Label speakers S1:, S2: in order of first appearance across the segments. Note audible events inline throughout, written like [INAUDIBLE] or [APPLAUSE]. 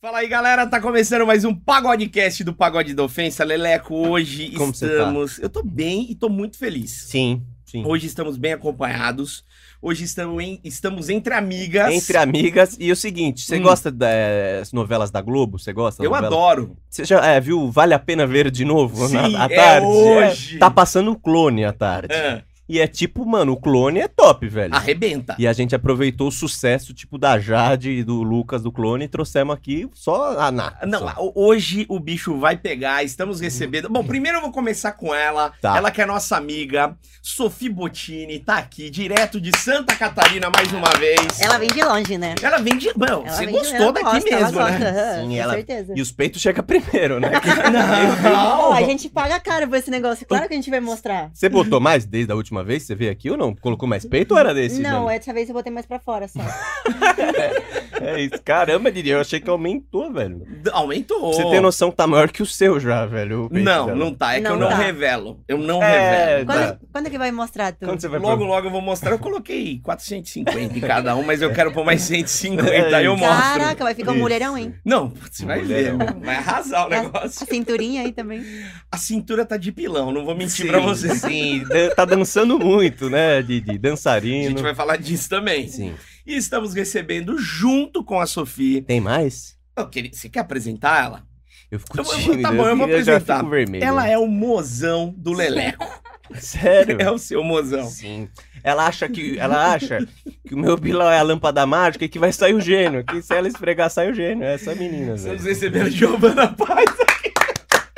S1: Fala aí, galera. Tá começando mais um Pagodecast do Pagode da Ofensa. Leleco, hoje
S2: Como você tá?
S1: estamos. Eu tô bem e tô muito feliz.
S2: Sim, sim.
S1: Hoje estamos bem acompanhados. Hoje estamos, em- estamos entre amigas.
S2: Entre amigas. E o seguinte, você
S1: Hum.
S2: gosta das novelas da Globo? Você gosta? das
S1: Eu
S2: novelas?
S1: adoro.
S2: Você já é, viu? Vale a pena ver de novo na-
S1: Sim,
S2: à
S1: é
S2: tarde?
S1: hoje.
S2: É, tá passando o clone à tarde.
S1: Ah,
S2: E é tipo, mano, o clone é top, velho.
S1: arrebenta.
S2: E a gente aproveitou o sucesso, tipo, da Jade e do Lucas do clone e trouxemos aqui só a Nata.
S1: Ah, Não,
S2: só.
S1: ho- hoje o bicho vai pegar, estamos recebendo. Bom, primeiro eu vou começar com ela.
S2: Tá.
S1: Ela que é nossa amiga, Sophie Bottini, tá aqui, direto de Santa Catarina mais uma vez.
S3: Ela vem de longe, né?
S1: Ela vem de. Bom,
S3: Ela
S1: você
S3: vem de-
S1: gostou
S3: ela
S1: daqui
S3: gosta, ela
S1: mesmo, né?
S3: gosta, aham,
S2: Sim,
S3: com
S2: ela-
S3: certeza.
S2: E os peitos chegam primeiro,
S1: [LAUGHS]
S2: né? [LAUGHS]
S3: Não,
S1: Não,
S3: a gente paga caro por esse negócio. Claro que a gente vai mostrar.
S2: Você botou mais desde a última vez que você veio aqui ou não? Colocou mais peito ou era desse?
S3: não,
S2: mesmo?
S3: dessa vez eu botei mais pra fora
S2: [LAUGHS]
S3: só.
S2: é isso. Caramba, Didi, eu achei que aumentou, velho.
S1: aumentou.
S2: Você tem noção que tá maior que o seu já, velho. o peito
S1: Não,
S2: dela.
S1: não tá. É
S3: Não
S1: que eu não
S3: tá.
S1: revelo. Eu não
S2: É,
S1: revelo.
S2: tá.
S3: Quando, quando que vai mostrar tu?
S2: Quando você vai
S1: Logo,
S2: pro-
S1: logo eu vou mostrar. Eu coloquei 450 em cada um, mas eu quero pôr mais 150,
S2: [LAUGHS]
S1: aí eu
S2: Isso.
S1: mostro.
S3: Caraca, vai ficar um
S2: Isso.
S3: mulherão, hein?
S1: Não, você vai ver.
S2: Mulherão.
S1: meu. Vai arrasar o
S3: A
S1: negócio.
S3: cinturinha aí também.
S1: A cintura tá de pilão, não vou mentir
S2: Sim,
S1: pra você.
S2: Sim, dan- tá dançando muito, né, Didi?
S1: A
S2: Dançarino.
S1: gente vai falar disso também.
S2: Sim.
S1: E estamos recebendo junto com a Sofia.
S2: Tem mais?
S1: Eu queria- Você quer apresentar ela?
S2: Eu fico
S1: Eu vou-
S2: tímido.
S1: tá bom, eu vou
S2: fico- já
S1: apresentar.
S2: fico vermelho.
S1: Ela é o mozão do Leleco. [LAUGHS]
S2: Sério?
S1: É o seu mozão.
S2: Sim. Ela acha que ela acha que o meu bilão é a lâmpada mágica e que vai sair o gênio. Que se ela esfregar, sai o gênio. É Essa menina,
S1: Estamos
S2: velho.
S1: recebendo a Giovana Paz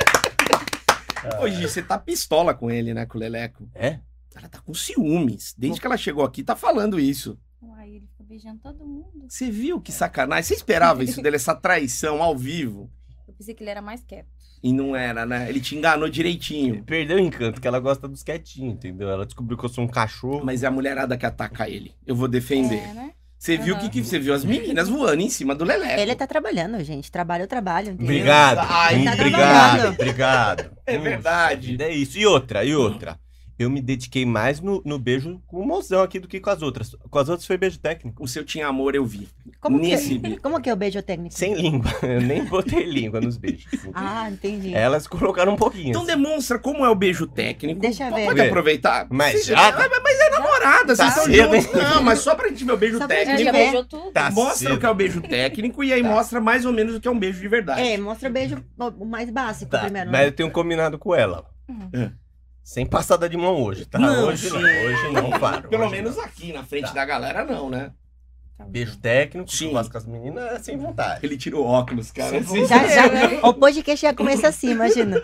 S1: aqui. Ô, Gi, você tá pistola com ele, né, com o Leleco?
S2: É?
S1: Ela tá com ciúmes. Desde que ela chegou aqui, tá falando isso.
S4: Uai, ele fica beijando todo mundo.
S1: Você viu que sacanagem? Você esperava isso dele, essa traição ao vivo?
S4: Eu pensei que ele era mais quieto.
S1: E não era, né? Ele te enganou direitinho.
S2: Perdeu o encanto, que ela gosta dos quietinhos, entendeu? Ela descobriu que eu sou um cachorro.
S1: Mas é a mulherada que ataca ele. Eu vou defender.
S4: É, né?
S1: Você viu o que, que você viu? As meninas voando em cima do Leleco.
S3: Ele tá trabalhando, gente. Trabalho, eu trabalho. entendeu?
S2: É. Obrigado.
S1: Ai,
S2: Hum,
S3: tá
S2: obrigado,
S3: trabalhando.
S2: obrigado.
S1: [LAUGHS] É
S2: Hum,
S1: verdade.
S2: vida, É isso. E outra, e outra. Eu me dediquei mais no, no beijo com o mozão aqui do que com as outras. Com as outras foi beijo técnico.
S1: O seu tinha amor, eu vi.
S3: Como
S1: Nesse
S3: que, como que é o beijo técnico?
S2: Sem língua. [LAUGHS] Eu nem botei língua nos beijos. assim.
S3: Ah, entendi.
S2: Elas colocaram um pouquinho.
S1: Então demonstra como é o beijo técnico.
S3: Deixa eu ver.
S1: Pode
S2: Vê.
S1: aproveitar.
S2: Mas
S1: Seja-
S2: já-
S1: Mas- Mas é namorada,
S2: Tá
S1: vocês
S2: cedo,
S1: estão juntos. Não, mas só pra gente ver o beijo
S3: Só pra
S4: É,
S3: gente
S1: técnico.
S4: já
S3: ver.
S4: beijou tudo.
S2: Tá
S1: Mostra
S2: cedo.
S1: o que é o beijo técnico e aí
S2: Tá.
S1: mostra mais ou menos o que é um beijo de verdade.
S3: É, mostra o beijo o mais básico
S2: Tá,
S3: primeiro.
S2: mas
S3: né?
S2: eu tenho combinado com ela.
S4: Uhum.
S1: É.
S2: Sem passada de mão hoje, tá?
S1: Não,
S2: hoje não,
S1: sim.
S2: hoje não, paro.
S1: Pelo
S2: hoje
S1: menos
S2: não.
S1: aqui na frente
S2: Tá.
S1: da galera, não, né?
S2: Beijo técnico,
S1: Sim.
S2: churrasco com as meninas, é sem vontade.
S1: Ele tira o óculos, cara. assim.
S4: Tá,
S3: Já, é.
S4: né?
S3: já. O podcast já começa assim, imagina.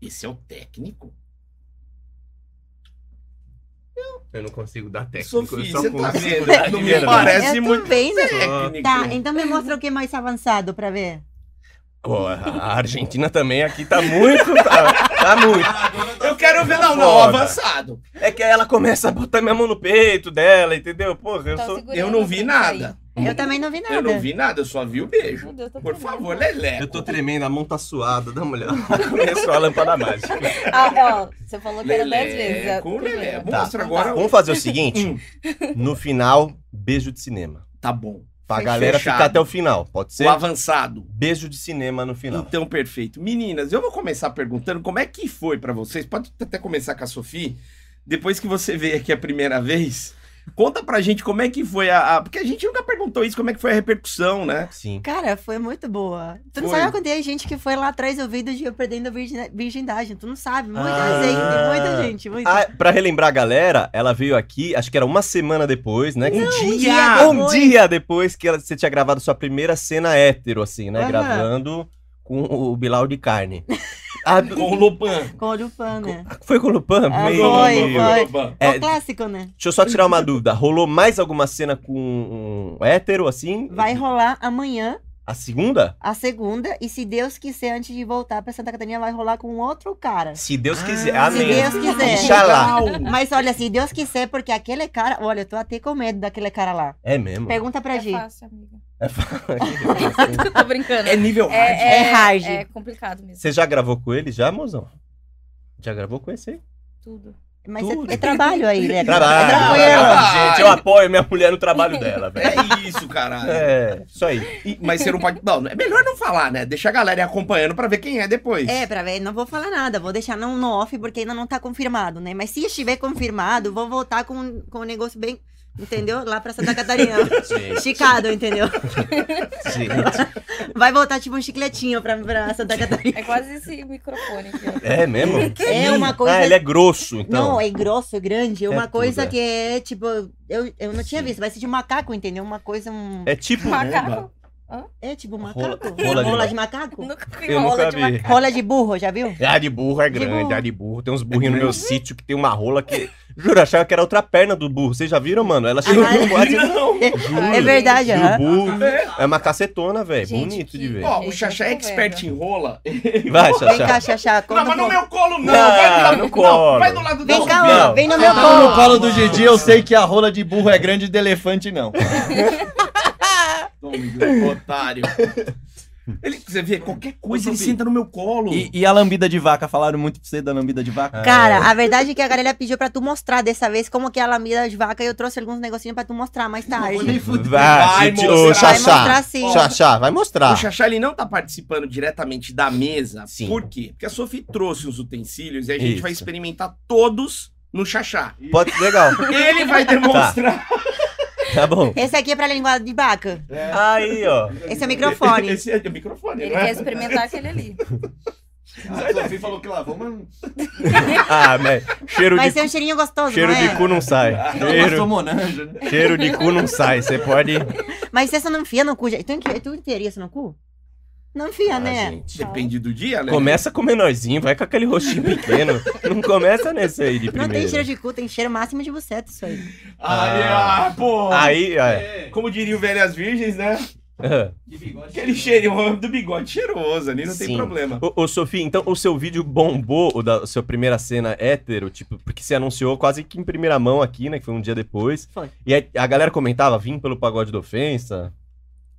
S1: Esse é o técnico.
S2: Eu não consigo dar técnico,
S1: Sofia,
S2: eu só
S1: você tá
S2: consigo
S1: vendo?
S2: dar de
S1: Não me
S2: verdade.
S1: parece.
S3: eu tô
S1: muito-
S3: bem, né?
S1: Técnico.
S3: Tá, então me mostra o que é mais avançado pra ver.
S2: Pô, a Argentina também aqui tá muito. Tá, tá muito.
S1: Eu quero ver, não, não,
S2: Tá Foda.
S1: avançado.
S2: É que aí ela começa a botar minha mão no peito dela, entendeu? Porra, eu
S4: Tava
S2: sou.
S4: Tá segurando
S1: eu não
S4: pra
S1: vi
S4: sair.
S1: nada.
S3: Eu também não vi nada.
S1: Eu não vi nada, eu só vi o beijo.
S4: Meu Deus, tô
S1: Por
S4: tremendo.
S1: favor, Lelé.
S2: Eu tô tremendo, a mão tá suada, dá uma olhada. Começou a lâmpada mágica.
S4: Ah, ó, você falou que era dez vezes. a
S1: Leleco,
S4: primeira.
S1: Leleco.
S2: Tá.
S1: Mostra agora.
S2: Vamos fazer o seguinte:
S1: Hum,
S2: no final, beijo de cinema.
S1: Tá bom.
S2: Pra galera
S1: Fechado.
S2: ficar até o final, pode ser?
S1: O avançado.
S2: Beijo de cinema no final.
S1: Então, perfeito. Meninas, eu vou começar perguntando como é que foi pra vocês. Pode até começar com a Sofia. Depois que você veio aqui a primeira vez, conta pra gente como é que foi a, a- Porque a gente nunca perguntou isso, como é que foi a repercussão, né?
S2: Sim.
S3: Cara, foi muito boa. Tu não
S1: Foi.
S3: sabe quando tem gente que foi lá atrás ouvido de eu perdendo a virgina- virgindade. Tu não sabe. Muita
S2: Ah.
S3: gente, muita gente, muita.
S2: Ah, pra relembrar a galera, ela veio aqui, acho que era uma semana depois, né?
S1: Um
S3: um
S1: dia!
S3: dia.
S2: Um
S3: Depois.
S2: dia depois que ela- você tinha gravado sua primeira cena hétero, assim, né?
S3: Aham.
S2: Gravando com o Bilal de carne.
S3: [LAUGHS]
S2: Ah, do-
S1: Com o Lupan.
S3: Com olho pan, né?
S2: foi com o Lupan?
S3: Ah,
S2: Meu
S3: foi,
S2: Deus.
S3: foi.
S1: Lupan.
S3: É
S2: É,
S3: o clássico, né?
S2: Deixa eu só tirar uma dúvida. Rolou mais alguma cena com um hétero, assim?
S3: Vai rolar amanhã,
S2: A segunda?
S3: a segunda, e se Deus quiser, antes de voltar pra Santa Catarina, vai rolar com outro cara.
S2: Se Deus quiser.
S1: Ah,
S2: Amém.
S3: Se Deus quiser.
S2: Inxalá.
S1: Legal.
S3: Mas olha, se Deus quiser, porque aquele cara. Olha, eu tô até com medo daquele cara lá.
S2: É mesmo.
S3: Pergunta pra
S4: É
S3: Gi.
S4: fácil, amiga. [LAUGHS] É
S2: Assim.
S4: Tô brincando.
S1: É nível hard.
S3: É hard.
S4: É complicado mesmo.
S2: Você já gravou com ele, já, mozão? Já gravou com esse aí?
S4: Tudo.
S3: Mas é-
S2: Tudo.
S3: é trabalho aí, né?
S2: Trabalho.
S3: É tranquilo.
S1: Trabalho.
S2: Gente, eu apoio minha mulher no trabalho dela,
S3: [LAUGHS]
S2: velho.
S1: É isso, caralho.
S2: É, isso aí.
S1: E- mas você não pode. Não, é melhor não falar, né? Deixa a galera ir acompanhando pra ver quem é depois.
S3: É, pra ver, não vou falar nada, vou deixar no, no off, porque ainda não tá confirmado, né? Mas se estiver confirmado, vou voltar com, com o negócio bem, entendeu? Lá pra Santa Catarina.
S2: [LAUGHS] Gente,
S3: Esticado, entendeu?
S2: gente.
S3: Vai voltar tipo um chicletinho pra, pra Santa
S2: Então.
S3: Catarina.
S4: É quase esse microfone aqui. ó.
S2: É mesmo?
S3: É uma coisa-
S2: Ah, ele é grosso, então.
S3: Não, é grosso, grande, é
S2: É
S3: uma
S2: tudo,
S3: coisa
S2: é.
S3: que é tipo. Eu, eu não tinha
S2: Sim.
S3: visto, vai ser de macaco, entendeu? Uma coisa. Um...
S2: É tipo.
S4: Macaco.
S3: É tipo um
S2: Rola-
S3: macaco?
S2: rola de
S3: de macaco?
S4: Nunca fui
S2: Eu
S4: uma
S2: nunca
S4: rola de
S2: vi.
S4: macaco.
S3: Rola de burro, já viu?
S2: Ah, de burro é grande,
S3: burro.
S2: ah, de burro. Tem uns burrinhos [LAUGHS] no meu sítio que tem uma rola que. Juro, achava que era outra perna do burro. Vocês já viram, mano? Ela chegou
S3: Ah,
S2: no boate.
S1: Não.
S3: É verdade,
S2: Juro,
S3: aham.
S2: burro. É uma cacetona, velho.
S4: Gente,
S2: Bonito de
S4: que-
S2: ver.
S1: Ó, o
S4: Gente,
S1: Xaxá é
S4: eu tô
S1: expert
S4: vendo.
S1: em rola.
S2: Vai,
S3: Vem cá,
S2: Xaxá.
S3: Xaxá,
S1: Não, é
S3: conta
S1: mas no
S3: pra-
S1: meu colo não.
S2: Não,
S1: vai,
S2: Ah, no colo.
S1: vai do lado do
S3: Vem cá,
S2: Não.
S3: ó, vem no meu
S5: Tá no
S3: colo.
S5: colo do Didi, eu sei que a rola de burro é grande e de elefante não.
S1: Tome, viu, Otário. Ele, você vê, qualquer coisa ele senta no meu colo.
S5: E, e a lambida de vaca, falaram muito pra você da lambida de vaca?
S3: Cara, a verdade é que a galera pediu pra tu mostrar dessa vez como que é a lamida de vaca e eu trouxe alguns negocinhos pra tu mostrar mais tarde.
S2: Vai,
S1: Vai
S2: gente, ô,
S1: mostrar.
S3: Vai
S2: Xaxá.
S3: mostrar sim.
S2: Xaxá, vai mostrar.
S1: O Xaxá ele não tá participando diretamente da mesa.
S2: Sim.
S1: Por quê? Porque a Sophie trouxe os utensílios e a gente
S2: Isso.
S1: vai experimentar todos no Xaxá.
S2: Pode ser legal.
S1: Ele vai
S2: [LAUGHS]
S1: demonstrar.
S2: Tá bom.
S3: Esse aqui é pra linguada de vaca.
S2: Aí, ó.
S3: Esse é o microfone.
S1: Esse é o microfone,
S4: Ele
S1: não é?
S4: quer experimentar aquele ali.
S5: A Sofia falou que lavou, mas não
S2: Ah, mas cheiro
S3: Vai
S2: de
S3: ser um cheirinho gostoso,
S2: Cheiro
S3: não é?
S2: de cu não sai. Cheiro,
S5: monange, né?
S2: cheiro de cu não sai. Você pode.
S3: Mas você só não enfia no cu, gente. Tu, enfia- tu enfiaria isso no cu? Não enfia,
S2: Ah,
S3: né?
S2: gente.
S1: Depende do dia, né?
S2: [LAUGHS] Começa com o menorzinho, vai com aquele rostinho pequeno. Não começa nesse aí de
S3: Não
S2: primeiro.
S3: tem cheiro de cu, tem cheiro máximo de buceta isso aí.
S1: Ai, ah, pô.
S2: Aí, é. ó.
S1: Como diriam velhas virgens, né?
S2: Ah.
S1: Aquele cheirinho do bigode cheiroso ali, não
S2: Sim.
S1: tem problema.
S2: Ô, ô, Sofia, então o seu vídeo bombou, o da sua primeira cena hétero, tipo, porque você anunciou quase que em primeira mão aqui, né? Que foi um dia depois.
S3: Foi.
S2: E aí a galera comentava, vim pelo pagode da ofensa.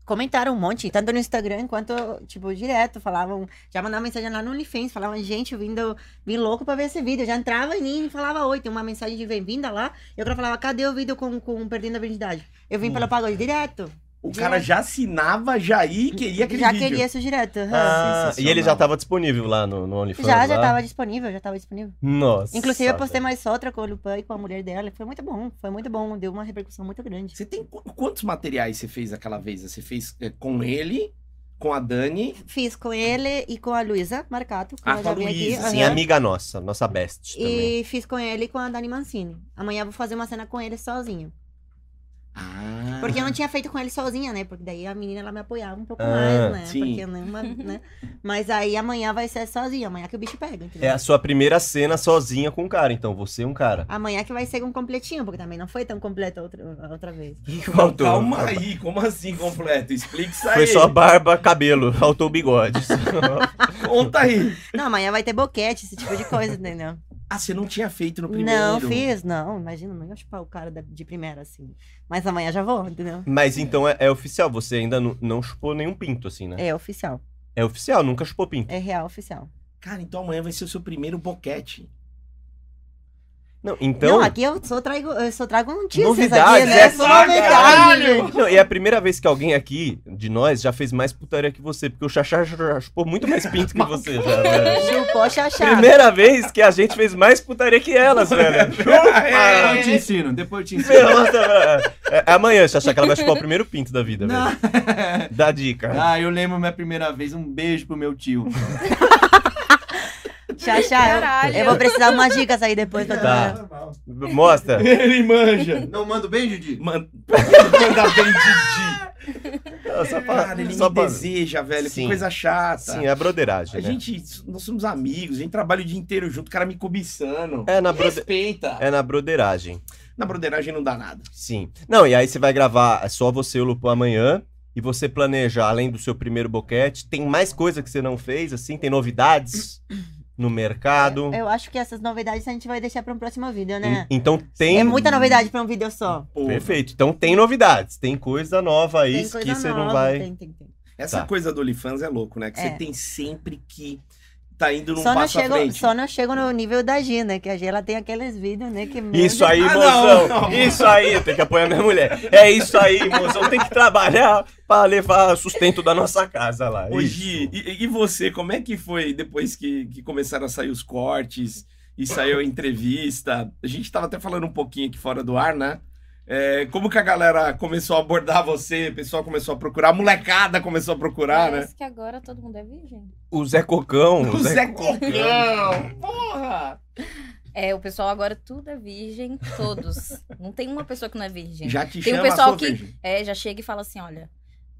S3: Comentaram um monte, tanto no Instagram quanto, tipo, direto. Falavam, já mandavam mensagem lá no OnlyFans, falavam, gente, eu vindo, vim louco pra ver esse vídeo. Eu já entrava em mim e falava oi, tem uma mensagem de bem-vinda lá. E eu falava, cadê o vídeo com, com Perdendo a Virgindade? Eu
S1: Hum.
S3: vim pelo pagode direto.
S1: O cara já assinava, já ia e queria aquele
S3: já
S1: vídeo.
S3: queria isso direto. aham.
S2: Ah, e ele
S1: sensacional.
S2: já tava disponível lá no, no OnlyFans.
S3: já, já
S2: lá.
S3: tava disponível, já tava disponível.
S2: Nossa.
S3: Inclusive, eu postei mais outra com o Lupan e com a mulher dela. Foi muito bom, foi muito bom. Deu uma repercussão muito grande.
S1: Você tem qu- quantos materiais você fez aquela vez? Você fez eh, com ele, com a Dani?
S3: Fiz com ele e com a Luísa Marcato, que
S1: Ah,
S3: ela
S1: com
S3: já
S1: a
S3: veio aqui.
S1: Luísa,
S2: Sim,
S3: aham.
S2: amiga nossa, nossa best também.
S3: E fiz com ele e com a Dani Mancini. Amanhã eu vou fazer uma cena com ele sozinho.
S1: Ah.
S3: Porque eu não tinha feito com ele sozinha, né? Porque daí a menina ela me apoiava um pouco
S2: Ah,
S3: mais, né?
S1: sim.
S3: Porque eu não, uma- né? Mas aí amanhã vai ser sozinha, amanhã que o bicho pega, entendeu?
S2: É a sua primeira cena sozinha com um cara, então você é um cara.
S3: Amanhã que vai ser um completinho, porque também não foi tão completo a outra, a outra vez.
S1: Não, calma aí, como assim completo? Explica isso aí.
S2: Foi só barba, cabelo, [LAUGHS] faltou o bigode.
S1: Conta aí.
S3: Não, amanhã vai ter boquete, esse tipo de
S2: [LAUGHS]
S3: coisa, entendeu?
S1: Ah, você não tinha feito no primeiro.
S3: Não, fiz, não. Imagina, não ia chupar o cara da- de primeira, assim. Mas amanhã já vou, entendeu?
S2: Mas então é, é oficial, você ainda não, não chupou nenhum pinto, assim, né?
S3: É oficial.
S2: É, oficial, nunca chupou pinto.
S3: É real oficial.
S1: Cara, então amanhã vai ser o seu primeiro boquete.
S2: Não, então.
S3: não, aqui eu só trago, eu só trago notícias
S2: Novidades,
S3: aqui, né?
S2: é [LAUGHS]
S3: Só
S1: claro,
S3: novidade.
S1: caralho!
S2: Não, e é a primeira vez que alguém aqui, de nós, já fez mais putaria que você, porque o Xaxá já chupou muito mais pinto que você, já,
S3: [LAUGHS]
S2: velho.
S3: Chupou chachá.
S2: Primeira vez que a gente fez mais putaria que elas, velho.
S5: Depois
S1: [LAUGHS] É,
S5: Ah, eu te ensino, depois eu te ensino.
S2: Meu, nossa, velho. é, é amanhã, Xaxá, que ela vai chupar o primeiro pinto da vida, velho.
S5: Não.
S2: Dá dica.
S5: Ah, eu lembro minha primeira vez, um beijo pro meu tio.
S3: Chachá, eu,
S1: É
S4: Caralho.
S3: eu vou precisar umas dicas aí depois pra
S2: Tá.
S3: tu.
S2: Mostra.
S1: Ele manja.
S5: Não manda bem, Didi?
S1: Man... [LAUGHS] Manda bem Didi.
S2: Só
S1: Cara, ele
S2: só
S1: me
S2: pra-
S1: deseja, velho.
S2: Sim.
S1: Que coisa chata.
S2: Sim, é a broderagem,
S1: Tá. A
S2: né?
S1: gente, nós somos amigos, a gente trabalha o dia inteiro junto, o cara me cobiçando.
S2: É na, brode...
S1: Respeita.
S2: é na broderagem,
S1: Na broderagem não dá nada.
S2: sim. Não, e aí você vai gravar é só você e o Lupo amanhã, e você planeja, além do seu primeiro boquete, tem mais coisa que você não fez, assim? Tem novidades no mercado?
S3: Eu acho que essas novidades a gente vai deixar pra um próximo vídeo,
S2: En-
S3: né?
S2: Então tem...
S3: É muita novidade pra um vídeo só.
S1: Pô,
S2: Perfeito. Então tem novidades, tem coisa nova aí
S3: Tem
S2: que
S3: coisa
S2: você
S3: nova,
S2: não vai...
S3: tem, tem, tem.
S1: Essa
S2: Tá.
S1: coisa do OnlyFans é louco, né? Que você
S3: É.
S1: tem sempre que tá indo num
S3: Só não,
S1: passo à
S3: chego,
S1: frente.
S3: só não chego no nível da Gi, né? Que a Gi, ela tem aqueles vídeos, né? Que meu
S2: Isso aí,
S1: Ah,
S2: mozão.
S1: [LAUGHS] não, não.
S2: Isso aí, tem que apoiar minha mulher. É isso aí, mozão. Tem que trabalhar pra levar sustento da nossa casa lá.
S1: Ô,
S2: Isso.
S1: Gi, e, e você, como é que foi depois que, que começaram a sair os cortes e saiu a entrevista? A gente tava até falando um pouquinho aqui fora do ar, né? É, como que a galera começou a abordar você, o pessoal começou a procurar, a molecada começou a procurar, né?
S4: Parece que agora todo mundo é virgem.
S2: O Zé Cocão.
S1: O Zé Cocão! Porra!
S4: É, o pessoal agora tudo é virgem, todos. não tem uma pessoa que não é virgem.
S1: Já te
S4: Tem um
S1: chama
S4: pessoal
S1: a sua
S4: que-
S1: virgem.
S4: É, já chega e fala assim, olha,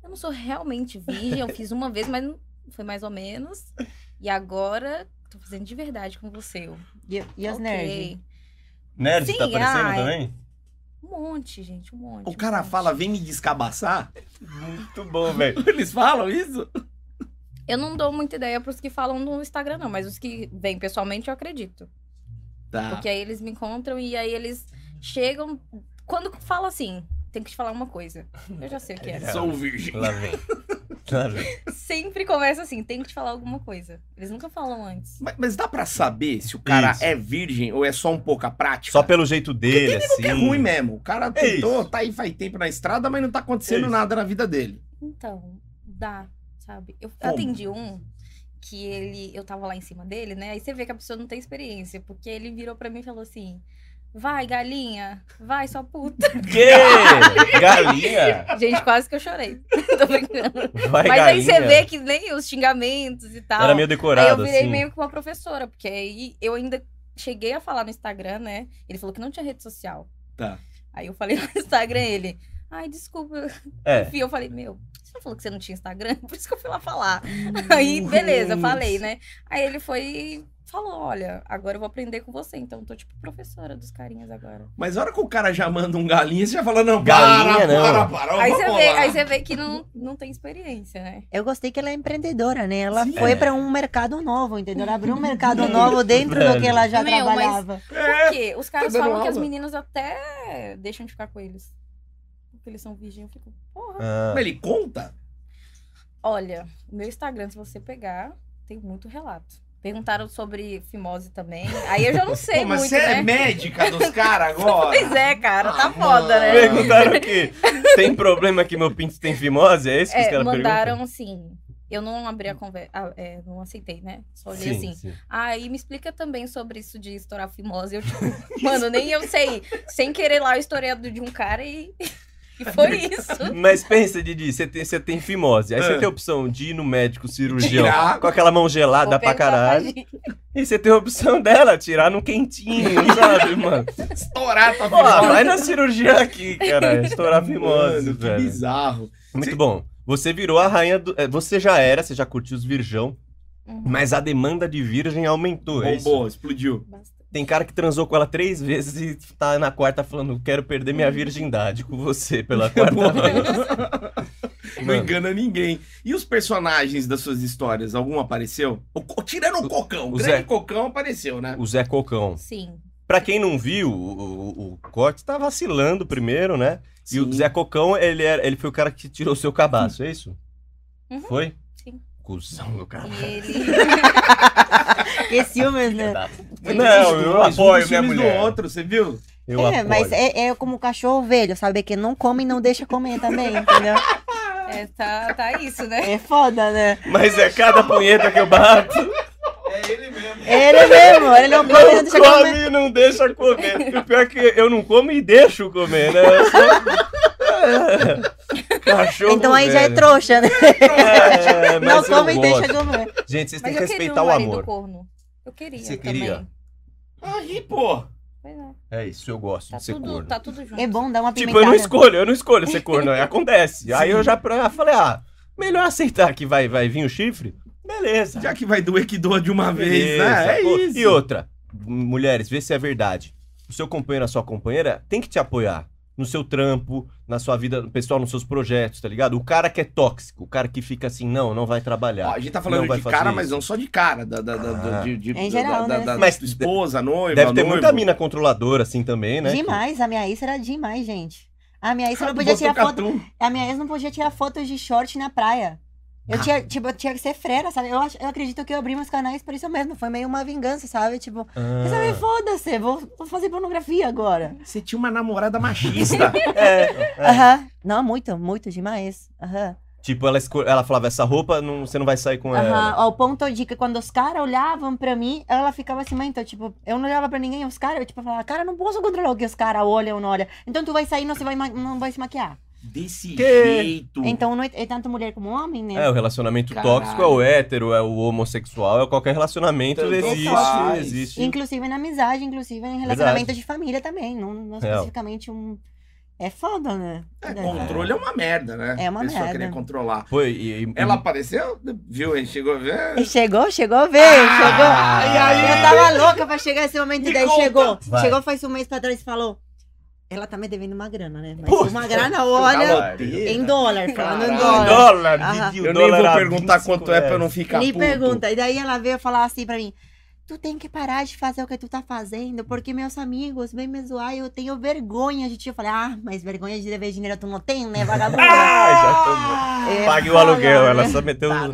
S4: eu não sou realmente virgem, eu fiz uma vez, mas não- foi mais ou menos. E agora tô fazendo de verdade com você. Eu,
S3: E, e os
S4: ok.
S3: nerds?
S2: Nerd
S4: Sim,
S2: tá aparecendo
S4: ai.
S2: também?
S4: Um monte, gente, um monte.
S1: O
S4: um
S1: cara
S4: monte.
S1: fala, vem me descabaçar?
S2: Muito bom, velho.
S1: [LAUGHS] Eles falam isso?
S4: Eu não dou muita ideia pros que falam no Instagram, não, mas os que vêm pessoalmente eu acredito.
S1: Tá.
S4: Porque aí eles me encontram e aí eles chegam. Quando fala assim, tem que te falar uma coisa. Eu já sei o
S1: [LAUGHS]
S4: que é.
S1: Sou virgem.
S2: Lá vem. Lá vem.
S4: Sempre começa assim, tem que te falar alguma coisa. Eles nunca falam antes.
S1: Mas, mas dá pra saber se o cara
S2: Isso.
S1: é virgem ou é só um pouco a prática?
S2: Só pelo jeito dele, assim.
S1: É ruim mesmo. O cara tentou,
S2: isso. É
S1: tá aí faz tempo na estrada, mas não tá acontecendo
S2: Isso.
S1: nada na vida dele.
S4: Então, dá, sabe? Eu
S1: Como?
S4: atendi um que ele. Eu tava lá em cima dele, né? Aí você vê que a pessoa não tem experiência, porque ele virou pra mim e falou assim: vai, galinha, vai, sua puta. [LAUGHS]
S1: [LAUGHS]
S2: Que? Galinha?
S4: Gente, quase que eu chorei. [LAUGHS] Tô brincando.
S2: Vai,
S4: Mas
S2: galinha.
S4: aí você vê que nem os xingamentos e tal.
S2: Era meio
S4: Aí eu
S2: decorado,
S4: virei
S2: assim.
S4: meio que uma professora, porque aí eu ainda cheguei a falar no Instagram, né? Ele falou que não tinha rede social.
S1: Tá.
S4: Aí eu falei [LAUGHS] no Instagram, ele, ai, desculpa.
S2: É.
S4: Enfim, eu falei, meu, você não falou que você não tinha Instagram? [LAUGHS] Por isso que eu fui lá falar. Aí, beleza, eu falei, né? Aí ele foi e falou, olha, agora eu vou aprender com você. Então, eu tô tipo professora dos carinhas agora.
S1: Mas a hora que o cara já manda um galinha, você já fala, não,
S2: Galinha,
S1: para,
S2: não.
S1: para, para,
S4: Aí você,
S1: vamos
S4: vê,
S1: lá.
S4: aí você vê que não, não tem experiência, né?
S3: Eu gostei que ela é empreendedora, né? Ela
S1: Sim.
S3: foi
S2: É.
S3: pra um mercado novo, entendeu? Ela abriu um mercado novo dentro do que ela já
S4: Meu, mas-
S3: trabalhava.
S1: É,
S4: Porque os caras
S1: dando
S4: falam que
S1: aula.
S4: as meninas até deixam de ficar com eles. Porque eles são virgem, eu fico, porra.
S2: Ah,
S1: mas ele conta?
S4: Olha, o meu Instagram, se você pegar, tem muito relato. Perguntaram sobre fimose também. Aí eu
S1: [LAUGHS]
S4: já não sei
S1: Pô, mas
S4: muito,
S1: você é
S4: né?
S1: médica dos caras agora?
S4: [LAUGHS] Pois é, cara, tá
S1: Ah,
S4: foda, né?
S1: mano.
S2: Perguntaram
S4: [LAUGHS]
S2: que tem problema que meu pinto tem fimose? É isso que os
S4: É,
S2: caras
S4: mandaram assim. Eu não abri a conversa. não aceitei, né? Só olhei
S2: perguntam?
S4: assim. Aí me explica também sobre isso de estourar fimose. Eu, tipo, [LAUGHS] mano, nem eu sei. Sem querer lá, eu estourei a do de um cara e. [LAUGHS] E foi isso.
S2: Mas pensa, Didi, você tem, você tem fimose. Aí
S1: Ah.
S2: você tem a opção de ir no médico cirurgião
S1: Tirar.
S2: com aquela mão gelada
S4: Vou
S2: Ah, pra
S4: perguntar pra
S2: caralho.
S4: gente.
S2: E você tem a opção dela tirar no quentinho, sabe, mano?
S1: Estourar tua
S2: Pô, vai na cirurgia aqui, cara. Estourar fimose,
S1: Mano, que
S2: velho.
S1: bizarro.
S2: Muito
S1: Você-
S2: bom. Você virou a rainha do. é, Você já era, você já curtiu os virgão,
S4: Uhum,
S2: mas a demanda de virgem aumentou. é isso?
S1: Bombou, explodiu.
S4: basta.
S2: Tem cara que transou com ela três vezes e tá na quarta falando: quero perder minha virgindade com você pela quarta vez.
S1: Não
S2: Mano,
S1: engana ninguém. E os personagens das suas histórias? Algum apareceu? O co- tirando o Cocão. O,
S2: o
S1: grande
S2: Zé.
S1: Cocão apareceu, né?
S2: o Zé Cocão.
S4: Sim.
S2: Pra quem não viu, o, o, o Corte tá vacilando primeiro, né? E o
S1: Sim.
S2: Zé Cocão, ele, era, ele foi o cara que tirou seu cabaço, é isso?
S4: Uhum.
S2: Foi?
S4: Sim.
S2: Cusão do cara.
S4: E
S2: [LAUGHS]
S4: ele.
S3: Que ciúmes, né?
S2: Não, eu
S1: Dois, um
S2: apoio
S1: dos
S2: minha
S1: filmes
S2: mulher.
S1: do outro, você viu?
S2: Eu
S3: é,
S2: apoio.
S3: mas é, é como o cachorro velho, sabe? Que não come e não deixa comer também, entendeu?
S4: É, tá, tá isso, né?
S3: É foda, né?
S2: Mas é cada punheta que eu bato.
S5: É ele mesmo.
S3: Ele mesmo, ele não come
S2: Não
S3: e não deixa comer.
S2: come e não deixa comer. O pior é que eu não como e deixo comer, né? Eu sou- Cachorro.
S3: Então aí já é
S2: velho.
S3: trouxa, né?
S2: É,
S3: Não
S2: mas eu
S3: come e
S2: gosto.
S3: deixa comer.
S2: Gente, vocês têm
S4: Mas
S2: que
S4: eu queria
S2: respeitar
S4: um
S2: o
S4: marido
S2: amor.
S4: corno. Eu queria
S2: Você
S4: também.
S2: queria?
S1: Aí, pô.
S4: Pois é.
S2: É isso, eu gosto
S4: Tá
S2: de ser
S4: tudo,
S2: corno.
S4: tá tudo junto.
S3: É bom dar uma
S2: Tipo, eu não
S3: pimentada.
S2: escolho, eu não escolho ser corno, aí acontece. Aí eu já pra- falei, ah, melhor aceitar que vai, vai vir o chifre? Beleza.
S1: Já que vai doer, que doa de uma vez,
S2: Beleza,
S1: né? É
S2: pô.
S1: isso.
S2: E outra, m- mulheres, vê se é verdade. O seu companheiro, a sua companheira, tem que te apoiar. No seu trampo, na sua vida pessoal, nos seus projetos, tá ligado? O cara que é tóxico, o cara que fica assim, não, não vai
S1: Ó,
S2: trabalhar.
S1: a gente tá
S2: Não
S1: falando
S2: vai
S1: de
S2: fazer
S1: cara,
S2: isso.
S1: mas não só de cara. Da, da, da, da-
S2: Ah.
S1: de, de-
S3: Em
S1: da-
S3: geral,
S1: da,
S3: né?
S1: da-
S2: Mas
S1: da esposa, noiva,
S2: Deve ter
S1: noivo.
S2: muita mina controladora assim também, né?
S3: Demais, a minha ex era demais, gente. A minha ex
S1: Cara
S3: não
S1: do
S3: podia tirar foto.
S1: Botucatu.
S3: A minha ex não podia tirar fotos de short na praia. Eu tinha, tipo, eu tinha que ser freira, sabe? Eu, acho, eu acredito que eu abri meus canais por isso mesmo. Foi meio uma vingança, sabe? Tipo, ah. sabe, foda-se, vou, vou fazer pornografia agora.
S1: Você tinha uma namorada
S2: [LAUGHS]
S1: machista.
S2: É, é.
S3: Aham. Não, muito, muito demais. Aham.
S2: Tipo, ela, escol- ela falava, essa roupa não- você não vai sair com
S3: Aham,
S2: ela.
S3: ao ponto de que quando os caras olhavam pra mim, ela ficava assim, mãe, então, tipo, eu não olhava pra ninguém, os caras, eu, tipo, falava, cara, eu não posso controlar o que os caras olham ou não olham. Então tu vai sair, não, você vai, ma- não vai se maquiar.
S1: Desse
S2: Que-
S1: jeito.
S3: Então não é, é tanto mulher como homem, né?
S2: Hum. É, o relacionamento
S1: Caralho.
S2: tóxico é o hétero, é o homossexual, é qualquer relacionamento.
S1: Então,
S5: Tanto
S2: existe,
S1: faz.
S2: existe.
S3: Inclusive na amizade, inclusive em relacionamento de família também, não, não
S2: Real.
S3: especificamente um... É foda, né?
S1: É, controle é uma merda, né?
S3: É uma
S1: A pessoa
S3: merda.
S1: querer controlar.
S2: Pô, e- e-
S1: Ela apareceu, viu? Ele chegou a ver.
S2: É.
S3: E Chegou, chegou,
S2: Ah,
S3: veio, chegou.
S1: e aí?
S3: Eu tava louca pra chegar esse momento,
S1: Me
S3: e daí
S1: conta.
S3: chegou.
S2: Vai.
S3: Chegou faz um mês pra trás e falou, ela tá me devendo uma grana, né? Mas
S2: Puta
S3: uma grana, olha... Em dólar, falando
S1: Caralho.
S3: em dólar.
S2: dólar,
S3: Aham.
S2: dividi o
S1: Eu nem
S2: dólar
S1: vou
S2: a
S1: perguntar
S2: 25
S1: quanto é pra eu não
S2: reais.
S1: ficar
S3: Me
S1: puto.
S3: pergunta. E daí ela veio falar assim pra mim: Tu tem que parar de fazer o que tu tá fazendo, porque meus amigos vêm me zoar e eu tenho vergonha de ti. Eu falei: Ah, mas vergonha de dever dinheiro tu não tem, né, vagabunda?
S2: Ah, já tomou.
S3: É,
S2: Pague o aluguel,
S3: fala,
S2: ela
S3: né?
S2: só meteu
S3: Tá no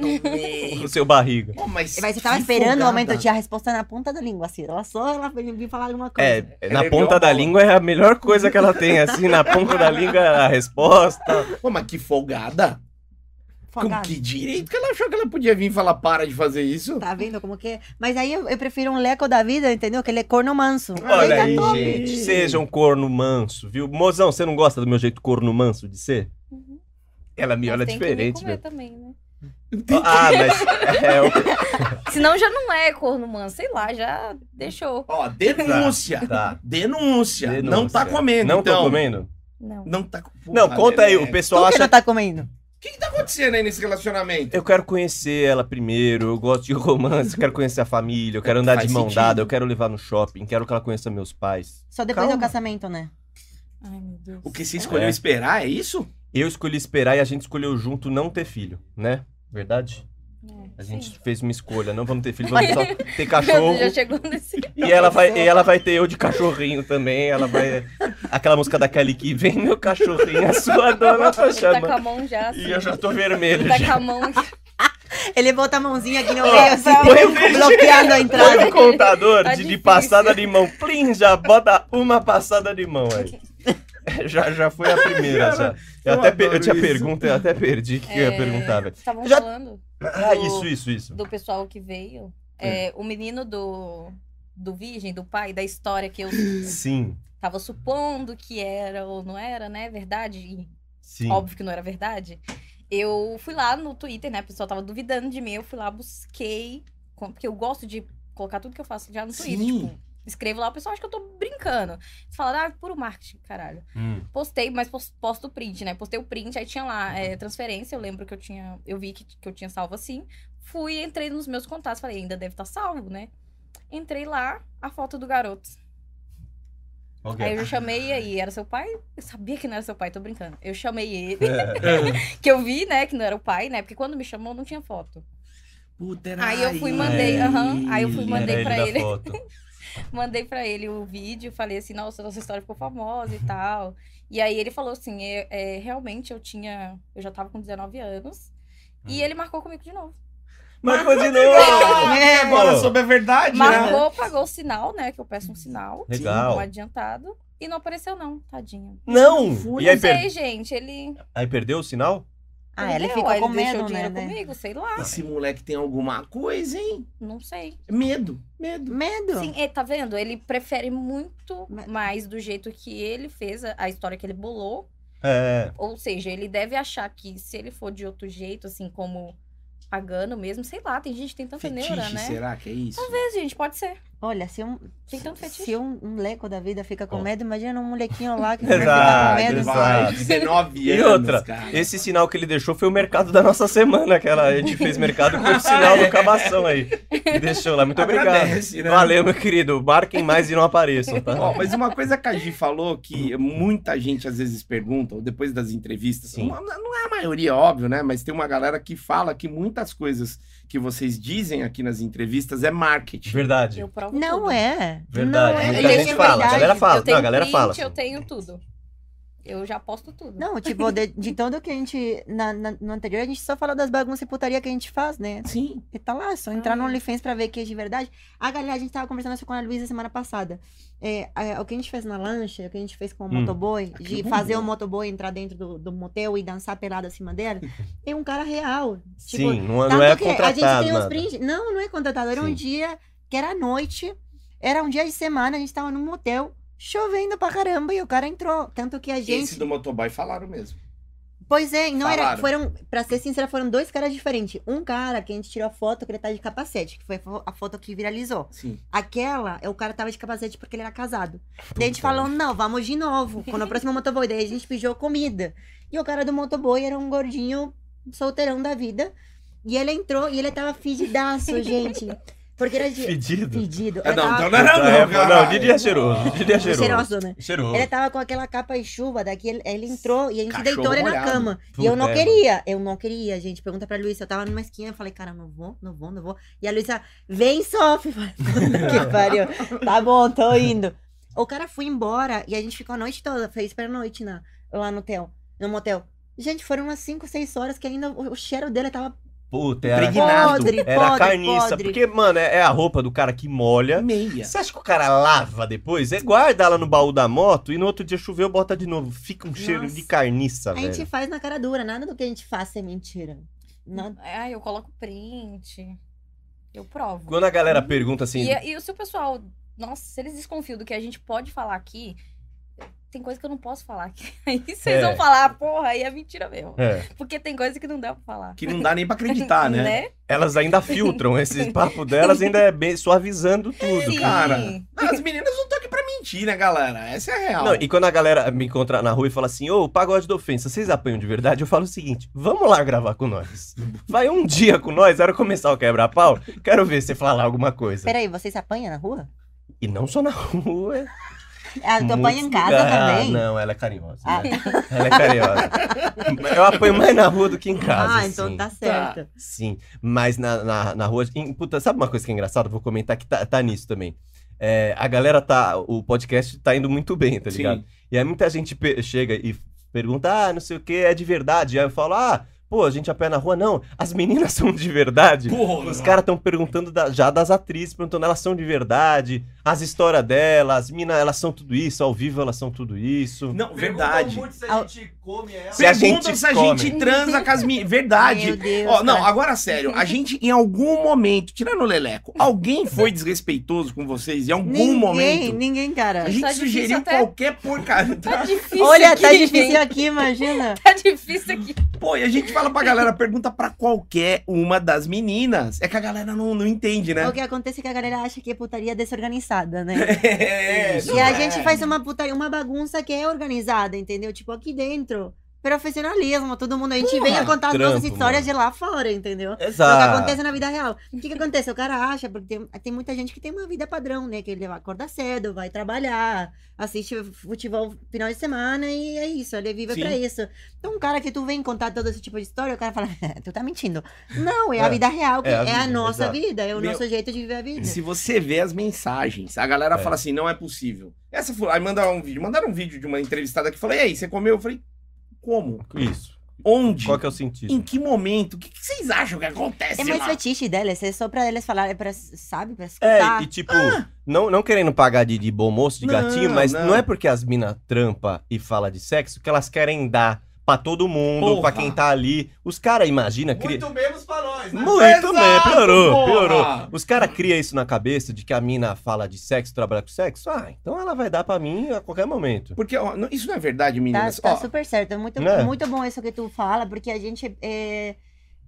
S2: no seu barriga.
S1: Pô, mas,
S3: Mas eu tava
S1: que
S3: esperando o
S1: folgada.
S3: momento, eu tinha a resposta na ponta da língua, assim. Ela só ela vir falar alguma coisa. Assim,
S2: É, na
S1: Ela ergueu
S2: ponta
S1: a
S2: da
S1: bola.
S2: língua é a melhor coisa que ela tem, assim, na ponta da língua a resposta.
S1: Pô, mas que folgada. Com
S3: Folgado.
S1: que direito que ela achou que ela podia vir falar para de fazer isso?
S3: Tá vendo como que é? Mas aí eu, eu prefiro um leco da vida, entendeu? Que ele é corno manso.
S2: Olha aí,
S1: Eita,
S2: gente.
S1: Tommy.
S2: Seja um corno manso, viu? Mozão, você não gosta do meu jeito corno manso de ser?
S4: Uhum.
S2: Ela me
S4: Mas
S2: olha
S4: tem
S2: diferente,
S4: que me comer
S2: velho.
S4: também, né?
S2: Ah, mas. É, o-
S4: Senão já não é corno, mano. Sei lá, já deixou.
S1: Ó, denúncia. [LAUGHS]
S2: tá.
S1: Denúncia.
S2: Denúncia.
S1: Não tá comendo,
S2: Não
S1: então.
S2: tô comendo?
S4: Não.
S1: Não tá...
S2: Não,
S1: Puta,
S2: conta aí,
S1: Lelé.
S2: o
S3: Tu
S2: pessoal
S3: que
S2: acha
S3: não tá comendo.
S1: O que, que tá acontecendo aí nesse relacionamento?
S2: Eu quero conhecer ela primeiro, eu gosto de romance, eu quero conhecer a família, eu quero andar
S1: Faz
S2: de mão
S1: sentido.
S2: dada, eu quero levar no shopping, quero que ela conheça meus pais.
S3: Só depois
S2: Calma.
S3: do casamento, né?
S4: Ai, meu Deus.
S1: O que você escolheu
S2: É.
S1: esperar, é isso?
S2: Eu escolhi esperar e a gente escolheu junto não ter filho, né? Verdade?
S4: É,
S2: A gente [LAUGHS]
S4: sim.
S2: fez uma escolha, não vamos ter
S4: [LAUGHS]
S2: filho, vamos só ter cachorro.
S4: Meu Deus, já chegou
S2: [LAUGHS]
S4: nesse.
S2: E ela, vai, e ela vai ter eu de cachorrinho também, ela vai... Aquela música da Kelly que vem meu cachorrinho, a sua dona tá
S4: [LAUGHS] Ele tá com
S2: chamando.
S4: a mão já. Assim.
S2: E eu já tô
S4: Ele
S2: vermelho
S4: tá
S2: já.
S4: com
S2: [LAUGHS]
S4: a mão.
S3: Ele bota a mãozinha aqui no meio, assim,
S2: põe o
S3: [LAUGHS] bloqueando a entrada.
S2: Põe o contador
S4: Tá
S2: de, de
S4: difícil.
S2: passada de mão. Plim, já bota uma passada de mão aí. [LAUGHS] Já, já foi a primeira, já. Eu,
S1: eu
S2: até per- eu
S1: adoro
S2: tinha
S1: isso.
S2: pergunta, eu até perdi o que eu ia
S4: É,
S2: perguntar, velho.
S4: Estavam
S2: Já-
S4: falando
S2: Ah,
S4: do-
S2: isso, isso, isso.
S4: do pessoal que veio. É,
S2: Hum.
S4: O menino do. Do virgem, do pai, da história que eu
S2: Sim,
S4: tava supondo que era ou não era, né? Verdade. E
S2: sim.
S4: óbvio que não era verdade. Eu fui lá no Twitter, né? A pessoa tava duvidando de mim, eu fui lá, busquei. com- Porque eu gosto de colocar tudo que eu faço já no Twitter.
S1: Sim.
S4: Tipo, escrevo lá, o pessoal acha que eu tô brincando. Eles falaram, ah, puro marketing, caralho.
S2: Hum.
S4: Postei, mas pos- posto o print, né? Postei o print, aí tinha lá é, transferência. Eu lembro que eu tinha. Eu vi que, que eu tinha salvo assim. Fui, entrei nos meus contatos, falei, ainda deve estar salvo, né? Entrei lá, a foto do garoto.
S2: Ok.
S4: Aí eu já chamei e aí, era seu pai? Eu sabia que não era seu pai, tô brincando. Eu chamei ele,
S2: É.
S4: [LAUGHS] que eu vi, né, que não era o pai, né? Porque quando me chamou, não tinha foto.
S1: Puta,
S4: Aí eu fui e
S1: ele.
S4: mandei, aham, aí eu fui e mandei
S2: É, Era
S4: pra
S2: da
S4: ele.
S2: foto.
S3: [LAUGHS]
S4: Mandei pra ele o vídeo, falei assim, nossa, nossa história ficou famosa e
S2: Uhum.
S4: tal. E aí ele falou assim, é, é, realmente eu tinha, eu já tava com 19 anos. E
S2: Hum.
S4: ele marcou comigo de novo.
S2: Marcou de
S5: Ah,
S2: novo!
S1: É, agora
S2: Pô.
S1: soube a verdade, né?
S4: Marcou, pagou o sinal, né? Que eu peço um sinal. Um
S2: Legal.
S4: adiantado. E não apareceu, não, tadinho.
S2: Não! E
S4: não
S2: aí, per-
S4: sei, gente. Ele.
S2: aí perdeu o sinal?
S3: Ah, ele
S4: Entendeu?
S3: ficou
S4: Aí
S3: com
S4: ele deixou
S3: medo,
S4: o
S3: né?
S4: dinheiro
S3: né?
S4: comigo, sei lá.
S1: Esse moleque tem alguma coisa, hein?
S4: Não sei.
S1: Medo, medo.
S3: Medo.
S4: Sim, é, tá vendo? Ele prefere muito
S3: Mas-
S4: mais do jeito que ele fez a, a história que ele bolou.
S2: É.
S4: Ou seja, ele deve achar que se ele for de outro jeito, assim, como pagando mesmo, sei lá, tem gente que tem tanta neura,
S1: Fetiche,
S4: né?
S1: será que é isso?
S4: Talvez, gente, pode ser.
S3: Olha, se um,
S4: Tem tanto fetiche.
S3: se um, um leco da vida fica com
S2: Ó.
S3: medo, imagina um molequinho
S2: [LAUGHS]
S3: lá que
S2: Exato,
S3: fica com medo.
S1: Vai,
S2: exato.
S1: 19
S2: E
S1: anos,
S2: outra,
S1: cara.
S2: Esse sinal que ele deixou foi o mercado da nossa semana, aquela. A gente fez mercado
S3: [LAUGHS]
S2: com o sinal do cabação aí. E deixou lá. Muito obrigado.
S1: Agradece, né?
S2: Valeu, meu querido. Marquem mais e não apareçam, tá?
S1: Ó, mas uma coisa que a Gi falou que muita gente às vezes pergunta, ou depois das entrevistas,
S2: Sim.
S1: uma- não é a maioria, óbvio, né? Mas tem uma galera que fala que muitas coisas que vocês dizem aqui nas entrevistas é marketing.
S2: Verdade.
S4: Eu provo
S3: Não
S4: tudo.
S3: é.
S2: Verdade.
S3: Não é.
S2: Muita
S3: Ele
S2: gente
S3: é
S2: fala. A
S3: verdade.
S2: galera fala.
S4: Eu tenho
S2: Não, a galera
S4: print,
S2: fala.
S4: eu tenho tudo. Eu já posto tudo.
S3: Não, tipo, de, de todo que a gente. Na, na- no anterior, a gente só falou das bagunças e putaria que a gente faz, né?
S1: Sim.
S3: E tá lá, só entrar no
S4: Ah.
S3: OnlyFans pra ver que é de verdade. A galera, a gente tava conversando isso com a Luísa semana passada. É, é, o que a gente fez na lancha, o que a gente fez com o
S2: Hum.
S3: motoboy,
S1: Aquilo
S3: de
S1: bombou.
S2: né?
S3: fazer o motoboy entrar dentro do, do motel e dançar pelado acima
S2: [LAUGHS]
S3: dela, é um cara real. Tipo,
S2: Sim, não, não
S3: tanto
S2: é
S3: que a
S2: contratado.
S3: gente tem uns
S2: nada.
S3: brindes. Não, não é contratado. Era
S2: Sim.
S3: um dia que era à noite, era um dia de semana, a gente tava num motel, chovendo pra caramba, e o cara entrou. Tanto que a gente.
S1: Esse do motoboy falaram mesmo.
S3: Pois é, não era.
S1: Falaram.
S3: Foram, pra ser sincera, foram dois caras diferentes. Um cara que a gente tirou a foto que ele tá de capacete, que foi a fo- a foto que viralizou.
S1: Sim.
S3: Aquela, é o cara tava de capacete porque ele era casado. Daí a gente
S2: Puta,
S3: falou,
S1: né?
S3: não, vamos de novo. Quando aproximou o motoboy, daí a gente pediu comida. E o cara do motoboy era um gordinho solteirão da vida. E ele entrou e ele
S1: [LAUGHS]
S3: tava fedidaço, gente. Porque era de...
S2: Fedido.
S3: Fedido.
S1: É,
S3: Ele
S1: não, então
S3: tava...
S1: não era
S2: Puta,
S1: não,
S2: é,
S1: cara.
S2: Não, Didi é cheiroso. Didi é cheiroso.
S3: Cheiroso, né?
S2: Cheiroso.
S3: Ele tava com aquela capa e chuva daqui, ele, ele entrou e a gente
S1: Cachorro
S3: deitou ele na
S1: molhado.
S3: cama.
S2: Puta,
S3: e eu não
S2: é,
S3: queria, eu não queria, gente. Pergunta pra Luísa, eu tava numa esquina, eu falei, cara, não vou, não vou, não vou. E a Luísa, vem, sofre. Eu [LAUGHS] falei,
S2: [LAUGHS]
S3: "Puta que pariu. Tá bom, tô indo. O cara foi embora e a gente ficou a noite toda, fez pra noite na, lá no hotel, no motel. Gente, foram umas 5, 6 horas que ainda o, o cheiro dele tava
S2: Puta, era,
S1: Impregnado.
S3: podre,
S2: era
S3: podre,
S2: carniça.
S3: podre.
S2: Porque, mano, é, é a roupa do cara que molha.
S1: Meia.
S2: Você acha que o cara lava depois? É guarda ela no baú da moto e no outro dia choveu, bota de novo. Fica um cheiro
S3: Nossa.
S2: de carniça,
S3: A
S2: velho.
S3: gente faz na cara dura, nada do que a gente faz é mentira. Nada.
S4: Ah, eu coloco print. Eu provo.
S2: Quando a galera pergunta assim,
S4: E, é e se o pessoal, nossa, se eles desconfiam do que a gente pode falar aqui, tem coisa que eu não posso falar aqui. [LAUGHS] Aí vocês
S2: É.
S4: vão falar, porra, aí é mentira mesmo.
S2: é,
S4: Porque tem coisa que não dá pra falar.
S1: Que não dá nem pra
S2: Ah,
S1: acreditar, [LAUGHS] né?
S2: elas ainda filtram esse papo delas, ainda é bem suavizando tudo.
S4: Sim.
S1: cara. Não, as meninas não estão aqui pra mentir, né, galera? Essa é a real.
S2: Não, e quando a galera me encontra na rua e fala assim, ô, o pagode da ofensa, vocês apanham de verdade? Eu falo o seguinte, vamos lá gravar com nós. Vai um dia com nós, era começar o quebra-pau, quero ver você falar alguma coisa.
S3: Peraí, vocês apanham na rua?
S2: E não só na [LAUGHS] rua.
S3: Ah, tu apanha em
S2: muitos
S3: casa
S2: lugares. Ah,
S3: também?
S2: não, ela é carinhosa.
S3: Ah.
S2: né? Ela é carinhosa. Eu apanho mais na rua do que em casa. assim.
S3: Ah, então
S2: sim.
S3: tá certo.
S2: Sim, mas na, na, na rua. em- puta, sabe uma coisa que é engraçada? Vou comentar que tá, tá nisso também. É, a galera tá. O podcast tá indo muito bem, tá ligado?
S1: Sim.
S2: E aí muita gente pe- chega e pergunta, ah, não sei o que, é de verdade. Aí eu falo, ah, pô, a gente a pé na rua. Não, as meninas [LAUGHS] são de verdade.
S1: Porra.
S2: Os caras estão perguntando da- já das atrizes, perguntando elas são de verdade, as histórias delas, as minas, elas são tudo isso, ao vivo elas são tudo isso.
S1: Não, verdade.
S5: se
S3: a
S5: gente come ela.
S2: Se a
S1: Perguntam
S2: gente
S1: se a
S2: come.
S1: gente transa com as meninas. Verdade.
S3: Meu Deus.
S1: Tá, Ó, não,
S3: cara.
S1: agora sério, a gente em algum momento, tirando o Leleco, alguém foi desrespeitoso com vocês em algum
S3: ninguém,
S1: momento?
S3: ninguém, é cara.
S1: A gente
S4: Tá difícil
S1: sugeriu
S4: até-
S1: qualquer
S3: [LAUGHS] É
S1: porcaria.
S2: [LAUGHS]
S4: Tá difícil.
S3: Olha,
S4: aqui,
S3: tá
S4: [LAUGHS]
S3: difícil
S4: gente.
S3: aqui, imagina.
S4: Tá difícil aqui.
S1: Pô, e a gente fala pra galera, pergunta pra qualquer uma das meninas. É que a galera não, não entende, né?
S3: O que acontece é que a galera acha que é putaria desorganizada, né?
S1: [LAUGHS] É,
S3: e a gente faz uma putaria, uma bagunça que é organizada, entendeu? Tipo, aqui dentro. Profissionalismo, todo mundo. A gente
S1: Porra,
S3: vem a contar as
S2: trampo,
S3: nossas histórias
S2: mano.
S3: de lá fora, entendeu? É o que
S2: Exato.
S3: acontece na vida real. O que, que acontece? O cara acha, porque tem, tem muita gente que tem uma vida padrão, né? Que ele acorda cedo, vai trabalhar, assiste futebol final de semana e é isso, ele vive
S1: Sim.
S3: pra isso. Então, um cara que tu vem contar todo esse tipo de história, o cara fala, tu tá mentindo. Não, é,
S2: É.
S3: a vida real, que
S2: É
S3: é
S2: a
S3: a,
S2: vida,
S3: nossa
S2: exato.
S3: vida, é o
S1: Meu-
S3: nosso jeito de viver a vida.
S1: Se você vê as mensagens, a galera
S2: É.
S1: fala assim, não é possível. Essa foi, aí mandaram um vídeo, mandaram um vídeo de uma entrevistada que falou, e aí, você comeu? Eu falei, como?
S2: Isso.
S1: Onde?
S2: Qual que é o sentido?
S1: Em que momento? O que, que vocês acham que acontece
S3: É mais
S1: lá?
S3: fetiche delas, é só pra eles falarem, é pra, sabe, pra
S2: É,
S3: escutar.
S2: e tipo, não, não querendo pagar de, de bom moço, de
S1: tá. Ah! Não,
S2: gatinho, mas não.
S1: não.
S2: é porque as minas trampa e fala de sexo que elas querem dar pra todo mundo,
S1: Porra.
S2: pra quem tá ali. Os caras imagina cria...
S5: Muito menos pra nós, né? Ah.
S2: Muito
S1: Exato,
S2: bem, piorou,
S1: porra.
S2: piorou. Os caras criam isso na cabeça de que a mina fala de sexo, trabalha com sexo. Ah, então ela vai dar pra mim a qualquer momento.
S1: Porque ó, não- isso não é verdade,
S3: Tá,
S1: meninas.
S3: tá
S1: Ó,
S3: super certo. É muito,
S2: Né?
S3: muito bom isso que tu fala, porque a gente. é,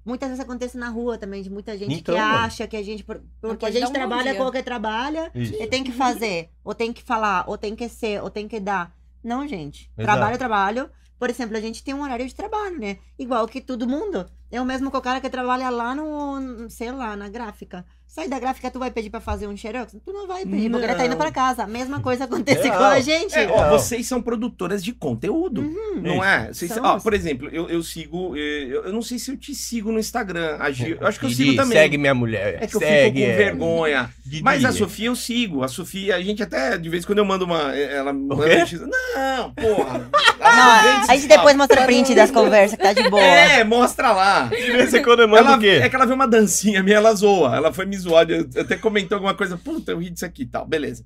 S3: muitas vezes acontece na rua também, de muita gente
S2: Então,
S3: que
S2: mano.
S3: acha que a gente. por- Porque a
S4: pode dar
S3: gente
S4: um bom
S3: trabalha
S4: dia.
S3: com o que trabalha,
S2: Isso.
S3: e tem que fazer, ou tem que falar, ou tem que ser, ou tem que dar. Não, gente.
S2: Exato.
S3: Trabalho, trabalho. Por exemplo, a gente tem um horário de trabalho, né? Igual que todo mundo. É o mesmo que o cara que trabalha lá no, sei lá, na gráfica. Sai da gráfica, tu vai pedir pra fazer um xerox? Tu não vai pedir, porque ele tá indo
S1: Não.
S3: pra casa. A mesma coisa acontece
S2: Real.
S3: com a gente.
S1: é, ó,
S2: Não.
S1: vocês são produtoras de conteúdo. Não é? Vocês-
S3: Uhum. Somos.
S1: ó, por exemplo, eu, eu sigo. eh, Eu, eu não sei se eu te sigo no Instagram. a Gi- eu acho que eu
S2: Didi,
S1: sigo também.
S2: Segue minha mulher.
S1: É que eu
S2: segue,
S1: fico com
S2: é.
S1: vergonha.
S2: Didi.
S1: Mas a Sofia eu sigo. A Sofia, a gente até, de vez em quando eu mando uma. eh, Ela manda
S2: quê?
S3: [LAUGHS]
S1: notícia. Não, porra. A
S3: Não, a gente depois mostra print das conversas que tá de boa.
S1: É, mostra lá.
S2: De vez em quando eu mando
S1: Ela,
S2: o
S1: é
S2: quê?
S1: que ela viu uma dancinha minha, ela zoa. Ela foi me zoar. Eu, eu até comentou alguma coisa. Puta, eu ri disso aqui e tal. Beleza.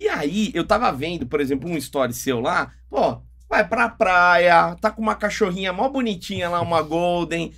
S1: E aí, eu tava vendo, por exemplo, um story seu lá. Pô, vai pra praia, tá com uma cachorrinha mó bonitinha lá, uma golden.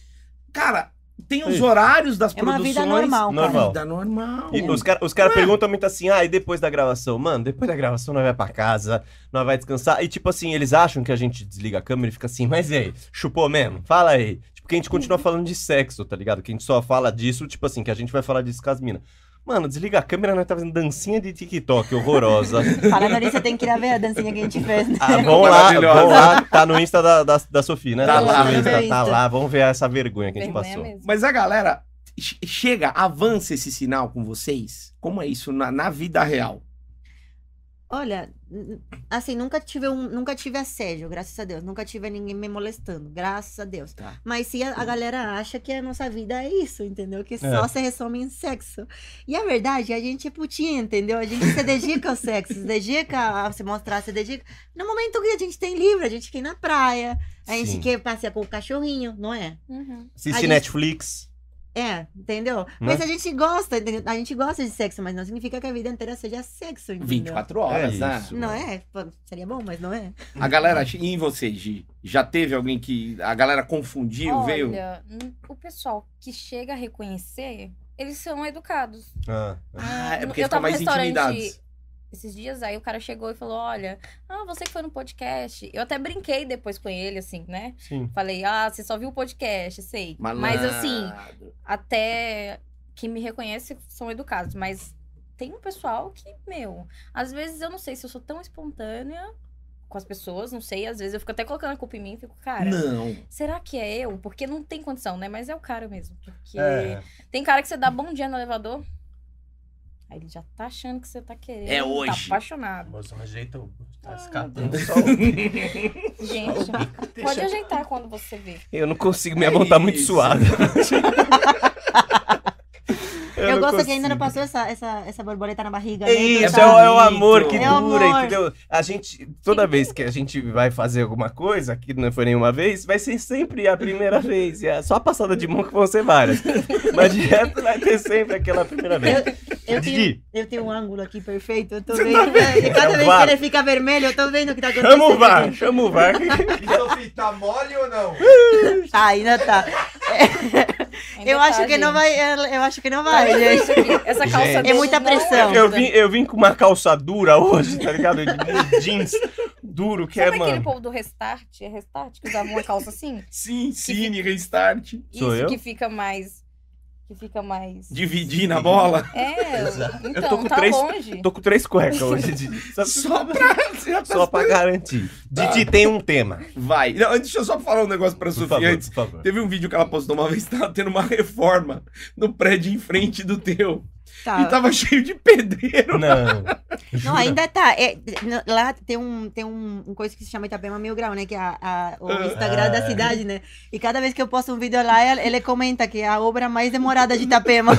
S1: Cara, tem os
S2: Sim.
S1: horários das
S3: É uma
S1: produções.
S3: vida normal, cara.
S2: normal.
S1: Vida normal.
S2: E os caras os cara
S1: Ué.
S2: perguntam muito assim, ah, e depois da gravação? Mano, depois da gravação nós vai pra casa, nós vai descansar. E tipo assim, eles acham que a gente desliga a câmera e fica assim, mas e aí? Chupou mesmo? Fala aí. Tipo, que a gente
S1: Uhum.
S2: continua falando de sexo, tá ligado? Que a gente só fala disso, tipo assim, que a gente vai falar disso com as minas. Mano, desliga a câmera, nós tá fazendo dancinha de TikTok, horrorosa.
S1: [LAUGHS]
S3: Falando nisso, você tem que ir lá ver a dancinha que a gente fez. né?
S2: Ah, vão lá,
S1: É Maravilhosa.
S2: vão lá, tá no Insta da, da, da Sofia, né?
S1: Tá
S2: no
S1: lá.
S2: seu
S3: Meu
S2: Insta, tá
S3: Insta.
S2: lá, vamos ver essa vergonha que a gente
S4: Vergonha
S2: passou.
S4: né? é mesmo.
S1: Mas a galera che- chega, avança esse sinal com vocês? Como é isso na, na vida real?
S3: Olha, n- assim, nunca tive, um, nunca tive assédio, graças a Deus. Nunca tive ninguém me molestando, graças a Deus.
S1: Tá.
S3: Mas se a, a galera acha que a nossa vida é isso, entendeu? Que
S1: É.
S3: só se resume em sexo. E a verdade, a gente é putinha, entendeu? A gente se dedica ao sexo, se dedica a se mostrar, se dedica. No momento que a gente tem livre, a gente quer ir na praia, a
S2: Sim.
S3: gente quer passear com o cachorrinho, não é?
S4: Uhum.
S3: A
S2: Assiste
S3: gente-
S2: Netflix.
S3: É, entendeu?
S2: Né?
S3: Mas a gente gosta, entendeu? a gente gosta de sexo, mas não significa que a vida inteira seja sexo, entendeu?
S1: 24 horas,
S2: É
S1: né?
S2: isso.
S3: Não é? Pô, Seria bom, mas não é.
S1: A galera, e em você, Gi? Já teve alguém que a galera confundiu, veio?
S4: Olha, n- o pessoal que chega a reconhecer, eles são educados.
S2: Ah.
S1: Ah, é
S4: Eu-
S1: porque
S4: eu
S1: ficam
S4: tava no
S1: mais
S4: restaurante
S1: intimidados.
S4: Esses dias aí o cara chegou e falou: Olha, ah, você que foi no podcast. Eu até brinquei depois com ele, assim, né?
S2: Sim.
S4: Falei, ah, você só viu o podcast, sei. Mas assim, até quem me reconhece são educados, mas tem um pessoal que, meu, às vezes eu não sei se eu sou tão espontânea com as pessoas, não sei, às vezes eu fico até colocando a culpa em mim, e fico, cara,
S1: Não.
S4: será que é eu? Porque não tem condição, né? Mas é o cara mesmo, porque
S2: É.
S4: tem cara que você dá bom dia no elevador, aí ele já tá achando que você tá querendo,
S1: É
S4: tá
S1: hoje.
S3: [LAUGHS]
S4: apaixonado.
S2: Moça, ajeita o. Tá
S3: Ah,
S4: escapando
S2: só
S4: Gente, pode ajeitar quando você vê.
S2: Eu não consigo, minha mão tá muito
S1: Isso.
S3: [LAUGHS]
S2: suada.
S3: Eu,
S2: não
S3: gosto
S2: consigo.
S3: que ainda não passou essa, essa, essa borboleta na barriga.
S2: É
S3: né? Do
S2: isso,
S3: chá.
S2: é, o- é o
S1: bonito.
S2: amor que
S3: É o
S2: dura,
S3: amor.
S2: entendeu? A gente, toda vez que a gente vai fazer alguma coisa, que não foi nenhuma vez, vai ser sempre a primeira vez. E é só a passada de mão que vão ser várias. Mas direto vai ter sempre aquela primeira vez.
S3: Eu tenho,
S2: Didi.
S3: eu tenho um ângulo aqui perfeito. Eu tô vendo. E cada
S2: É o
S3: vez
S2: VAR.
S3: que ele fica vermelho, eu tô vendo o que tá acontecendo.
S2: Chama o VAR, chama o VAR.
S5: E Sofia, tá mole ou não?
S3: Tá, ainda tá.
S4: Ainda
S3: Eu
S4: tá,
S3: acho que não
S4: gente.
S3: vai. Eu acho que não vai,
S2: [LAUGHS]
S3: gente.
S4: Essa calça
S2: Gente.
S4: dele
S3: É muita
S4: não é
S3: pressão.
S2: Eu vim, eu vim com uma calça dura hoje, tá ligado? Um jeans duro que é,
S4: Sabe aquele
S2: mano.
S4: povo do restart? É restart que usava uma calça assim?
S1: Sim, cine, restart.
S2: [LAUGHS] Sou
S4: Isso
S2: eu?
S4: que fica mais. Que fica mais.
S1: Dividir na
S2: [LAUGHS]
S1: bola.
S4: É, então,
S2: Eu tô com
S4: tá
S2: três-
S4: longe.
S2: Tô com três cuecas hoje, Didi. Sabe-
S1: Só pra.
S2: [LAUGHS] Só pra garantir. Didi tem um tema.
S1: Vai. Não, deixa eu só falar um negócio pra
S2: Por
S1: Sofia
S2: favor,
S1: antes.
S2: por favor.
S1: Teve um vídeo que ela postou uma vez, [LAUGHS] tava tendo uma reforma no prédio em frente do teu.
S5: Ah.
S1: E
S3: Tá.
S1: tava cheio de pedreiro.
S2: [LAUGHS] Não.
S3: Não, ainda tá. É, n- lá tem um, tem um, um coisa que se chama Itapema Mil Grau, né? Que é a- a- o
S1: Ah.
S3: Instagram da cidade, né? E cada vez que eu posto um vídeo lá, ele, ele comenta que é a obra mais demorada de Itapema.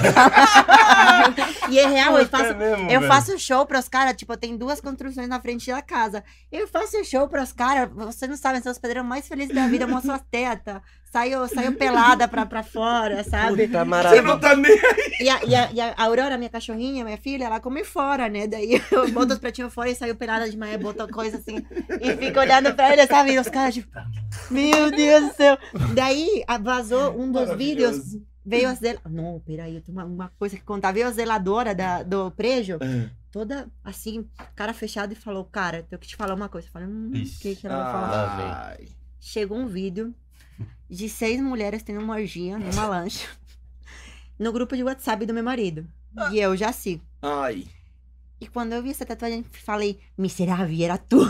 S3: e é real, eu faço, Eu faço show pros caras, tipo, tem duas construções na frente da casa. Eu faço show pros caras, você não sabe, são os pedreiros mais felizes da vida, eu mostro a teta. Saio, saio pelada pra, pra fora, sabe?
S2: Puta
S1: Você não
S2: maravilha.
S1: tá nem.
S3: E a, e a- e a Aurora, minha cachorrinha, minha filha, ela come fora, né? Daí [LAUGHS] eu boto os pratinhos fora e saio pelada de manhã, boto coisa assim. E fico olhando pra ele, sabe? E os caras, tipo, meu Deus do céu. Daí a- vazou um dos vídeos, veio a zel... Não, peraí, eu tenho uma, uma coisa que contar. Veio a zeladora da, do prédio toda assim, cara fechada e falou, cara, tenho que te falar uma coisa. Eu falei, hum, o que, que ela vai
S1: Ah.
S3: falar?
S2: Lá
S1: Ai.
S3: Chegou um vídeo de seis mulheres tendo uma orgia numa lancha no grupo de WhatsApp do meu marido. E eu já sigo.
S1: Ai.
S3: E quando eu vi essa tatuagem, falei, miserável, era tu. [LAUGHS]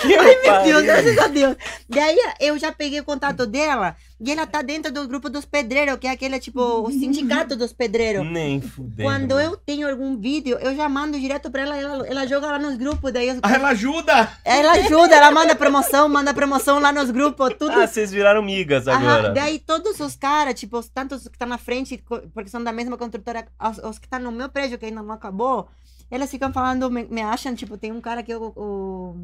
S2: que eu
S3: Meu Deus,
S2: pariu.
S3: graças a Deus. Daí eu já peguei o contato dela e ela tá dentro do grupo dos pedreiros, que é aquele, tipo, o sindicato dos pedreiros.
S2: Nem fudendo.
S3: Quando eu tenho algum vídeo, eu já mando direto pra ela, ela, ela joga lá nos grupos, daí os-
S1: Ah, ela ajuda!
S3: Ela ajuda, ela manda promoção, manda promoção lá nos grupos, tudo.
S2: Ah, vocês viraram migas agora.
S3: Aham, daí todos os caras, tipo, os tá tantos que estão na frente, co- porque são da mesma construtora, os, os que estão no meu prédio que ainda não acabou, Elas ficam falando, me, me acham, tipo, tem um cara que eu, o.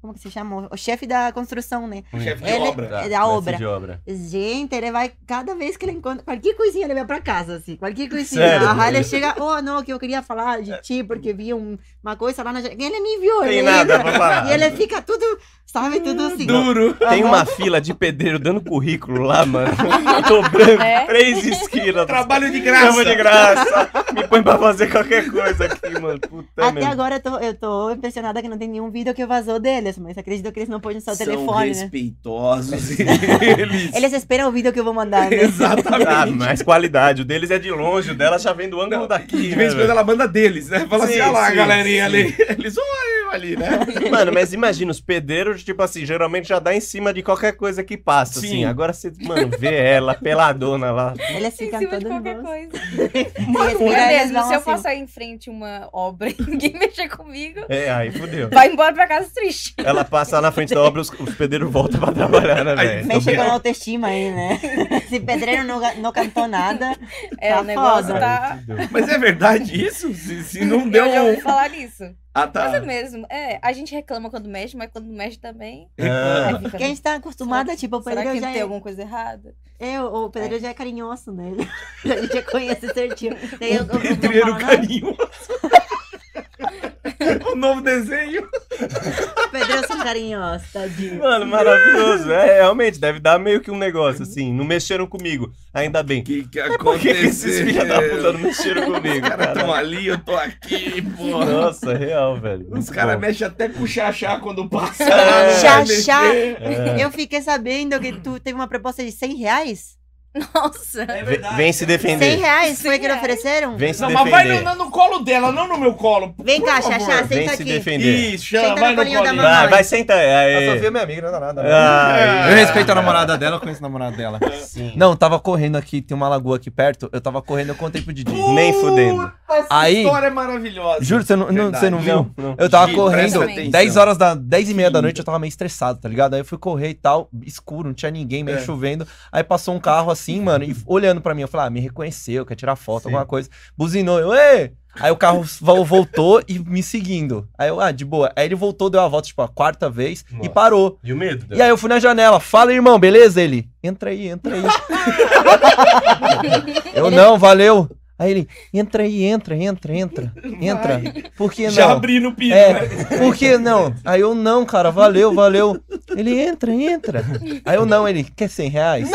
S3: Como que se chama? O chefe da construção, né?
S2: Hum.
S1: Chefe de
S3: Ele-
S1: obra.
S3: é da
S2: mestre
S3: obra.
S2: De obra.
S3: Gente, ele vai, cada vez que ele encontra, qualquer coisinha ele vai pra casa,
S2: [LAUGHS]
S3: assim, qualquer coisinha.
S2: Sério?
S3: Aí ele chega, oh, não, que eu queria falar de ti, porque vi um- uma coisa lá na... ja-" Ele me viu,
S2: Tem
S3: ele
S2: nada
S3: entra,
S2: pra falar.
S3: E ele fica tudo, sabe, tudo assim.
S1: Duro.
S2: Tem uma fila de pedreiro dando currículo lá, mano. [LAUGHS] Dobrando
S4: É.
S2: três esquinas.
S1: Trabalho de
S2: Chama
S1: graça.
S2: de graça. Me põe pra fazer qualquer coisa aqui, mano. Puta
S3: Até
S2: merda.
S3: agora eu tô, eu tô impressionada que não tem nenhum vídeo que vazou deles, mas acredito que eles não podem só
S1: São
S3: telefone, né?
S1: respeitosos. Eles...
S3: Eles esperam o vídeo que eu vou
S1: [LAUGHS]
S3: mandar, né?
S1: Exatamente.
S2: Ah, mais qualidade. O deles é de longe, o dela já vem do ângulo
S1: Não,
S2: daqui.
S1: De vez em
S2: né,
S1: quando ela manda deles, né? Fala
S2: Sim,
S1: assim, olha lá,
S2: sim,
S1: galerinha
S2: sim.
S1: ali. [LAUGHS] Eles vão aí, ali, né?
S2: velho? Mano, mas imagina, os pedreiros, tipo assim, geralmente já dá em cima de qualquer coisa que passa,
S1: Sim.
S2: assim. Agora você, mano, vê ela peladona lá.
S3: Eles
S4: Em
S3: ficam
S4: cima de
S3: todos
S4: qualquer
S3: bons.
S4: coisa.
S3: [LAUGHS] Eles
S4: Eu
S3: viram, eles
S4: mesmo,
S3: vão
S4: se eu
S3: assim.
S4: passar em frente uma obra e [LAUGHS] ninguém mexer comigo,
S2: É, aí fudeu.
S4: vai embora pra casa triste.
S2: Ela passa lá na frente da obra, os, os pedreiros voltam pra trabalhar, né,
S1: Aí
S2: velho?
S3: Mexe com a autoestima
S1: [LAUGHS]
S3: aí, né? Se pedreiro não, ga- não cantou nada,
S4: É,
S3: Tá
S4: o negócio
S3: foda.
S4: tá.
S2: Aí fudeu.
S1: [LAUGHS] Mas é verdade isso? Se, se não deu. um-
S4: Eu já
S2: um.
S4: ouvi falar nisso.
S1: Ah,
S4: Mas é
S1: tá.
S4: mesmo. É, a gente reclama quando mexe, mas quando mexe também.
S2: Ah.
S4: aí fica,
S3: Porque a gente tá acostumada, tipo, o
S4: será
S3: pedreiro
S4: que
S3: já
S4: tem
S3: é...
S4: alguma coisa errada?
S3: [LAUGHS] é, o o pedreiro já é carinhoso, né? [LAUGHS] A gente já conhece certinho. Daí eu- "Ah, eu- eu não
S1: Pedreiro
S3: falo nada,
S1: carinhoso. o novo
S2: [LAUGHS]
S1: desenho.
S3: os pedreiros são carinhosos, tadinho.
S2: Mano, maravilhoso. É, realmente, deve dar meio que um negócio, assim. Não mexeram comigo. Ainda bem.
S1: Que que
S2: Por que, que esses filhos da puta não
S1: aconteceu?
S2: mexeram comigo,
S1: Os caras
S2: cara? tá-
S1: estão ali, eu tô aqui, pô.
S2: Nossa, real, velho.
S1: Os
S2: Muito
S1: caras
S2: bom.
S1: mexem até com o chachá quando passa.
S2: É.
S1: Vai
S3: Chá,
S1: mexer.
S3: chá.
S2: É.
S3: Eu fiquei sabendo que tu teve uma proposta de 100 reais.
S4: Nossa!
S1: É
S2: Vem-
S1: verdade.
S2: Vem se
S3: 100
S2: defender.
S3: reais foi
S4: 100
S3: que lhe
S4: reais.
S3: ofereceram?
S2: Vem se
S1: Não, mas vai no,
S2: defender.
S1: no- no colo dela, não no meu colo.
S3: Vem cá,
S1: Por favor.
S3: Xaxá, senta
S2: Vem se
S3: aqui.
S2: defender.
S1: Isso, chama,
S3: Senta no
S1: vai no
S3: colinho da
S1: colo.
S3: mamãe.
S2: Vai, vai, senta aí.
S5: A Sofia é
S2: Aê.
S5: minha amiga, não dá nada.
S2: Ai,
S5: Eu respeito a namorada dela, eu conheço a namorada dela.
S2: Sim.
S5: Não, eu tava correndo aqui, tem uma lagoa aqui perto, eu tava correndo, eu contei pro Didi.
S2: Nem fudendo.
S1: Puta, Essa
S5: Aí-
S1: história é maravilhosa.
S5: Juro, você não, não,
S1: Verdade.
S5: você não viu?
S2: Não, não.
S5: Eu tava
S1: Gi,
S5: correndo,
S1: presta
S4: atenção.
S5: 10 horas da. 10 e meia da noite eu tava meio estressado, tá ligado? Aí eu fui correr e tal, escuro, não tinha ninguém, meio
S1: É.
S5: chovendo. Aí passou um carro assim, mano, e olhando pra mim, eu falei, ah, me reconheceu, quer tirar foto,
S2: Sim.
S5: alguma coisa. Buzinou, eu, ê! Aí o carro vo- voltou e me seguindo. Aí eu, ah, de boa. Aí ele voltou, deu a volta, tipo, a quarta vez e
S2: Nossa.
S5: parou.
S2: E o medo?
S5: E aí eu fui na janela, fala, irmão, beleza? Ele, entra aí, entra [LAUGHS] aí. eu não, valeu. Aí ele, entra aí, entra, entra, entra, entra. Por que não?
S1: Já abri no pino, né?
S5: É, por que não? Aí eu, não, cara, valeu, valeu. Ele, entra, entra. Aí eu, não, ele, quer 100 reais?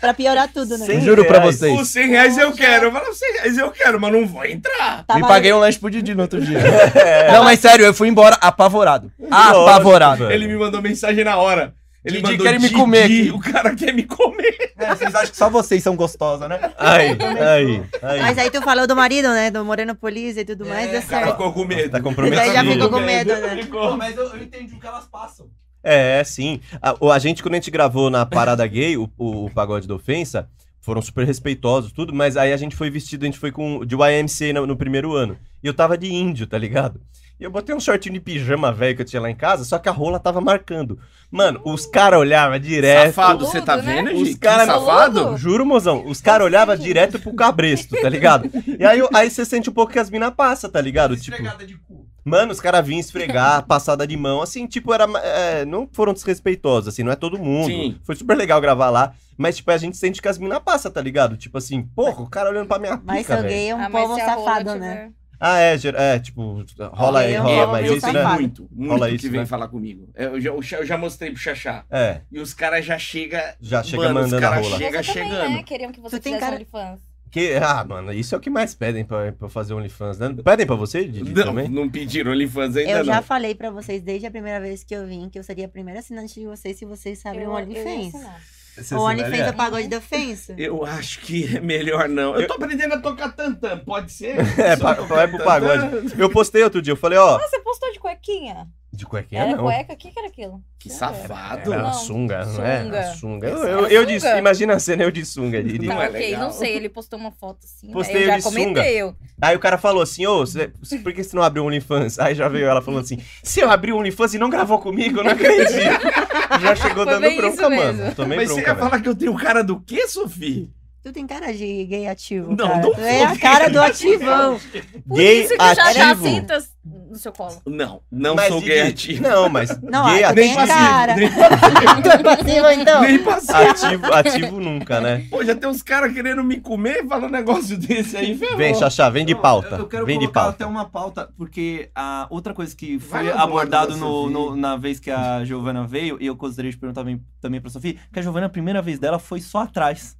S3: Pra piorar tudo, né?
S2: Cem
S5: Juro pra
S2: reais.
S5: vocês.
S1: Os 100 reais eu quero. Eu falo, 100 reais eu quero, mas não vou entrar.
S3: Tava-
S5: Me paguei um lanche pro Didi no outro
S1: [LAUGHS]
S5: dia.
S1: É.
S5: Não, mas sério, eu fui embora apavorado.
S2: Lógico,
S5: Apavorado.
S2: velho.
S1: Ele me mandou mensagem na hora. Ele
S5: Didi
S1: mandou,
S5: quer me comer aqui."
S1: O cara quer me comer.
S5: É, vocês acham que só vocês são gostosas, né?
S2: Aí, aí, aí.
S3: Mas aí tu falou do marido, né? Do Moreno Polícia e tudo mais, deu
S1: O cara
S3: certo.
S1: ficou com medo.
S2: Tá
S3: Daí já ficou
S2: comprometido.
S3: com medo, né?
S1: Ficou.
S5: mas eu, entendi o que elas passam.
S2: É, sim. A, o- a gente, quando a gente gravou na Parada Gay, o, o- o Pagode da Ofensa, foram super respeitosos, tudo, mas aí a gente foi vestido, a gente foi com, de YMCA no, no primeiro ano. E eu tava de índio, tá ligado? E eu botei um shortinho de pijama velho que eu tinha lá em casa, só que a rola tava marcando. Mano, os caras olhavam direto.
S1: Safado,
S4: Tudo,
S1: você tá
S4: né?
S1: vendo,
S2: Os
S1: gente? Que
S2: cara-
S1: safado?
S2: Juro, mozão, os caras olhavam direto pro cabresto, tá ligado? E aí, eu- aí você sente um pouco que as minas passam, tá ligado? Tipo,
S5: de cu.
S2: Mano, os caras
S1: [LAUGHS]
S2: vinham esfregar, passada de mão, assim, tipo, era. é, não foram desrespeitosos, assim, não é todo mundo.
S1: Sim.
S2: Foi super legal gravar lá, mas, tipo, a gente sente que as minas passam, tá ligado? Tipo assim, porra, o cara olhando pra minha
S3: Mas
S2: pica, velho.
S3: se alguém é um
S4: Ah, mas
S3: povo
S4: se a rola
S3: safado, né?
S4: tiver-
S2: Ah, é, ger- é, tipo, rola aí,
S3: Eu-
S2: rola,
S3: eu-
S2: mas
S3: eu
S2: isso,
S3: sou
S2: né?
S3: safada.
S1: muito, muito
S2: Rola
S1: que
S2: isso,
S1: vem
S2: né?
S1: falar comigo. É, Eu já, eu já- eu já mostrei pro Xaxá.
S2: É,
S1: E os caras já chegam.
S2: já chega
S1: Mano, os
S2: mandando a
S1: cara
S2: rola.
S1: che- Chega
S4: você também,
S1: chegando.
S4: né? Queriam que você
S3: Tu tem
S4: fizesse
S3: cara-
S4: OnlyFans.
S2: Que, ah, mano, isso é o que mais pedem pra, pra eu fazer OnlyFans, né? Pedem pra você, Didi,
S1: Não,
S2: também?
S1: não pediram OnlyFans ainda
S3: Eu já
S1: não.
S3: falei pra vocês desde a primeira vez que eu vim que eu seria a primeira assinante de vocês se vocês abrem
S4: Eu-
S3: o
S4: eu ia
S3: um OnlyFans.
S4: assinar.
S2: Você
S3: O OnlyFans
S2: assinaria?
S3: é pagode de ofensa.
S1: Eu acho que é melhor não. Eu tô aprendendo a tocar tantã, pode ser?
S2: É,
S1: Só
S2: pa-
S1: tocar
S2: vai pro
S1: tantã.
S2: pagode. Eu postei outro dia, eu falei, ó,
S4: Ah, você postou de cuequinha?
S2: de cuequinha
S3: É,
S4: Era
S2: não.
S4: cueca? O que que era aquilo?
S1: Que
S4: Não,
S1: safado.
S2: Era uma
S4: Não,
S2: É, sunga, não é?
S4: sunga.
S2: Uma sunga. Eu,
S4: Era
S2: eu, eu de-
S4: sunga?
S2: imagina a cena, eu de sunga, Didi.
S1: Não
S4: Tá,
S1: é
S4: ok,
S1: legal.
S4: não sei, ele postou uma foto assim.
S2: Postei
S4: Postei eu
S2: de
S4: já
S2: sunga.
S4: comentei.
S2: Aí o cara falou assim, ô, cê- por que você não abriu o OnlyFans? Aí já veio ela falando assim, se eu abri o OnlyFans e não gravou comigo, eu não acredito.
S4: [LAUGHS]
S2: já chegou
S4: Foi
S2: dando
S4: bem
S2: bronca,
S4: isso
S2: mano.
S4: mesmo.
S2: Tomei
S1: Mas você
S2: bronca,
S1: ia
S2: velho.
S1: falar que eu tenho cara do quê, Sophie?
S3: Tu tem cara de gay ativo.
S1: Não,
S3: cara.
S1: não
S3: tu é a
S1: sou
S3: cara do
S1: gay.
S4: [LAUGHS]
S3: ativão.
S4: Por
S2: Gay
S4: isso que eu já já
S2: ativo.
S4: sintas no seu colo.
S1: Não, não
S2: Mas
S1: sou
S2: de-
S1: gay ativo.
S2: Não, mas
S3: Não,
S2: gay
S3: ah,
S1: Nem
S3: tem
S4: é
S2: ativo,
S3: cara.
S1: passivo. Nem [LAUGHS] passivo.
S3: Tu é passivo, então?
S1: Nem passivo.
S2: ativo, ativo nunca,
S4: Tipo,
S2: né?
S1: Pô, já tem uns caras querendo me comer falando um negócio [LAUGHS] desse aí, ferrou.
S2: Vem, Xaxá, vem de
S6: Não,
S2: pauta.
S6: Eu, eu quero
S2: vem de
S6: colocar
S2: pauta.
S5: um
S6: até uma pauta, porque a outra coisa que
S1: Vai
S6: foi
S1: na boa,
S6: abordado
S1: dona
S6: no- no-
S1: Sofia.
S6: na vez que a Giovana veio, e eu gostaria de perguntar bem- também pra Sofia, que a Giovana, a primeira vez dela foi só atrás.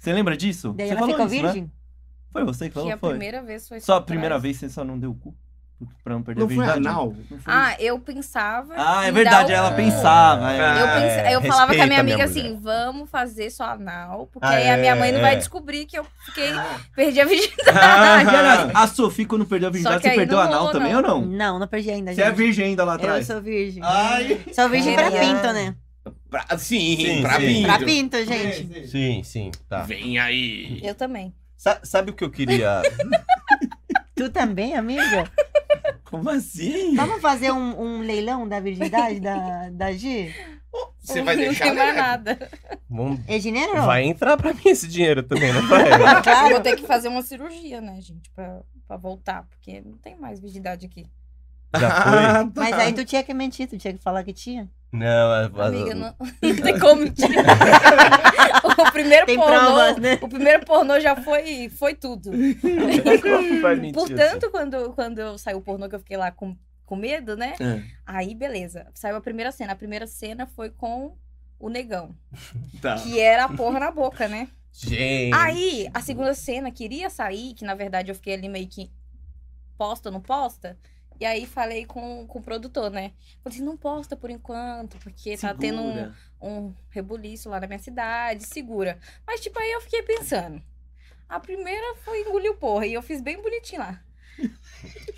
S6: Você lembra disso?
S3: Daí
S6: você
S3: ela ficou
S6: isso, né?
S3: virgem?
S6: Foi você que falou?
S4: Que a
S6: foi.
S4: primeira vez foi assim,
S6: Só a
S4: atrás.
S6: primeira vez você só não deu o cu? Pra não perder
S1: Não
S6: a
S1: foi
S6: virgindade?
S1: anal?
S6: Não foi
S4: Ah, eu pensava.
S6: Ah, é
S4: em
S6: verdade,
S4: dar o
S6: ela
S4: cu.
S6: pensava. é.
S4: Eu,
S1: Ah,
S4: pense-
S2: é,
S4: eu falava com a
S2: respeita
S4: minha
S2: a
S4: amiga
S2: minha
S4: assim:
S2: mulher.
S4: vamos fazer só anal, porque
S2: Ah,
S4: aí a minha mãe não
S2: é, é.
S4: vai descobrir que eu fiquei. Perdi a
S2: [LAUGHS]
S4: virgindade. [LAUGHS]
S6: Ah, [LAUGHS] e aliás, a Sofia, quando perdeu a virgindade,
S4: tá, que
S6: você
S4: aí
S6: perdeu
S4: não
S6: anal
S4: rolou,
S6: também
S4: não.
S6: ou não?
S3: Não, não perdi ainda.
S6: Você é
S3: gente.
S6: virgem ainda lá
S3: Eu
S6: atrás?
S3: sou virgem.
S5: Ah.
S6: Ai.
S3: Sou virgem pra
S4: Caralho.
S3: pinto, né?
S1: Pra- sim,
S2: Sim,
S1: pra
S2: sim.
S1: mim.
S3: Pra pinto, gente.
S2: Sim, sim, tá.
S1: Vem aí.
S4: Eu também.
S2: Sa- sabe o que eu
S4: [LAUGHS]
S2: queria?
S3: Tu também, amiga?
S1: Como assim?
S3: Vamos fazer um, um leilão da virgindade da, da Gi?
S1: Você vai deixar?
S4: [LAUGHS] Não tem mais
S1: né? [LAUGHS]
S4: nada.
S2: Vamos-
S3: É dinheiro?
S2: Vai entrar pra mim esse dinheiro também, não vai?
S1: Ah,
S4: Claro. Vou ter que fazer uma cirurgia, né, gente, pra, pra voltar, porque não tem mais virgindade aqui.
S2: Já
S1: [LAUGHS]
S2: foi?
S1: Ah, tá.
S3: Mas aí tu tinha que mentir, tu tinha que falar que tinha.
S2: Não, é a- a-
S4: Amiga,
S2: [LAUGHS]
S4: não, [LAUGHS] não tem como mentir. [LAUGHS] o primeiro
S3: Tem
S4: pornô.
S3: provas, né?
S4: O primeiro pornô já foi, foi tudo.
S2: Como vai mentir assim?
S4: Portanto, quando, quando eu saiu o pornô, que eu fiquei lá com, com medo, né?
S1: É,
S4: Aí, beleza. Saiu a primeira cena. A primeira cena foi com o negão,
S1: tá.
S4: que era a porra na boca,
S1: [LAUGHS]
S4: né?
S2: Gente.
S4: Aí, a segunda cena queria sair, que na verdade eu fiquei ali meio que posta ou não posta. E aí falei com, com o produtor, né? Falei assim, não posta por enquanto, porque tá tendo um,
S1: Segura.
S4: um rebuliço lá na minha cidade, segura. Mas, tipo, aí eu fiquei pensando. A primeira foi engolir o porra, e eu fiz bem bonitinho
S1: [LAUGHS]
S4: lá.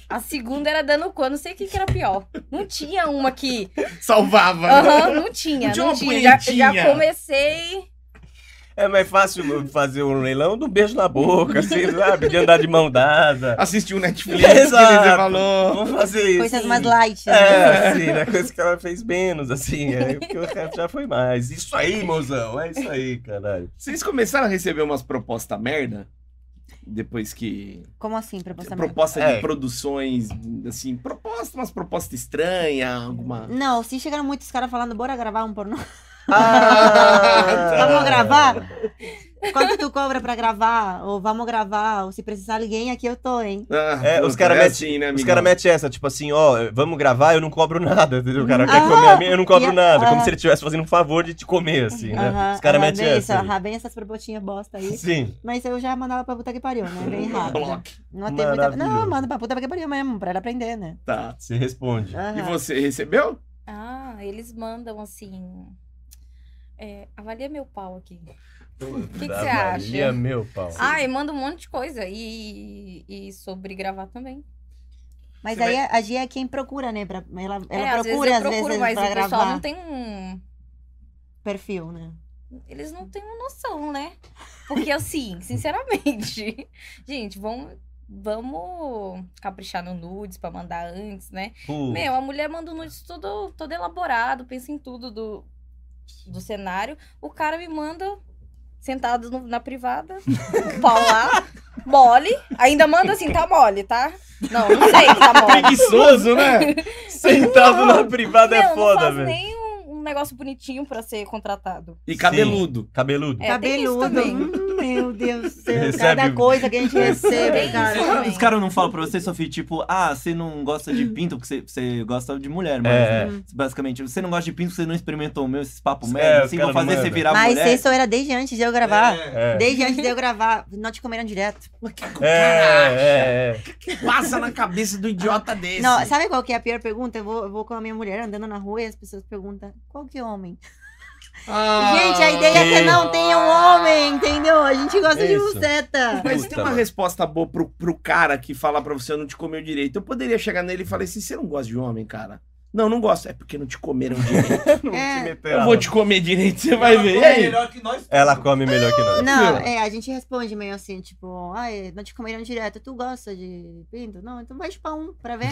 S4: A segunda era dando cu, eu não sei o que, que era pior. Não tinha uma que.
S1: Salvava.
S4: Aham,
S1: né?
S4: não tinha,
S1: Não
S4: não
S1: tinha
S4: tinha.
S1: uma
S4: Já,
S1: bonitinha.
S4: já comecei.
S2: É mais fácil fazer um leilão do beijo na boca, assim, sabe? De andar de mão dada.
S1: Assistiu Netflix, que nem você
S2: Exato.
S1: falou.
S2: Vamos fazer isso.
S3: Coisas mais light. né?
S2: É, assim, né? Coisa que ela fez menos, assim. É, porque o resto já foi mais. Isso aí, mozão. É isso aí,
S3: [LAUGHS]
S2: caralho.
S1: Vocês começaram a receber umas propostas merda? Depois que.
S3: Como assim, proposta minha?
S1: Proposta de
S2: É.
S1: produções, assim, proposta, umas propostas estranhas, alguma.
S3: Não, se chegaram muitos caras falando, bora gravar um pornô.
S2: Ah!
S3: [LAUGHS] Vamos gravar? Quanto tu cobra pra gravar? Ou vamos gravar? Ou se precisar alguém, aqui eu tô, hein?
S1: Ah,
S2: É, os
S1: puta,
S2: cara
S1: é
S2: mete-
S1: assim, né,
S2: Os
S1: amigão?
S2: caras metem essa, tipo assim, ó, vamos gravar, eu não cobro nada, entendeu? O cara
S3: Ah,
S2: quer comer a minha, eu não cobro
S3: e-
S2: nada. Como
S3: ah.
S2: se ele estivesse fazendo um favor de te comer, assim, né?
S3: Aham,
S2: Os caras
S3: aham,
S2: metem
S3: bem
S2: essa.
S3: isso, aham, bem essas propotinhas bosta aí.
S2: Sim.
S3: Mas eu já mandava pra puta que pariu, né? Bem rápido.
S1: Block.
S3: Não tem muita... Não,
S2: Maravilhoso.
S3: manda pra puta que pariu mesmo, pra ela aprender, né?
S1: Tá.
S2: Você responde.
S1: E
S3: Aham.
S1: você recebeu?
S4: Ah, eles mandam assim. é, avalia meu
S1: [LAUGHS]
S4: pau aqui.
S2: O
S4: que você acha?
S2: meu pau.
S4: Ah, e manda um monte de coisa. E, e sobre gravar também.
S3: Mas
S1: Você
S3: aí a a Gia é quem procura, né? Pra... Ela, ela
S4: é, às vezes
S3: procura,
S4: eu procuro, mas
S3: pra
S4: o pessoal
S3: gravar
S4: não tem um.
S3: perfil, né?
S4: Eles não têm uma noção, né? Porque assim, [LAUGHS] sinceramente, gente, vamos, vamos caprichar no nudes pra mandar antes, né?
S2: Pô,
S4: Meu, a mulher manda um nudes todo, todo elaborado, pensa em tudo do, do cenário. O cara me manda sentado no- na privada, o
S2: [LAUGHS]
S4: pau lá, mole. Ainda manda assim, tá mole, tá? Não, não sei que tá mole.
S1: Preguiçoso, né?
S2: Sentado na privada
S4: Meu,
S2: é
S4: não
S2: foda,
S4: faz
S2: velho.
S4: nem um, um negócio bonitinho pra ser contratado.
S1: E cabeludo.
S2: Cabeludo.
S4: É, tem isso também.
S3: Hum, meu Deus do céu.
S2: Recebe-
S3: Cada coisa que a gente recebe,
S4: Tem
S3: cara.
S4: isso também.
S6: Os caras não falam pra você, Sofia, tipo, ah, você não gosta de pinto porque você, você gosta de mulher, mas
S2: É.
S6: né? basicamente, você não gosta de pinto porque você não experimentou o meu, esses papos
S2: É,
S6: merda,
S2: os
S6: assim,
S2: cara
S6: vão
S2: não
S6: fazer você
S2: manda.
S6: virar
S3: Mas
S6: mulher.
S3: isso era desde antes de eu gravar.
S2: É.
S3: Desde antes de eu gravar, não te comeram direto.
S2: É, é, é.
S1: Passa na cabeça do idiota desse.
S3: Não, sabe qual que é a pior pergunta? Eu vou, eu vou com a minha mulher andando na rua e as pessoas perguntam, qual que é homem?
S1: Ah.
S3: gente, a ideia é que
S2: Sim.
S3: não tenha um homem, entendeu? A gente gosta de
S2: Isso.
S3: buceta.
S1: Mas
S2: Puta,
S1: tem uma
S2: mano.
S1: resposta boa pro, pro cara que fala pra você, eu não te comeu direito. Eu poderia chegar nele e falar assim, você não gosta de homem, cara? Não, não gosto. É porque não te comeram direito.
S2: Não
S3: É.
S2: te
S1: [LAUGHS]
S2: meter
S1: Eu
S2: a
S1: vou
S2: mão.
S1: te comer direito, você vai ver. E
S6: É
S1: aí?
S6: melhor que nós.
S2: Ela come melhor que nós.
S3: Não,
S1: Sim.
S3: é, a gente responde meio assim, tipo, ai, não te comeram direto, tu gosta de pinto? Não, então vai chupar um
S2: [LAUGHS]
S3: pra ver,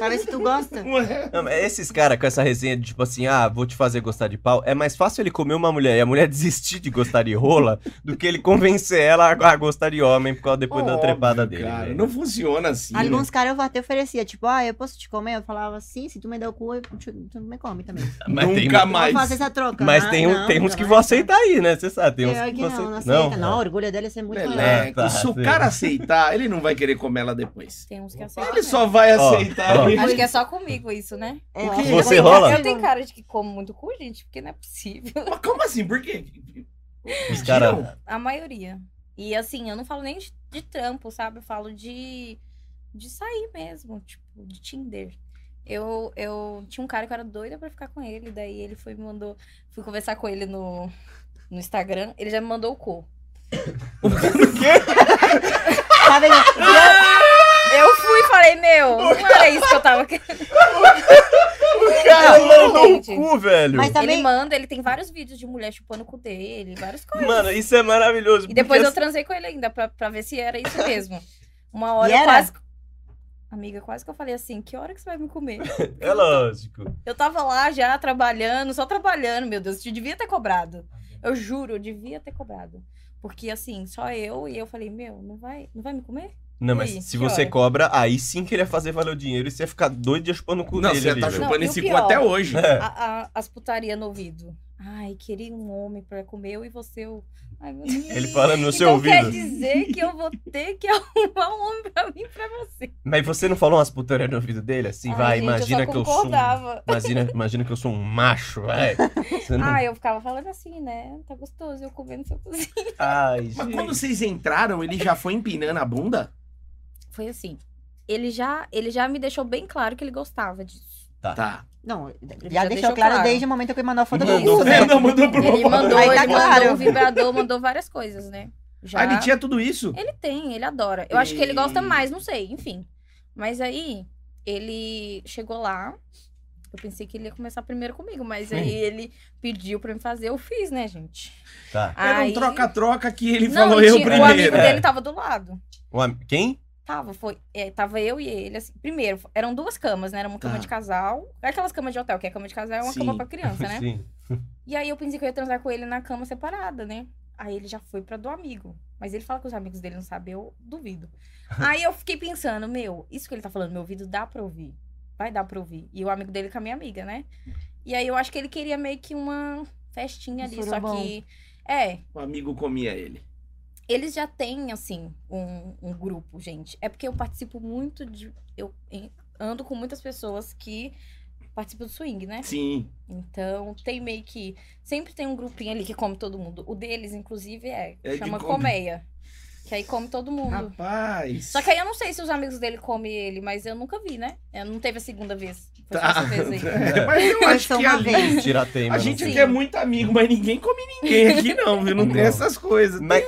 S3: pra ver se tu gosta.
S1: é,
S2: Não, mas esses caras com essa resenha de tipo assim, ah, vou te fazer gostar de pau, é mais fácil ele comer uma mulher e a mulher [LAUGHS] desistir de gostar de rola do que ele convencer ela a a gostar de homem por causa depois da
S1: Óbvio,
S2: trepada dele. né?
S1: cara,
S2: velho.
S1: não funciona assim. né?
S3: Alguns caras eu até oferecia, tipo, ah, eu posso te comer? Eu falava, sim, se tu me der o cu, eu te- tu me come também.
S2: Ah, Mas tem-
S1: Nunca
S3: Vamos
S1: mais.
S3: fazer
S4: é
S3: essa troca.
S2: Mas
S3: Ah,
S2: tem, um-
S3: não,
S2: tem uns
S3: não
S2: que
S3: vai
S2: vão
S3: aceitar.
S2: aceitar aí, né? Você sabe, tem uns
S3: Pior que
S2: vão
S3: não, não
S2: aceitar.
S3: aceita. Não, o orgulho dela é ser muito maior.
S1: Leleco, se o
S2: tá,
S1: cara aceitar, ele não vai querer comer ela depois.
S4: Tem uns que aceitam.
S1: Ele só vai
S2: Ó,
S1: aceitar.
S2: ó.
S1: ele-
S4: Acho que é só comigo isso, né?
S3: É,
S1: O
S3: eu
S1: quê?
S3: acho que
S2: Você
S3: eu vou-
S2: rola?
S4: Eu tenho cara de que como muito cu, gente, porque não é possível.
S1: Mas como assim? Por quê?
S2: Os caras.
S4: [LAUGHS] A maioria. E assim, eu não falo nem de, de trampo, sabe? Eu falo de, de sair mesmo, tipo, de Tinder. Eu, eu tinha um cara que eu era doida pra ficar com ele, daí ele foi me mandou. Fui conversar com ele no, no Instagram, ele já me mandou
S2: [LAUGHS]
S4: o cu.
S3: Tá vendo?
S2: Ah!
S4: Eu fui e falei, meu, não era isso que eu tava querendo.
S2: O cara
S4: Não,
S2: mandou o
S4: gente.
S2: Ah, cu, velho.
S3: Mas
S4: Ele
S3: também,
S4: manda, ele tem vários vídeos de mulher chupando o cu dele, várias coisas.
S2: Mano, isso é maravilhoso.
S4: E depois eu
S2: porque
S4: transei com ele ainda pra, pra ver se
S2: [COUGHS]
S4: era isso mesmo. Uma hora
S3: E
S4: eu
S3: era?
S4: quase. Amiga, quase que eu falei assim: que hora que você vai me comer?
S2: É lógico.
S4: Eu tava lá já trabalhando, só trabalhando, meu Deus, eu devia ter cobrado. Eu juro, eu devia ter cobrado. Porque assim, só eu e eu falei: meu, não vai, não vai me comer?
S2: Não,
S4: E
S2: mas
S4: aí,
S2: se
S4: que
S2: você
S4: hora?
S2: cobra, aí sim que ele ia fazer valer o dinheiro e você ia ficar doido de chupando o cu
S1: Não,
S2: dele.
S1: você
S2: ali,
S1: tá
S2: velho.
S1: chupando
S4: Não, e o
S1: esse cu
S4: pior?
S1: até [LAUGHS] hoje.
S2: É.
S4: A- a- as putaria no ouvido. Ai, queria um homem pra comer eu e você.
S2: [LAUGHS]
S4: Eu... Ai, meu Deus.
S2: Ele falando no seu
S4: então quer
S2: ouvido.
S4: dizer que eu vou ter que [LAUGHS] arrumar um homem pra mim e pra você.
S2: Mas você não falou umas putarias no ouvido dele? Assim,
S4: Ai,
S2: vai,
S4: gente,
S2: imagina
S4: eu só
S2: que eu sou. um-
S4: concordava.
S2: Imagina, imagina que eu sou um macho, vai. Você não-
S4: Ah, eu ficava falando assim, né? Tá gostoso, eu comendo seu cozinho. [LAUGHS]
S2: Ai,
S1: Mas
S2: gente.
S1: quando vocês entraram, ele já foi empinando a bunda?
S4: Foi assim. Ele já, ele já me deixou bem claro que ele gostava disso.
S1: Tá.
S3: não, já
S4: Já
S3: deixou
S4: deixou
S3: claro
S4: claro.
S3: desde o momento que ele mandou a foto do
S2: Mandou.
S3: cu, né?
S1: É, não, mandou pro
S4: Ele mandou,
S3: Aí
S4: ele
S3: tá claro.
S4: mandou um vibrador, mandou várias coisas, né? Já...
S1: Ah, ele tinha tudo isso?
S4: Ele tem, ele adora. Eu acho que ele gosta mais, não sei, enfim. Mas aí, ele chegou lá. Eu pensei que ele ia começar primeiro comigo, mas aí ele pediu pra me fazer, eu fiz, né, gente?
S2: Tá.
S1: Era um
S4: Aí-
S1: troca-troca que ele
S4: Não,
S1: falou
S4: e
S1: eu
S4: tinha- O
S1: primeiro.
S4: amigo
S1: É.
S4: dele tava do lado.
S2: O Um am- Quem?
S4: Tava, foi, é, tava eu e ele, assim, primeiro, eram duas camas, né, era uma
S1: Tá.
S4: cama de casal, aquelas camas de hotel, que é cama de casal, é uma
S1: Sim.
S4: cama pra criança, né?
S2: [LAUGHS] Sim.
S4: E aí eu pensei que eu ia transar com ele na cama separada, né? Aí ele já foi pra do amigo, mas ele fala que os amigos dele não sabem, eu duvido. aí eu fiquei pensando, meu, isso que ele tá falando, meu ouvido dá pra ouvir, vai dar pra ouvir. E o amigo dele com a minha amiga, né? E aí eu acho que ele queria meio que uma festinha
S3: Um
S4: ali, só
S3: surubão.
S4: que... É,
S1: O amigo comia ele.
S4: eles já têm, assim, um, um grupo, gente. É porque eu participo muito de. Eu em- ando com muitas pessoas que participam do swing, né?
S1: Sim.
S4: Então, tem meio que. Sempre tem um grupinho ali que come todo mundo. O deles, inclusive, é.
S1: É Ah. de
S4: chama
S1: comer.
S4: Colmeia. Que aí come todo mundo.
S1: Rapaz.
S4: Só que aí eu não sei se os amigos dele comem ele, mas eu nunca vi, né? Eu não teve a segunda vez. Foi só
S1: Tá.
S4: essa vez aí.
S1: [LAUGHS] É, mas eu
S3: Foi
S1: acho
S3: só
S1: que
S3: uma
S1: ali...
S3: vez.
S2: Tirar a né? teima.
S1: A
S2: não
S1: gente
S2: sei.
S1: aqui é muito amigo, mas ninguém come ninguém aqui não, viu? Não, tem
S2: Não.
S1: essas coisas.
S2: Mas,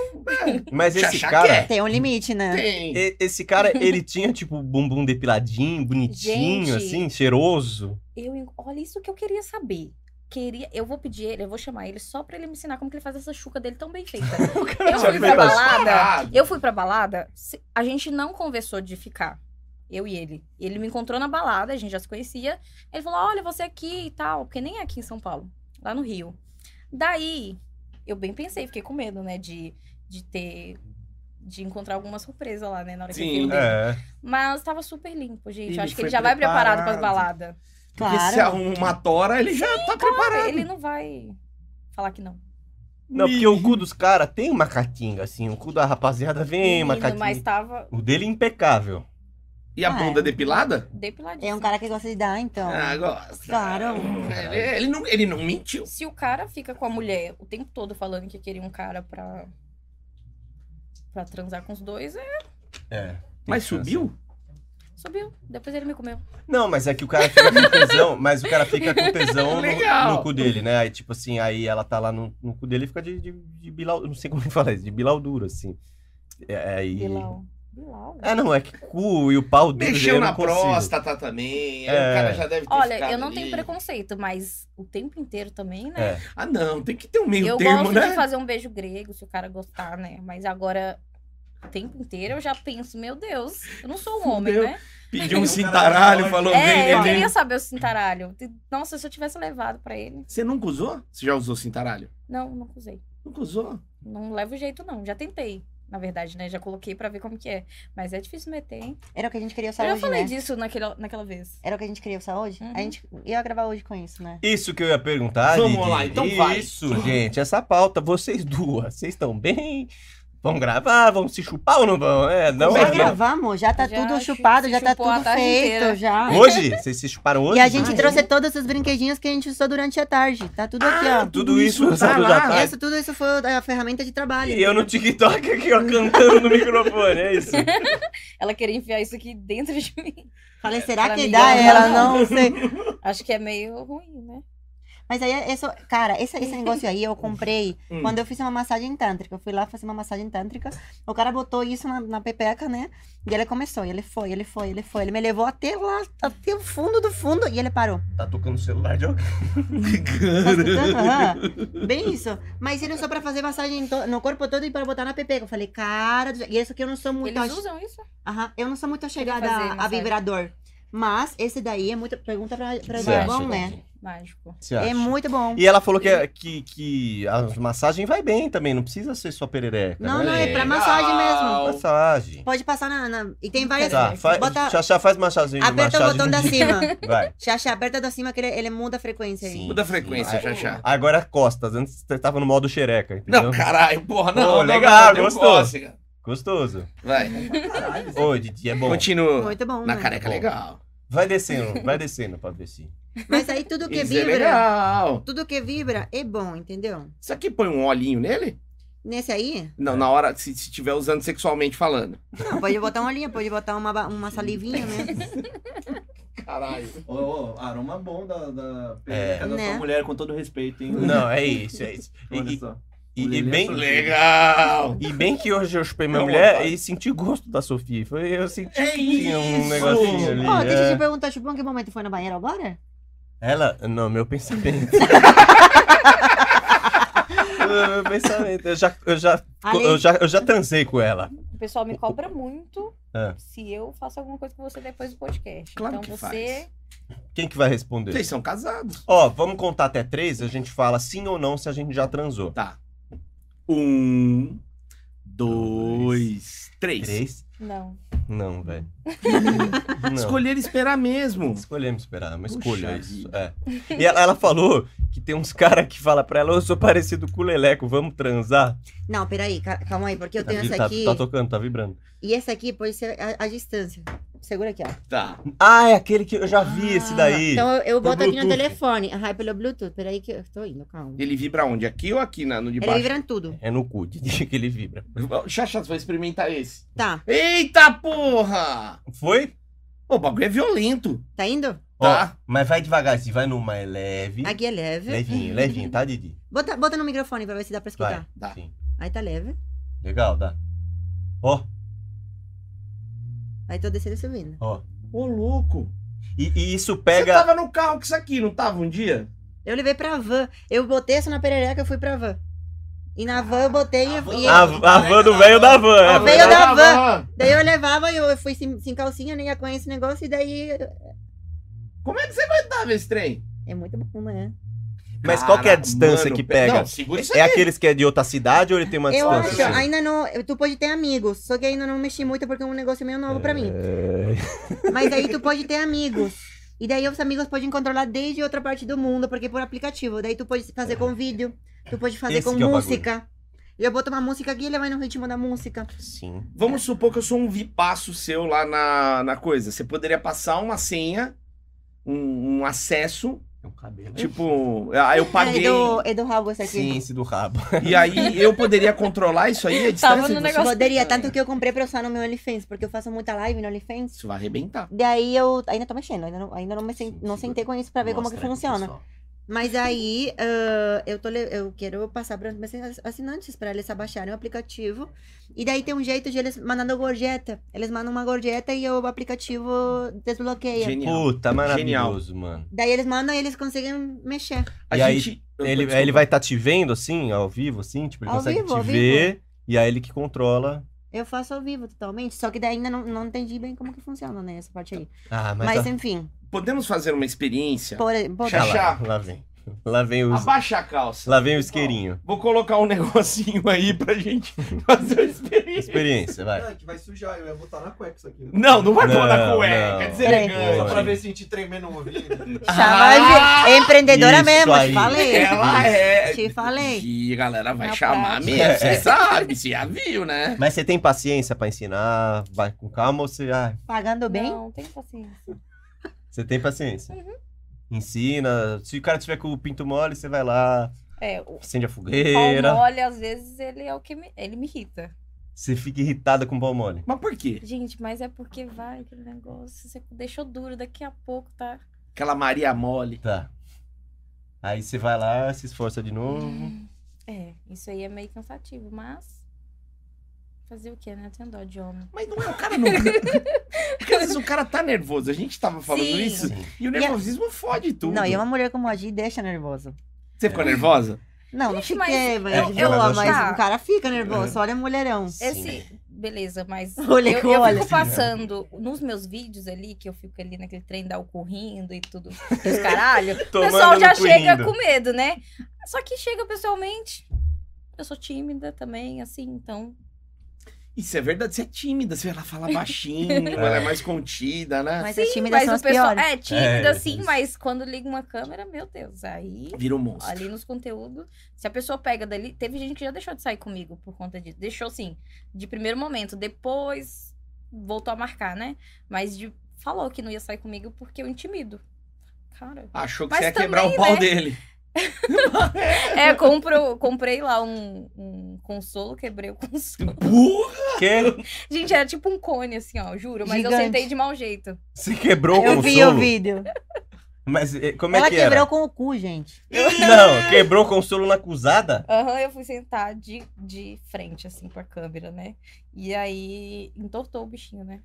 S2: mas esse
S1: Xaxá
S2: cara.
S1: quer.
S3: Tem um limite, né?
S1: Tem.
S2: e- Esse cara, ele tinha, tipo, o bumbum depiladinho, bonitinho,
S4: Gente.
S2: assim, cheiroso.
S4: Eu, en- olha isso que eu queria saber. Queria, eu vou pedir ele, eu vou chamar ele só pra ele me ensinar como que ele faz essa chuca dele tão bem feita. eu
S2: já
S4: fui
S2: fez
S4: pra
S2: as
S4: balada.
S1: paradas.
S4: Eu fui pra balada, se- a gente não conversou de ficar. Eu e ele. Ele me encontrou na balada, a gente já se conhecia. Ele falou: "Olha, você aqui e tal", porque nem é aqui em São Paulo, lá no Rio. Daí, eu bem pensei, fiquei com medo, né, de, de ter de encontrar alguma surpresa lá, né, na hora que
S1: Sim.
S4: eu vi o dele.
S2: É.
S4: Mas tava super limpo, gente.
S1: Ele
S4: Eu acho que
S1: foi
S4: ele já vai preparado pras
S1: preparado.
S4: baladas.
S1: Porque
S3: Claro.
S1: se arruma uma tora, ele já tá preparado.
S4: Ele não vai falar que não.
S2: Não, porque o cu dos caras tem uma catinga, assim. O cu da rapaziada vem, uma
S4: Menino,
S2: catinga.
S4: mas tava
S2: O dele é impecável.
S1: E a
S3: Ah, é.
S1: bunda depilada?
S4: depiladíssimo.
S3: É um cara que gosta de dar, então.
S1: Ah, gosta.
S3: Claro.
S1: Ele, ele não, ele não mentiu.
S4: Se o cara fica com a mulher o tempo todo falando que queria um cara pra... Pra transar com os dois, é...
S2: É.
S1: Mas subiu?
S4: subiu. Depois ele me comeu.
S2: Não, mas é que o cara fica com tesão, mas o cara fica com tesão no,
S1: Legal.
S2: no cu dele, né? Aí, tipo assim, aí ela tá lá no, no cu dele e fica de, de, de bilau. eu Não sei como que fala isso, de bilaudura, assim. É, aí.
S4: Bilal. Bilal.
S2: É, não, é que cu e o pau dele.
S1: Mexeu
S2: eu não
S1: na
S2: consigo.
S1: próstata também. aí
S2: É.
S1: O cara já deve ter
S4: Olha,
S1: ficado
S4: eu não
S1: ali.
S4: tenho preconceito, mas o tempo inteiro também, né?
S2: É.
S1: Ah, não, tem que ter um meio
S4: eu
S1: termo,
S4: gosto
S1: né?
S4: de fazer um beijo grego, se o cara gostar, né? Mas agora, o tempo inteiro, eu já penso, meu Deus, eu não sou um homem,
S1: Fudeu. né?
S4: né?
S1: Pediu
S2: [LAUGHS]
S1: um cintaralho, falou, vem,
S4: É, eu
S1: neném.
S4: queria saber o cintaralho. Nossa, se eu tivesse levado pra ele.
S1: Você nunca usou? Você já usou cintaralho?
S4: Não, nunca usei.
S1: Nunca usou?
S4: Não levo jeito, não. Já tentei, na verdade, né? Já coloquei pra ver como que é. Mas é difícil meter, hein?
S3: Era o que a gente queria
S4: Eu
S3: usar
S4: já
S3: hoje,
S4: falei
S3: né?
S4: disso naquela, naquela vez.
S3: Era o que a gente queria usar hoje?
S4: Uhum.
S3: A gente ia gravar hoje com isso, né?
S2: Isso que eu ia perguntar.
S1: Vamos
S2: Didi.
S1: lá, então vai.
S2: Isso, gente, essa pauta, vocês duas, vocês estão bem? Vão gravar, vão se chupar ou não vão? É, não,
S3: já
S2: não.
S3: gravamos, já tá
S4: Já
S3: tudo
S4: chu-
S3: chupado,
S4: se
S3: já tá
S4: chupou a
S3: tudo
S4: tarde
S3: feito,
S4: inteira.
S3: já.
S2: Hoje? Ah, é? Vocês se chuparam hoje?
S3: E a gente
S2: Didi?
S3: trouxe todos os brinquedinhos que a gente usou durante a tarde. Tá tudo aqui, ó.
S2: Ah, Tudo isso,
S1: Tá
S2: sabe,
S1: lá.
S2: da tarde.
S3: Essa, tudo isso foi a ferramenta de trabalho.
S2: E eu no TikTok aqui, ó, cantando no microfone, é isso.
S4: Ela queria enfiar isso aqui dentro de mim. [LAUGHS]
S3: Falei, será
S4: Pra
S3: que
S4: mim,
S3: dá?
S4: não.
S3: Ela não sei.
S4: Acho que é meio ruim, né?
S3: Mas aí, esse, cara, esse, esse negócio aí
S2: [LAUGHS]
S3: eu comprei
S2: Hum.
S3: quando eu fiz uma massagem tântrica. Eu fui lá fazer uma massagem tântrica. O cara botou isso na, na pepeca, né? E ele começou. E ele foi, ele foi, ele foi. Ele me levou até lá, até o fundo do fundo. E ele parou.
S2: Tá tocando o celular de alguém.
S3: Tá escutando? Aham. Bem isso. Mas ele usou pra fazer massagem to- no corpo todo e pra botar na pepeca. Eu falei, cara... do céu. E isso que eu não sou muito...
S4: Eles
S3: ach-
S4: usam isso?
S3: Aham, Eu não sou muito chegada
S4: fazer
S3: a, a
S4: massagem.
S3: vibrador. Mas esse daí é muito... Pergunta pra, pra
S2: Você
S3: Bom,
S2: acha,
S3: né?
S2: Didi?
S4: Mágico. [LAUGHS]
S2: Você
S3: É
S2: acha?
S3: muito bom.
S2: E ela falou que, é, que, que a massagem vai bem também, não precisa ser só perereca.
S3: Não,
S2: né?
S3: não, é pra
S1: Legal.
S3: massagem mesmo.
S2: Massagem.
S3: Pode passar na... na- E tem várias...
S2: Tá, faz,
S3: É, Bota-
S2: Xaxá, faz massagem.
S3: Aperta o
S2: massagem
S3: botão
S2: no
S3: da
S2: dia.
S3: cima.
S2: [LAUGHS] Vai.
S3: Xaxá, aperta da cima que ele, ele muda a frequência aí.
S2: Sim.
S1: Muda a frequência, Xaxá.
S2: Agora costas, antes você tava no modo xereca, entendeu?
S1: Não, caralho, porra, não.
S2: Pô,
S1: não,
S2: legal,
S1: não, deu
S2: gostou.
S1: cócega.
S2: Gostoso.
S1: Vai,
S2: Ô, Didi, é bom.
S1: continua.
S3: Muito bom,
S1: Na
S3: né?
S1: careca, é legal.
S2: Vai descendo, vai descendo pra ver se...
S3: Mas aí tudo
S1: [LAUGHS]
S3: que
S1: Isso é
S3: vibra...
S1: legal.
S3: tudo que vibra é bom, entendeu?
S1: Isso aqui põe um olhinho nele?
S3: Nesse aí...
S2: É.
S1: Não, na hora, se estiver usando sexualmente falando.
S3: Não, pode botar uma linha, pode botar uma, ba- uma
S2: [LAUGHS]
S3: salivinha, né?
S1: Caralho.
S6: Ô, ô, aroma bom da, da
S2: É.
S6: pepeca da
S3: Né?
S6: sua mulher, com todo respeito, hein?
S2: Não, é isso, é isso.
S6: Olha
S2: E,
S6: só.
S2: e- e bem...
S1: Legal.
S2: E bem que hoje eu chupei minha
S1: é Não,
S2: mulher
S1: rapaz.
S2: e senti gosto da Sofia. Foi, eu senti
S1: É
S2: que tinha um
S1: isso.
S2: negocinho ali.
S3: Ó, deixa eu
S2: é.
S3: te perguntar, Chupão, que momento foi no banheiro agora?
S2: Ela, não, meu
S3: [LAUGHS]
S2: pensamento. meu pensamento. Eu já, eu, já,
S3: Ali-
S2: eu, já, eu já transei com ela.
S4: O pessoal me cobra muito
S2: É.
S4: se eu faço alguma coisa com você depois do podcast.
S1: Claro
S4: então
S1: que
S4: você.
S2: Quem que vai responder?
S1: Vocês são casados.
S2: Ó, vamos contar até três, a gente fala sim ou não se a gente já transou.
S1: Tá. Um, dois, três.
S2: Três?
S4: Não.
S1: [LAUGHS]
S2: Não, velho. Não.
S1: Escolher esperar mesmo.
S2: Escolhemos esperar, é uma
S1: Puxa
S2: escolha isso.
S1: vida.
S2: é. E ela, ela falou que tem uns caras que falam pra ela, eu sou parecido com o Leleco, vamos transar.
S3: Não, peraí, ca- calma aí, porque eu
S2: Tá,
S3: tenho
S2: vi-
S3: essa
S2: tá-
S3: aqui.
S2: tá tocando, tá vibrando.
S3: E essa aqui pode ser a, a distância. Segura aqui, ó.
S1: Tá.
S2: Ah, é aquele que eu já vi esse daí.
S3: Então eu,
S2: Pelo
S3: eu boto aqui no
S2: Bluetooth.
S3: telefone. Ah, pelo Bluetooth. Peraí que eu tô indo, calma.
S1: Ele vibra onde? Aqui ou aqui na, no de
S3: Ele
S1: baixo?
S3: vibra em tudo.
S2: É no cu, [LAUGHS] Didi, que ele vibra.
S1: Xaxá, você vai experimentar esse.
S3: Tá,
S1: Eita porra!
S2: Foi?
S1: Ô, O bagulho é violento.
S3: tá indo?
S1: Tá.
S2: Ó, mas vai devagarzinho, vai no mais leve.
S3: Aqui é leve.
S2: Levinho, levinho, tá, Didi?
S3: Bota, bota no microfone pra ver se dá pra
S2: Vai.
S3: escutar.
S1: Dá.
S2: Sim.
S3: Aí tá leve.
S2: Legal, dá. Ó,
S3: Aí tô descendo e subindo.
S2: ó.
S1: Ô, louco.
S2: E, e isso
S1: Você
S2: pega.
S1: tava no carro com isso aqui, não tava um dia?
S3: Eu levei pra van. Eu botei essa na perereca e fui pra van. E Ah, na van eu botei e. e-
S2: A, a van do velho da van.
S3: A
S2: é.
S3: veio da
S1: van.
S3: Daí eu levava, eu eu fui sem, sem calcinha, nem ia com esse negócio, e daí.
S1: Como é que você aguentava esse trem?
S3: É muito bom, né?
S2: Mas qual que é a
S1: Cara,
S2: distância
S1: mano,
S2: que
S1: pera-
S2: pega?
S1: Não, segura isso
S2: é
S1: aqui.
S2: aqueles que é de outra cidade ou ele tem uma
S3: Eu acho,
S2: distância? assim.
S3: ainda não. eu- Tu pode ter amigos, só que ainda não mexi muito porque é um negócio meio novo pra mim.
S2: É...
S3: Mas aí
S2: [LAUGHS]
S3: tu pode ter amigos. E daí os amigos podem controlar desde outra parte do mundo, porque é por aplicativo. Daí tu pode fazer com vídeo, tu pode fazer
S2: Esse
S3: com
S2: que é o bagulho.
S3: música. Eu boto uma música aqui e ele vai no ritmo da música.
S2: Sim.
S1: Vamos supor que eu sou um vipasso seu lá na, na coisa. Você poderia passar uma senha, um, um acesso,
S2: É um cabelo.
S1: tipo, aí eu paguei.
S3: É do, é do rabo essa
S2: Sim,
S3: aqui.
S2: esse do rabo.
S1: E aí eu poderia controlar isso aí, a distância
S4: Tava no
S1: de você?
S4: negócio-
S3: Poderia, tanto que eu comprei pra usar no meu OnlyFans, porque eu faço muita live no OnlyFans.
S1: Isso vai arrebentar.
S3: Daí eu ainda tô mexendo, ainda não, ainda não, me sen-
S2: Sim,
S3: não
S2: sim.
S3: sentei com isso pra ver como que
S2: Mostra aí pro
S3: funciona.
S2: pessoal.
S3: Mas aí ah, eu, tô, le- eu quero passar para os meus assinantes para eles baixarem o aplicativo. E daí tem um jeito de eles mandando gorjeta. Eles mandam uma gorjeta e o aplicativo
S4: É,
S3: desbloqueia.
S1: Genial.
S2: Puta, maravilhoso, mano.
S3: Daí eles mandam e eles conseguem mexer.
S1: A
S2: E aí,
S1: gente-
S2: Ele,
S1: Desculpa.
S2: ele vai estar te vendo, assim, ao vivo, assim, tipo, ele
S3: Ao
S2: consegue
S3: vivo,
S2: te
S3: ao
S2: ver, e aí ele que controla.
S3: Eu faço ao vivo totalmente, só que daí ainda não, não entendi bem como que funciona, né, essa parte aí.
S2: Ah, mas...
S3: Mas,
S2: tá...
S3: enfim,
S1: Podemos fazer uma experiência?
S3: por, por-
S1: Chá,
S2: Ah, lá, lá vem. Lá vem os...
S1: Abaixa a calça.
S2: Lá vem o isqueirinho.
S1: Vou colocar um [LAUGHS] negocinho aí pra gente fazer uma experiência.
S2: Experiência, vai.
S7: Não, é que vai sujar, eu ia botar na cueca isso aqui.
S1: Não, não vai pôr na
S2: Não,
S1: cueca, é
S2: não.
S7: Só
S2: Não.
S7: pra
S1: deselegante.
S7: ver se a gente tremer no ouvido.
S3: Chá, vai ver. empreendedora
S2: Isso
S3: mesmo,
S2: aí.
S3: te falei.
S1: Ah! Ela é.
S3: Te falei.
S1: Ih, galera, vai
S4: Na
S1: chamar
S4: prática.
S2: [LAUGHS]
S1: mesmo, você sabe, você já viu, né?
S2: Mas você tem paciência pra ensinar? Vai com calma ou você... Ah,
S3: Pagando bem?
S4: Não, tem paciência.
S2: você tem paciência?
S3: Uhum.
S2: Ensina. Se o cara tiver com o pinto mole, você vai lá,
S4: É, o
S2: acende a
S4: pau
S2: fogueira.
S4: mole, às vezes, ele é o que me... Ele me irrita.
S2: Você fica irritada com o pau mole.
S1: Mas por quê?
S4: Gente, mas é porque vai aquele negócio. Você deixou duro, daqui a pouco, tá?
S1: Aquela Maria Mole.
S2: Tá. Aí você vai lá, se esforça de
S3: Uhum.
S2: novo.
S4: É, isso aí é meio cansativo, mas... Fazer o quê, né? Tem dó de homem.
S1: Mas não é, o
S4: [LAUGHS]
S1: cara não. Porque às vezes o cara tá nervoso. A gente tava falando
S4: Sim.
S1: isso.
S2: Sim.
S1: E o
S4: é
S1: nervosismo fode tudo.
S3: Não, e uma mulher como a Gi deixa nervoso.
S1: Você ficou nervosa?
S3: Não, não
S4: Gente,
S3: fiquei,
S4: mas
S3: mas,
S2: eu- eu-
S3: boa, mas
S4: tá.
S3: o cara fica nervoso, olha mulherão.
S4: Esse, beleza,
S3: [LAUGHS]
S4: mas
S3: Olha,
S4: eu, eu
S3: olha.
S4: fico passando nos meus vídeos ali, que eu fico ali naquele trem da correndo e tudo, os caralho, o pessoal já chega com medo, né? Só que chega pessoalmente, eu sou tímida também, assim, então...
S1: Isso é verdade, você é tímida, você vai lá
S4: [LAUGHS]
S1: falar baixinho, ela é mais contida, né?
S3: Mas as tímidas
S4: Mas
S3: são
S4: o
S3: as
S4: pessoal
S3: piores.
S4: é tímida,
S2: É,
S4: sim,
S2: isso.
S4: mas quando liga uma câmera, meu Deus, aí...
S1: Vira um monstro.
S4: Ali nos conteúdos, se a pessoa pega dali, teve gente que já deixou de sair comigo por conta disso. Deixou sim, de primeiro momento, depois voltou a marcar, né? Mas de- falou que não ia sair comigo porque eu intimido. Cara.
S1: Achou que
S4: Mas
S1: você ia quebrar o
S4: também,
S1: pau
S4: né?
S1: dele.
S4: [LAUGHS] É, compro, comprei lá um, um consolo, quebrei o [LAUGHS] consolo.
S1: Burra!
S2: Que?
S4: Gente, era tipo um cone, assim, ó, juro, mas eu
S3: Gigante.
S4: sentei de mau jeito.
S2: Você quebrou o
S3: Eu
S2: consolo?
S3: vi o vídeo.
S2: Mas eh, como
S3: Ela
S2: é que
S3: quebrou
S2: era?
S3: com o cu, gente.
S2: Não, quebrou o consolo na acusada?
S4: Aham, eu fui sentar de, de frente, assim, pra câmera, né? E aí entortou o bichinho, né?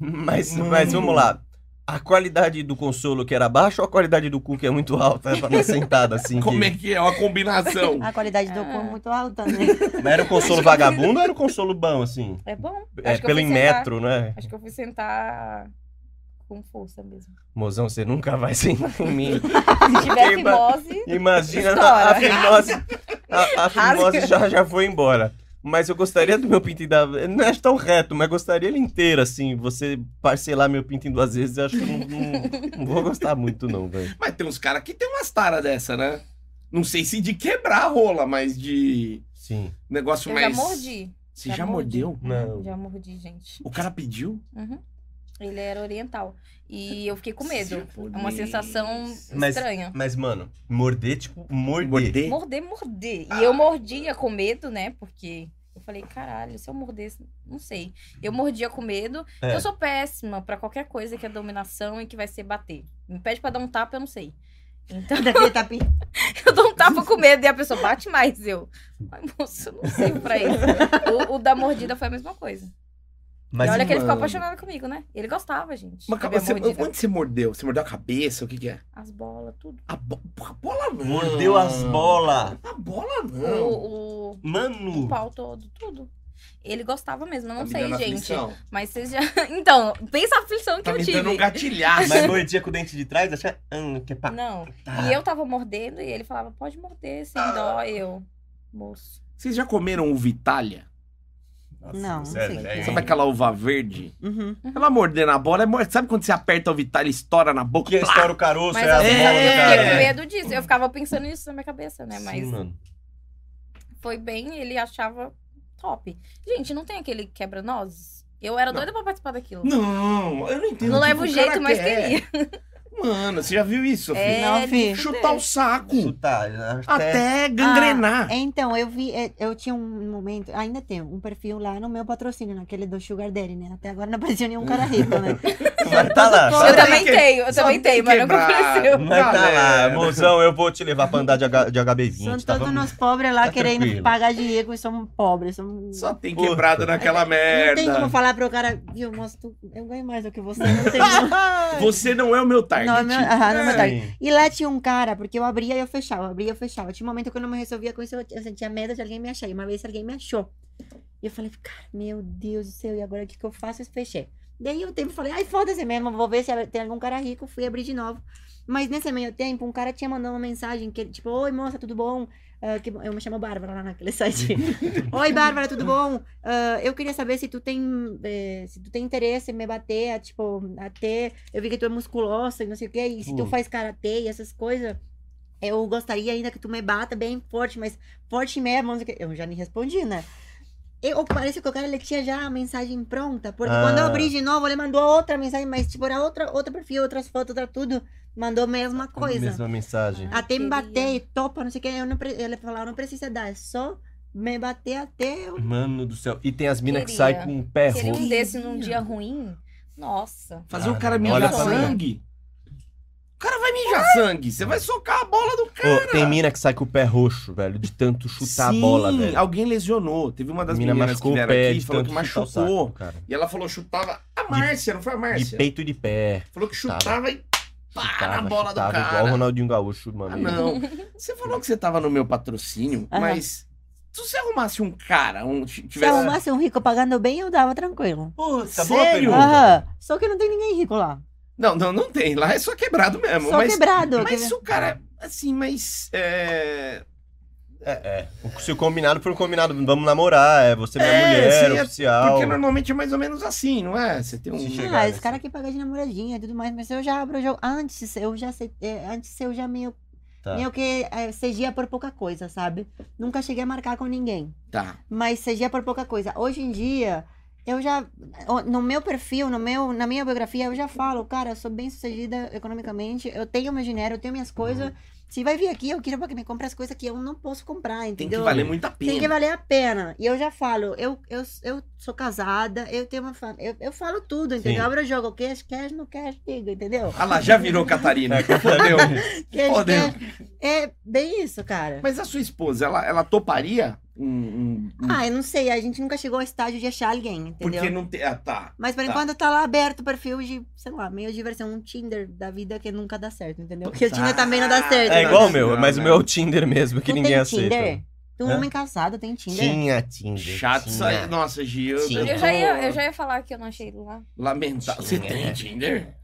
S2: Mas, mas vamos lá. A qualidade do consolo que era baixa ou a qualidade do cu que é muito alta? Pra uma sentada assim.
S1: Como
S2: que...
S1: é que é? Uma
S4: [LAUGHS]
S1: combinação.
S3: A qualidade do
S4: Ah.
S3: cu é muito alta, né? [LAUGHS]
S2: Mas era o consolo vagabundo ou era o consolo bom, assim?
S4: É bom.
S2: É,
S4: Acho que eu
S2: pelo
S4: fui
S2: em
S4: sentar-
S2: metro, né?
S4: Acho que eu fui sentar com força mesmo.
S2: Mozão, você nunca vai sentar em mim.
S4: [LAUGHS] Se tiver
S2: Queima-
S4: fimose,
S2: Imagina,
S4: Estoura.
S2: a fimose, a, a
S4: Rasga.
S2: fimose já, já foi embora. Mas eu gostaria do meu pinto em da... Não é tão reto, mas gostaria ele inteiro, assim. Você parcelar meu pinto em duas vezes, eu acho que não, não- não vou gostar muito, não, velho.
S1: Mas tem uns caras que tem umas taras dessa, né? Não sei se de quebrar a rola, mas de
S2: Sim.
S1: negócio
S4: eu
S1: mais.
S4: já mordi.
S1: Você já, mordeu?
S2: Não.
S4: Já mordi, gente.
S1: O cara pediu?
S4: Uhum. Ele era oriental. E eu fiquei com medo.
S1: Japonês.
S4: É uma sensação
S2: Mas-
S4: estranha.
S2: Mas, mano, morder, tipo, morder.
S1: Morder?
S4: Morder, morder. E eu mordia com medo, né? Porque eu falei, caralho, se eu mordesse, não sei. Eu mordia com medo.
S2: É.
S4: Eu sou péssima pra qualquer coisa que é dominação e que vai ser bater. Me pede pra dar um tapa, eu não sei. Então,
S3: Daquele tapinha.
S4: [LAUGHS] eu dou um tapa com medo e a pessoa bate mais. Eu, ai, moço, eu não sei pra isso. O, o da mordida foi a mesma coisa.
S2: Mas,
S4: e olha que ele ficou
S1: mano.
S4: apaixonado comigo, né? Ele gostava, gente.
S1: Mas
S4: da
S1: calma,
S4: minha
S1: você,
S4: mordida.
S1: onde você mordeu? Você mordeu a cabeça? O que, que é?
S4: As bolas, tudo.
S1: A, bo... a bola não.
S2: Mordeu as bolas.
S1: A bola não.
S4: O, o- o
S2: Mano.
S4: pau todo, tudo. Ele gostava mesmo, eu não
S1: Tá me
S4: sei,
S1: dando
S4: gente.
S1: aflição.
S4: Mas vocês já. [LAUGHS] Então, pensa a aflição que
S1: Tá
S4: eu
S1: me
S4: tive.
S1: dando um gatilhaço.
S2: Mas mordia com o dente de trás, achava... Ah, que
S1: Tá.
S2: pá.
S4: Não. E eu tava mordendo e ele falava, pode morder, sem
S1: Ah.
S4: dó. Eu, moço.
S1: Vocês já comeram uvitália?
S3: Não, não
S2: sério,
S3: sei.
S2: é
S4: é.
S2: velho.
S1: Sabe aquela uva verde?
S3: Uhum.
S1: Ela mordendo a bola, é mor- sabe quando você aperta o Vital e estoura na boca?
S2: Que
S1: Plá!
S2: estoura o caroço,
S4: Mas
S2: é a
S4: às vezes
S1: bola
S2: do
S1: do
S4: eu
S2: cara. né?
S4: fiquei com medo disso. Eu ficava pensando nisso na minha cabeça, né?
S2: Sim,
S4: Mas
S2: mano.
S4: foi bem, ele achava top. Gente, não tem aquele quebra-nozes? Eu era
S1: Não.
S4: doida pra participar daquilo.
S1: Não, eu não entendo.
S4: Não
S1: o que
S4: levo
S1: que o
S4: jeito,
S1: cara
S4: mas
S1: quer. é,
S4: queria.
S1: Mano, você já viu isso, Sofia?
S4: É,
S3: Não,
S4: de
S3: fi.
S4: fuder.
S1: Chutar Ah, o saco.
S2: Chutar. Até.
S1: Até gangrenar.
S3: É, Então, eu vi, é, eu tinha um momento, ainda tenho, um perfil lá no meu patrocínio, naquele do Sugar Daddy, né? Até agora não apareceu nenhum cara rico,
S2: [LAUGHS]
S3: né?
S2: Mas tá lá.
S1: Só
S4: Eu
S1: tem
S4: também
S1: que-
S4: tenho, eu
S1: só
S4: também
S1: tem
S4: tenho, mas não
S1: quebrado.
S4: aconteceu.
S2: Mas tá lá.
S1: Galera.
S2: Mozão, eu vou te levar pra andar de, H, de
S3: São
S2: HB20. Tá?
S3: todos
S2: Vamos-
S3: nós pobres lá
S2: tá
S3: querendo
S2: tranquilo.
S3: pagar de rico e somos pobres. Somos...
S1: Só tem
S2: Puta.
S1: quebrado naquela
S3: Não tem como
S1: merda.
S3: falar pro cara, viu, moço, tu- eu ganho mais do que você, não
S2: [LAUGHS]
S3: tem como.
S1: Você não é o meu target.
S3: Não, é meu- aham, não é meu target.
S2: Sim.
S3: E lá tinha um cara, porque eu abria e eu fechava, eu abria e eu fechava. Tinha um momento que eu não me resolvia com isso, eu eu sentia medo de alguém me achar. E uma vez alguém me achou. E eu falei, cara, meu Deus do céu, e agora o que, que eu faço? Eu fechei. Daí eu tempo falei, ai, foda-se mesmo, vou ver se é, tem algum cara rico. Fui abrir de novo. Mas nesse meio tempo, um cara tinha mandado uma mensagem que ele, tipo, oi moça, tudo bom? Ah, que bom." eu me chamo Bárbara lá naquele site. [LAUGHS] oi, Bárbara, tudo bom? Ah, eu queria saber se tu tem eh, se tu tem interesse em me bater, a, tipo, até eu vi que tu é musculosa e não sei o quê, e se tu
S2: Hum.
S3: faz karatê e essas coisas, eu gostaria ainda que tu me bata bem forte, mas forte mesmo, não sei o quê. Eu já nem respondi, né? Eu, parece que o cara ele tinha já a mensagem pronta, porque
S2: Ah.
S3: quando eu abri de novo, ele mandou outra mensagem, mas tipo, era outra, outro perfil, outras fotos, outra tudo, mandou a mesma coisa.
S2: Mesma mensagem.
S3: Até me
S4: Queria.
S3: bater e topa, não sei o que. Eu não, pre- ele falou, não precisa dar, é só me bater até eu.
S2: Mano do céu. E tem as minas que
S4: Queria.
S2: saem com o pé
S4: Seria
S2: roxo.
S4: um desse num dia ruim? Nossa.
S1: Fazer o cara
S2: Caralho,
S1: mijar
S4: olha pra mim.
S1: sangue. O cara vai mijar sangue. Você vai socar a bola do cara.
S2: Ô, tem mina que sai com o pé roxo, velho, de tanto chutar a bola,
S1: Sim,
S2: velho.
S1: Alguém lesionou. Teve uma
S2: A
S1: das
S2: mina
S1: meninas que
S2: machucou o
S1: vieram
S2: pé
S1: aqui e
S2: de
S1: falou
S2: tanto
S1: que
S2: chutar o saco,
S1: machucou.
S2: cara.
S1: E ela falou chutava a Márcia, não foi a
S2: De
S1: Márcia?
S2: peito e de pé.
S1: Falou que chutava e pá na
S2: Chutava,
S1: bola
S2: chutava,
S1: do cara.
S2: Igual o Ronaldinho Gaúcho, mano.
S1: Ah, não. Você falou que você tava no meu patrocínio,
S3: Aham.
S1: mas se você arrumasse um cara, um t-
S3: Se
S1: tivesse.
S3: arrumasse um rico pagando bem, eu dava tranquilo.
S2: Puta, Tá boa
S1: Sério?
S2: pergunta.
S3: Aham. Só que não tem ninguém rico lá.
S1: Não, não, não tem. Lá é só quebrado mesmo.
S3: só
S1: mas,
S3: quebrado.
S1: mas
S3: quer ver?
S1: se o cara. Assim, mas. É...
S2: Se o combinado for um combinado, vamos namorar, é você minha
S1: É,
S2: mulher,
S1: sim, é-
S2: oficial.
S1: Porque normalmente é mais ou menos assim, não é? Você tem um.
S2: Ah, Se chegar
S3: Ah,
S2: nessa.
S3: esse cara que paga de namoradinha e tudo mais, mas eu já abro o jogo. Antes, eu já sei, é, antes eu já meio,
S2: Tá.
S3: meio que é, cedia por pouca coisa, sabe? Nunca cheguei a marcar com ninguém.
S1: Tá.
S3: mas seja por pouca coisa. Hoje em dia, eu já, o- no meu perfil, no meu, na minha biografia, eu já falo, cara, eu sou bem sucedida economicamente, eu tenho meu dinheiro, eu tenho
S1: Uhum.
S3: minhas coisas. Se vai vir aqui, eu quero que me compre as coisas que eu não posso comprar,
S1: Tem que
S3: entendeu?
S1: valer muito a pena.
S3: Tem que valer a pena. E eu já falo, eu, eu, eu sou casada, eu tenho uma família, eu, eu falo tudo, entendeu?
S2: Sim.
S3: Abra o jogo, cash, cash, no cash,
S1: [LAUGHS]
S3: digo, entendeu?
S1: Ah lá, já virou
S2: [LAUGHS] É,
S1: Catarina. Fodeu.
S3: Cash,
S1: Fodeu.
S3: cash. É bem isso, cara.
S1: Mas a sua esposa, ela, ela toparia um. um- um-
S3: Ah, eu não sei, a gente nunca chegou ao estágio de achar alguém, entendeu?
S1: porque não tem. Ah, tá.
S3: Mas por
S1: Tá.
S3: enquanto tá lá aberto o perfil de, sei lá, meio diversão, um Tinder da vida que nunca dá certo, entendeu? Porque o
S1: Tá.
S3: Tinder também não dá certo. né?
S2: É
S3: mano.
S2: igual o meu,
S1: Não,
S2: mas
S1: não.
S2: o meu é o Tinder mesmo, que
S3: Tu
S2: ninguém
S3: tem
S2: aceita.
S3: Tinder? Tu é um
S2: Hã?
S3: homem casado, tem Tinder?
S2: Tinha Tinder.
S1: Chato isso aí.
S2: tinha.
S1: Nossa, Gi, eu,
S2: Sim.
S1: eu
S4: Eu
S1: tô
S4: já, ia, eu já ia falar que eu não achei ele lá.
S1: lamentável. Você
S2: Tinha.
S1: tem Tinder?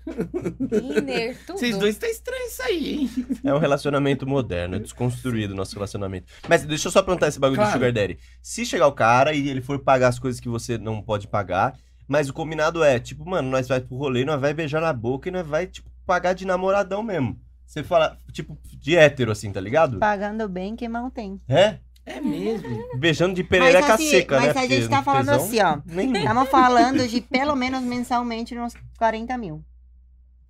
S4: Tinder, tudo.
S1: Vocês dois tá estranho isso aí, hein?
S2: É um relacionamento moderno, é desconstruído o nosso relacionamento. Mas deixa eu só perguntar esse bagulho
S1: Claro.
S2: do Sugar Daddy. Se chegar o cara e ele for pagar as coisas que você não pode pagar, mas o combinado é, tipo, mano, nós vai pro rolê, nós vai beijar na boca e nós vai, tipo, pagar de namoradão mesmo. Você fala, tipo, de hétero, assim, tá ligado?
S3: Pagando bem, quem mal tem.
S2: É?
S1: É
S3: Uhum.
S1: mesmo.
S2: Beijando de perereca
S3: assim,
S2: seca, né?
S3: mas a
S2: Porque
S3: gente tá
S2: no
S3: falando
S2: tesão,
S3: assim, ó.
S2: Nem
S3: Estamos falando de pelo menos mensalmente uns 40 mil.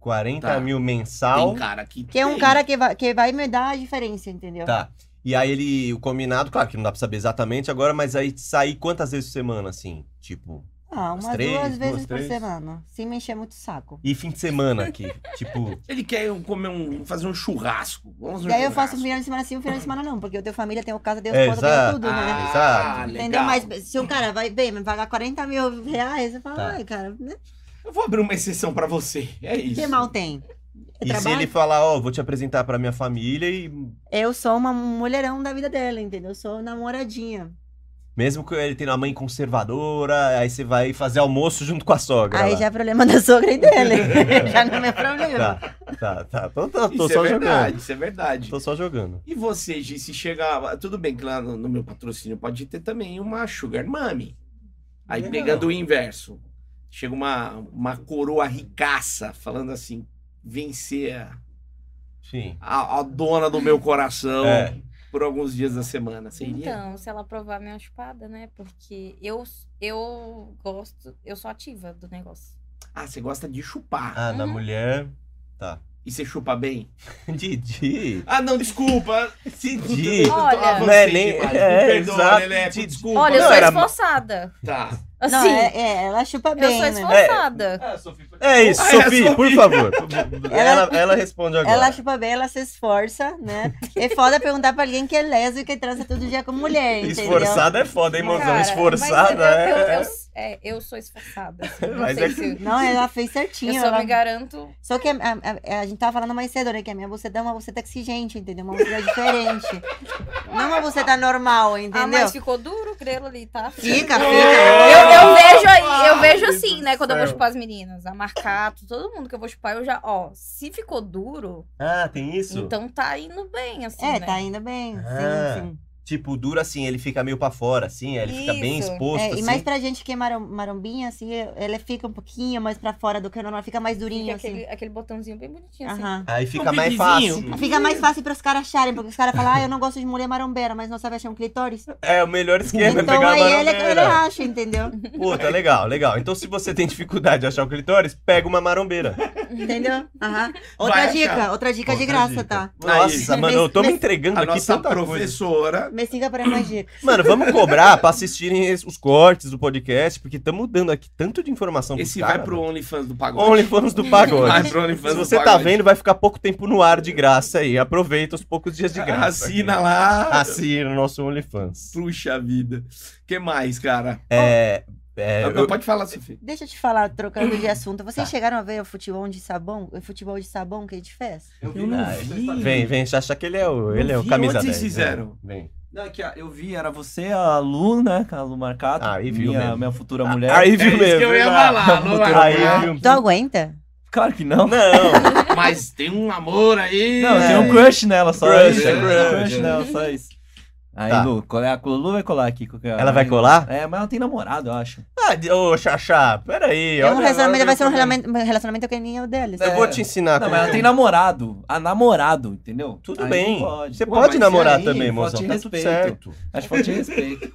S2: 40
S1: Tá.
S2: mil mensal.
S1: Tem cara que.
S3: Que é um
S1: tem.
S3: cara que vai, que vai me dar a diferença, entendeu?
S2: Tá. E aí ele, o combinado, claro que não dá pra saber exatamente agora, mas aí sair quantas vezes por semana, assim? Tipo.
S3: Ah,
S2: Umas
S3: umas
S2: três,
S3: duas vezes
S2: duas,
S3: por
S2: três.
S3: semana. Se me encher muito o saco.
S2: E fim de semana aqui. tipo.
S1: Ele quer um- comer um. fazer um churrasco. Vamos no
S3: Daí eu
S1: churrasco.
S3: faço um final de semana sim, um final de semana não, porque eu tenho família, tenho casa, tenho
S2: É,
S3: esposa, tenho
S2: exato.
S3: tudo, né?
S1: Ah, legal.
S2: Exato.
S3: Entendeu? Mas se um cara vai bem, me pagar 40 mil reais, você fala,
S2: Tá.
S3: ai, cara, né?
S1: Eu vou abrir uma exceção pra você. É isso.
S3: que mal tem?
S2: E
S3: É
S2: se
S3: trabalho?
S2: ele falar, ó, vou te apresentar pra minha família e.
S3: Eu sou uma mulherão da vida dela, entendeu? Eu sou namoradinha.
S2: Mesmo que ele tenha uma mãe conservadora, aí você vai fazer almoço junto com a sogra.
S3: Aí
S2: lá.
S3: já é problema [LAUGHS] da sogra e dele.
S2: [LAUGHS]
S3: já não é meu problema.
S2: Tá, tá, tá. Tô, tô- tô
S1: Isso é
S2: só
S1: verdade,
S2: jogando.
S1: isso é verdade.
S2: Tô só jogando.
S1: E você, Gi, se chegar. Tudo bem que lá no, no meu patrocínio pode ter também uma Sugar Mummy. Aí
S2: Legal.
S1: pegando o inverso. Chega uma, uma coroa ricaça falando assim: vencer a,
S2: Sim.
S1: a- a dona do meu coração
S2: É.
S1: por alguns dias da semana. Você iria?
S4: Então, se ela aprovar minha chupada, né? Porque eu, eu gosto, eu sou ativa do negócio.
S1: Ah, você gosta de chupar.
S2: Ah, da
S4: Uhum.
S2: mulher. [LAUGHS] Tá.
S1: E você chupa bem?
S2: Didi.
S1: Ah, não, desculpa.
S2: Didi.
S1: Eu tô
S4: Olha.
S1: avancei
S2: Não é nem-
S1: demais,
S2: é,
S1: me perdoa,
S2: exato,
S1: Leleco,
S2: Didi.
S1: desculpa.
S4: Olha, eu
S2: Não,
S4: sou
S2: era-
S4: esforçada.
S1: Tá.
S4: Assim,
S3: Não, é, é, ela chupa
S4: eu
S3: bem,
S4: sou
S3: né?
S4: esforçada.
S2: É isso,
S1: Ah, é,
S2: Sofia,
S1: Sophie.
S2: por
S1: [LAUGHS]
S2: favor. Ela, ela responde agora.
S3: Ela chupa bem, ela se esforça, né? É foda perguntar pra alguém que é lésbica e que transa todo dia com mulher, entendeu?
S2: Esforçada é foda, hein, mozão?
S4: Cara,
S2: Esforçada
S4: mas eu, eu,
S2: é.
S4: eu, é, eu sou esforçada. assim, não
S2: Mas
S4: sei
S2: é que-
S4: se-
S3: Não, ela fez
S4: eu
S3: certinho.
S4: só
S3: ela-
S4: me garanto.
S3: Só que a, a- a- a gente tava falando mais cedo, né? Que a minha buceta é uma buceta exigente, entendeu? Uma buceta diferente. Não uma buceta normal,
S4: Ah,
S3: entendeu?
S4: mas ficou duro o grelo ali, tá?
S3: Fica,
S4: Eu,
S3: fica.
S4: eu vejo aí, eu vejo assim, né? Quando eu vou chupar as meninas, a Marcato, todo mundo que eu vou chupar, eu já, ó, se ficou duro,
S2: Ah, tem isso?
S4: então tá indo bem, assim,
S3: É,
S4: né?
S3: tá indo bem.
S2: Ah,
S3: Sim, sim.
S2: Tipo, duro assim, ele fica meio pra fora, assim, ele fica bem
S4: Isso.
S2: exposto,
S3: É,
S2: assim.
S3: e mais pra gente que é marom- marombinha, assim, ela fica um pouquinho mais pra fora do que o normal, fica mais
S4: Fica
S3: durinho,
S4: aquele,
S3: assim.
S4: aquele botãozinho bem bonitinho, assim.
S3: Aham.
S2: Aí fica
S1: Um
S2: mais
S1: pipizinho.
S2: fácil.
S3: Fica mais fácil pros caras acharem, porque os caras falam, ah, eu não gosto de mulher marombeira, mas não sabe achar
S2: [LAUGHS]
S3: um clitóris.
S2: É, o melhor esquema é
S3: Então
S2: pegar a
S3: aí ele, ele
S2: marombeira.
S3: acha, entendeu?
S2: Puta, legal, legal. Então, se você tem dificuldade de achar o clitóris, pega uma marombeira.
S3: Entendeu? Aham. Outra
S1: Vai achar.
S3: dica, outra dica de
S2: Outra
S3: graça,
S2: dica.
S3: tá?
S2: Nossa,
S1: Aí.
S2: mano, eu tô me
S3: Mas-
S2: entregando
S1: A
S2: aqui
S1: nossa
S2: tanta coisa.
S1: professora.
S3: Me siga pra mais dicas.
S2: Mano, vamos cobrar pra assistirem es- os cortes do podcast, porque estamos dando aqui tanto de informação pros
S1: Esse
S2: caras,
S1: vai pro
S2: mano.
S1: OnlyFans do Pagode.
S2: OnlyFans do Pagode.
S1: Vai pro OnlyFans
S2: Se
S1: do
S2: você tá
S1: Pagode.
S2: vendo, vai ficar pouco tempo no ar de graça aí. Aproveita os poucos dias de graça.
S1: Assina lá.
S2: Assina o nosso OnlyFans.
S1: Puxa vida. que mais, cara?
S2: É. é,
S1: Não,
S2: eu-
S1: pode falar, Sofia.
S3: Deixa eu te falar, trocando de assunto. Vocês
S2: Tá.
S3: chegaram a ver o futebol de sabão? O futebol de sabão que a gente fez?
S7: Eu vi
S1: Eu não
S7: no
S1: vi.
S7: sexta-feira.
S2: Vem, vem, Chacha, que ele é o,
S1: Não
S2: ele é o
S1: vi,
S2: camisa
S1: onde
S2: 10.
S1: vocês
S2: né?
S1: fizeram?
S2: Vem.
S6: Não, aqui, ó, eu vi, era você, a Lu, né? A Lu Marcato.
S2: Ah, aí viu
S6: minha,
S2: mesmo.
S6: minha futura
S2: Ah,
S6: mulher.
S2: Aí
S1: É
S2: viu
S1: isso
S2: mesmo.
S1: que eu ia falar,
S2: Ah,
S1: não
S2: futuro-
S1: vai
S2: aí
S1: falar.
S2: viu.
S3: Tu aguenta?
S6: Claro que não.
S2: Não.
S1: Mas tem um amor aí.
S6: Não, eu
S2: É.
S1: né?
S6: tenho um crush nela só.
S2: Crush,
S6: isso.
S1: é
S6: Eu tenho
S1: crush.
S6: um crush nela, só isso. Aí,
S2: Tá.
S6: Lu, qual é a Lu vai colar aqui. qual que é?
S2: Ela vai colar?
S6: É, mas ela tem namorado, eu acho.
S2: Ah, de- ô, Chacha, peraí.
S3: É
S2: olha
S3: um
S2: lá,
S3: relacionamento,
S2: olha
S3: vai ser um
S2: o problema.
S3: relacionamento, relacionamento que nem é o deles.
S2: Eu vou te ensinar.
S6: Não,
S2: como
S6: mas ela
S2: que-
S6: tem namorado. A namorado, entendeu?
S2: um Tudo
S6: Aí
S2: bem.
S6: não pode.
S2: Você
S6: Pô,
S2: pode
S6: mas
S2: namorar
S6: aí,
S2: também,
S6: falta
S2: mozão.
S6: de
S2: Tá tudo
S6: respeito.
S2: certo.
S6: Acho falta de respeito.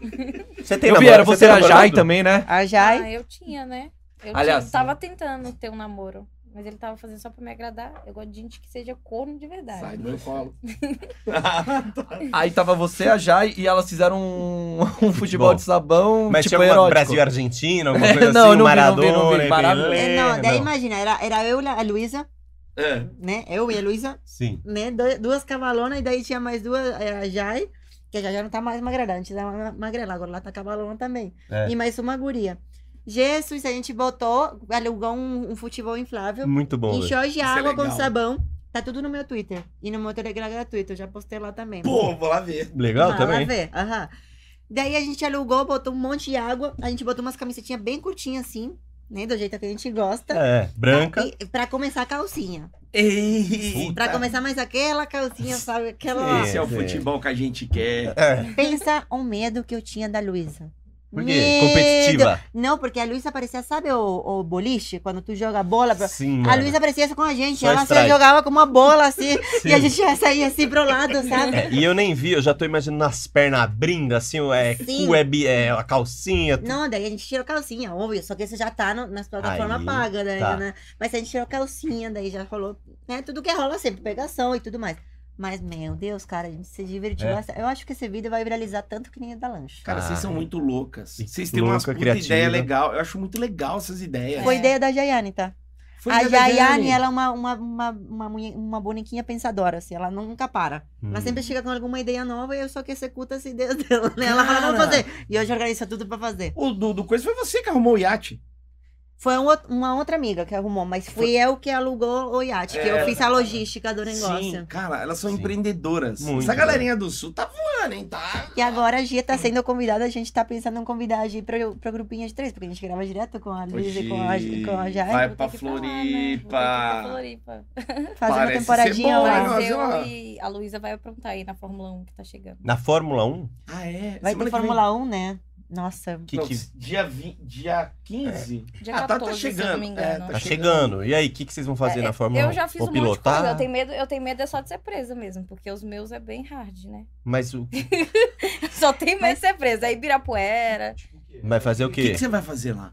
S2: Você tem
S6: Eu vi, era
S2: namorado?
S6: você
S2: tem
S6: a Jai
S2: namorado?
S6: também, né?
S3: A Jai,
S4: Ah, eu tinha, né? Eu
S6: Aliás-
S4: tinha- tava tentando ter um namoro. Mas ele tava fazendo só pra me agradar. Eu gosto de gente que seja corno de
S2: um-
S4: verdade.
S1: Sai do meu colo.
S6: Aí tava você, a Jai, e elas fizeram um, um futebol,
S2: Futebol.
S6: de sabão,
S2: Mas
S6: tipo
S2: tinha alguma
S6: erótico.
S2: Brasil e Argentina, alguma coisa
S6: Não,
S2: assim,
S6: não vi, não vi,
S2: Maradona,
S6: não vi.
S2: Pelé,
S6: Maradona.
S3: É, não, daí
S2: não.
S3: imagina, era, era eu e a Luísa,
S1: É.
S3: né? Eu e a Luísa,
S2: Sim.
S3: né? Doi- Duas cavalonas, e daí tinha mais duas, é, a Jai, que a Jai já não tá mais magrela, antes era ma- magrela, agora lá tá cavalona também.
S2: É.
S3: E mais uma guria. Jesus, a gente botou, alugou um, um futebol inflável,
S2: Muito bom. velho.
S3: encheu de
S1: é
S3: água com
S1: legal.
S3: sabão. Tá tudo no meu Twitter e no meu Telegram é gratuito, eu já postei lá também.
S1: Pô, vou lá ver.
S2: Legal
S3: Ah,
S2: também.
S3: lá vê, aham. Daí a gente alugou, botou um monte de água, a gente botou umas camisetinhas bem curtinhas assim, né? Do jeito que a gente gosta.
S2: É, branca.
S3: E- Pra começar a calcinha.
S1: Ei,
S3: Pra começar mais aquela calcinha, sabe? Aquela.
S1: Esse é o
S2: Sim.
S1: futebol que a gente quer.
S3: Pensa o medo que eu tinha da Luísa.
S2: Por quê?
S3: Medo.
S2: Competitiva.
S3: Não, porque a Luísa parecia, sabe o, o boliche? Quando tu joga a bola. pra-
S2: Sim,
S3: A
S2: mano.
S3: Luísa parecia isso com a gente.
S2: Só
S3: ela se
S2: strike.
S3: jogava com uma bola
S2: [LAUGHS]
S3: assim.
S2: Sim.
S3: E a gente já saía assim pro lado, sabe?
S2: É, e eu nem vi, eu já tô imaginando as pernas abrindo, assim, o- é,
S3: Sim.
S2: cu é, bi- é, a calcinha. tudo.
S3: Não, daí a gente tirou calcinha, óbvio, só que isso já tá no- nas plataformas
S2: Aí,
S3: pagas, daí,
S2: tá.
S3: né? Mas a gente tirou calcinha, daí já rolou, né? Tudo que rola sempre, pegação e tudo mais. Mas, meu Deus, cara, a gente se divertiu.
S2: É.
S3: bastante. Eu acho que esse vídeo vai viralizar tanto que nem o da lanche.
S1: Cara,
S2: Ah.
S1: vocês são muito loucas.
S2: E
S1: Vocês têm umas
S2: louca,
S1: puta
S2: criativa.
S1: ideia legal. Eu acho muito legal essas ideias.
S3: Foi
S4: É.
S3: ideia da Jayane, tá?
S1: Foi
S3: a
S1: ideia da
S3: Jayane,
S1: Jane.
S3: ela é uma, uma, uma, uma, mulher- uma bonequinha pensadora, assim, ela nunca para. Ela
S2: Hum.
S3: sempre chega com alguma ideia nova e eu só que executa as ideias [LAUGHS] dela, né? Ela fala, vamos fazer. E hoje organiza tudo pra fazer.
S1: O do, do coisa foi você que arrumou o iate.
S3: Foi um outro- uma outra amiga que arrumou, mas fui eu que alugou o iate, que
S1: É.
S3: eu fiz a logística do negócio.
S1: Sim, cara, elas são
S2: Sim.
S1: empreendedoras.
S2: Muito, né?
S1: Essa galerinha do sul tá voando, hein? Tá.
S3: E agora a Gia tá sendo convidada, a gente tá pensando em convidar a Gia pro, pro grupinho de três, porque a gente grava direto com a Luísa e com a, com a Jai.
S1: Vai
S4: Vou ter
S1: pra
S4: que falar, né? Vou ter que ir pra
S1: Floripa.
S4: Floripa.
S3: Fazer uma
S1: parece ser
S3: temporadinha
S1: bom,
S3: lá.
S1: hein?
S4: Mas
S1: Nossa, ó.
S4: eu e a Luísa vai aprontar aí na Fórmula 1 que tá chegando.
S2: Hum. Na Fórmula 1,
S1: Ah, é? Semana
S3: Vai ter
S1: que vem.
S3: Fórmula 1, né? Nossa.
S2: que,
S1: Não, tá
S2: que
S1: Dia, vi- dia 15?
S4: Dia
S1: Ah, tá- tá
S4: 14, se eu
S1: chegando.
S4: não me
S1: É,
S4: engano.
S2: tá chegando. E aí, o que, que vocês vão fazer na Fórmula 1?
S4: É, Eu já fiz
S2: Vou
S4: um monte de
S2: pilotar?
S4: coisa. Eu tenho, medo, eu tenho medo é só de ser presa mesmo, porque os meus é bem hard, né? [LAUGHS]
S2: Mas o...
S4: Só tenho medo de ser presa. Aí Ibirapuera.
S2: vai fazer o
S1: O que,
S2: quê?
S1: que você vai fazer lá?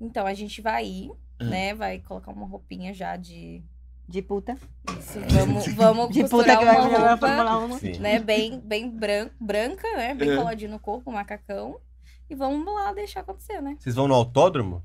S4: Então a gente vai ir,
S1: Hum.
S4: né? Vai colocar uma roupinha já de.
S3: De puta.
S4: Isso, vamos, vamos
S3: De puta
S4: costurar
S3: que vai
S4: uma
S3: virar a
S4: roupa,
S3: Fórmula 1.
S2: Sim.
S4: né? Bem, bem bran- branca, né? Bem
S1: É.
S4: coladinho no corpo, um macacão. E vamos lá deixar acontecer, né?
S2: Vocês vão no autódromo?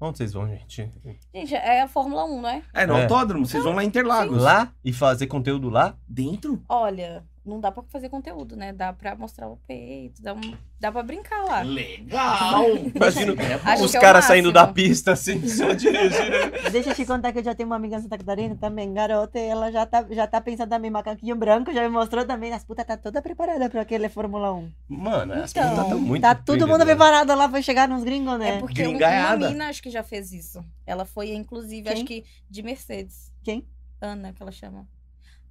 S2: Onde vocês vão, gente?
S4: Gente, é a Fórmula 1, não é?
S1: É, no
S2: É.
S1: autódromo, vocês vão lá em Interlagos.
S2: Lá e fazer conteúdo lá?
S1: Dentro?
S4: Olha, não dá pra fazer conteúdo, né? Dá pra mostrar o peito, dá, um- dá pra brincar lá.
S1: Ah, Legal!
S2: Imagina
S4: Acho
S2: os
S4: que é o
S2: caras saindo da
S4: máximo.
S2: pista assim, [LAUGHS] só dirigindo.
S3: Deixa eu te contar que eu já tenho uma amiga em Santa Catarina também, garota, e ela já tá, já tá pensando também, macaquinho branco, já me mostrou também. As putas tá toda preparada pra aquele Fórmula 1.
S2: Mano, as
S4: Então,
S2: putas tão muito. né?
S3: tá
S1: né?
S3: todo mundo
S2: empreendedoras.
S3: preparado lá pra chegar nos gringos, né?
S4: É porque um- uma
S1: Gringaiada.
S4: mina acho que já fez isso. Ela foi, inclusive,
S3: Quem?
S4: acho que de Mercedes.
S3: Quem?
S4: Ana, que ela chama.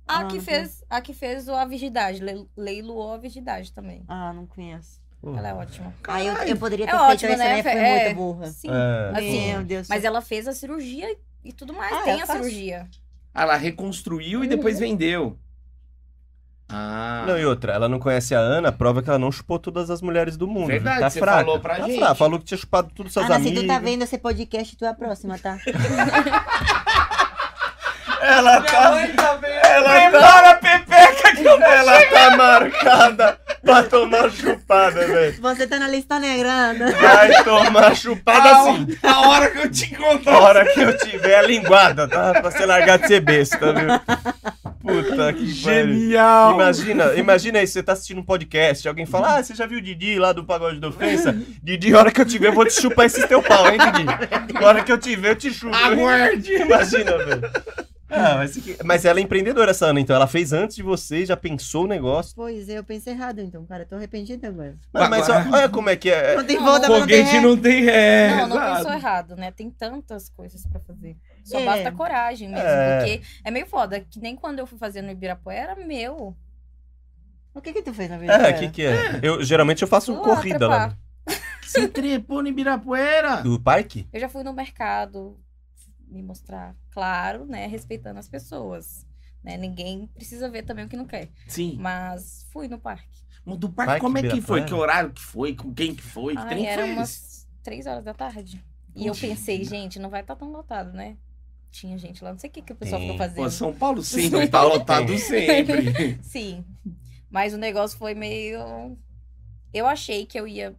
S4: A,
S3: Ah,
S4: que,
S3: não
S4: fez, a que fez o a virgindade, le- leiloou a virgindade também.
S3: Ah, não conheço.
S4: Ela é ótima.
S3: Ah, eu, eu poderia
S4: É
S3: ter feito
S4: ótimo,
S3: essa,
S4: né?
S3: né? Foi
S4: É.
S3: muito burra.
S4: Sim.
S2: É,
S4: Assim,
S2: pô.
S3: Meu Deus.
S4: Mas ela fez a cirurgia e tudo mais.
S3: Ah,
S4: Tem
S3: ela
S4: a
S3: faz?
S4: cirurgia.
S1: Ah, ela reconstruiu e depois vendeu. Ah,
S2: Não, e outra, ela não conhece a Ana, prova é que ela não chupou todas as mulheres do mundo.
S1: Verdade,
S2: tá
S1: você
S2: fraca.
S1: falou pra
S2: tá
S1: gente.
S2: Fraca. Falou que tinha chupado todas suas
S3: Ana, se
S2: amigas.
S3: tu tá vendo esse podcast, tu é a próxima, tá?
S2: Ela tá,
S7: tá vendo?
S2: ela tá, a pepeca que ela tá marcada pra tomar chupada, velho.
S3: [LAUGHS] Você tá na lista negra, Ana.
S2: Vai tomar chupada
S1: a,
S2: sim.
S1: a Ah, hora que eu te
S2: A
S1: contar.
S2: hora que eu tiver a linguada, tá? Pra você largar de ser besta, viu? Puta que pariu.
S1: Genial!
S2: Imagina, imagina aí, você tá assistindo um podcast, alguém fala, ah, você já viu o Didi lá do Pagode da Ofensa? Didi, a hora que eu te ver, eu vou te chupar esse teu pau, hein, Didi? A hora que eu te ver, eu te chupo.
S1: Aguarde!
S2: Imagina, velho. Ah, mas, que- mas ela é empreendedora, essa Ana, então. Ela fez antes de você, já pensou o negócio.
S3: Pois é, eu pensei errado então, cara. Eu tô arrependida agora.
S2: Mas, mas ó, olha como é que é.
S3: Não tem
S4: Não,
S3: volta pra não ter
S1: Foguete
S3: ré.
S1: não tem ré.
S4: não, não
S1: É, exato.
S4: pensou errado, né? Tem tantas coisas pra fazer. Só
S3: É.
S4: basta coragem mesmo.
S2: É.
S4: Porque é meio foda. Que nem quando eu fui fazer no Ibirapuera, meu.
S3: O que que tu fez na vida?
S2: É, o que que é? Eu, geralmente eu faço
S4: Lá,
S2: corrida
S4: trepar.
S1: né?
S2: lá.
S1: Se trepou no Ibirapuera.
S2: Do parque?
S4: Eu já fui no mercado me mostrar, claro, né? Respeitando as pessoas. Né? Ninguém precisa ver também o que não quer.
S1: Sim.
S4: Mas fui no parque.
S1: Mas do parque,
S2: Parque
S1: como é que
S2: Ibirapuera?
S1: foi? Que horário que foi? Com quem que foi? Que
S4: Ai,
S1: trem que
S4: era
S1: foi esse?
S4: umas três horas da tarde. E eu pensei, gente, não vai estar tão lotado, né? Tinha gente lá, não sei o que, que o pessoal
S2: Tem.
S4: ficou fazendo.
S1: Pô, São Paulo
S4: [LAUGHS]
S1: sempre tá lotado sempre.
S4: Sim. Mas o negócio foi meio. Eu achei que eu ia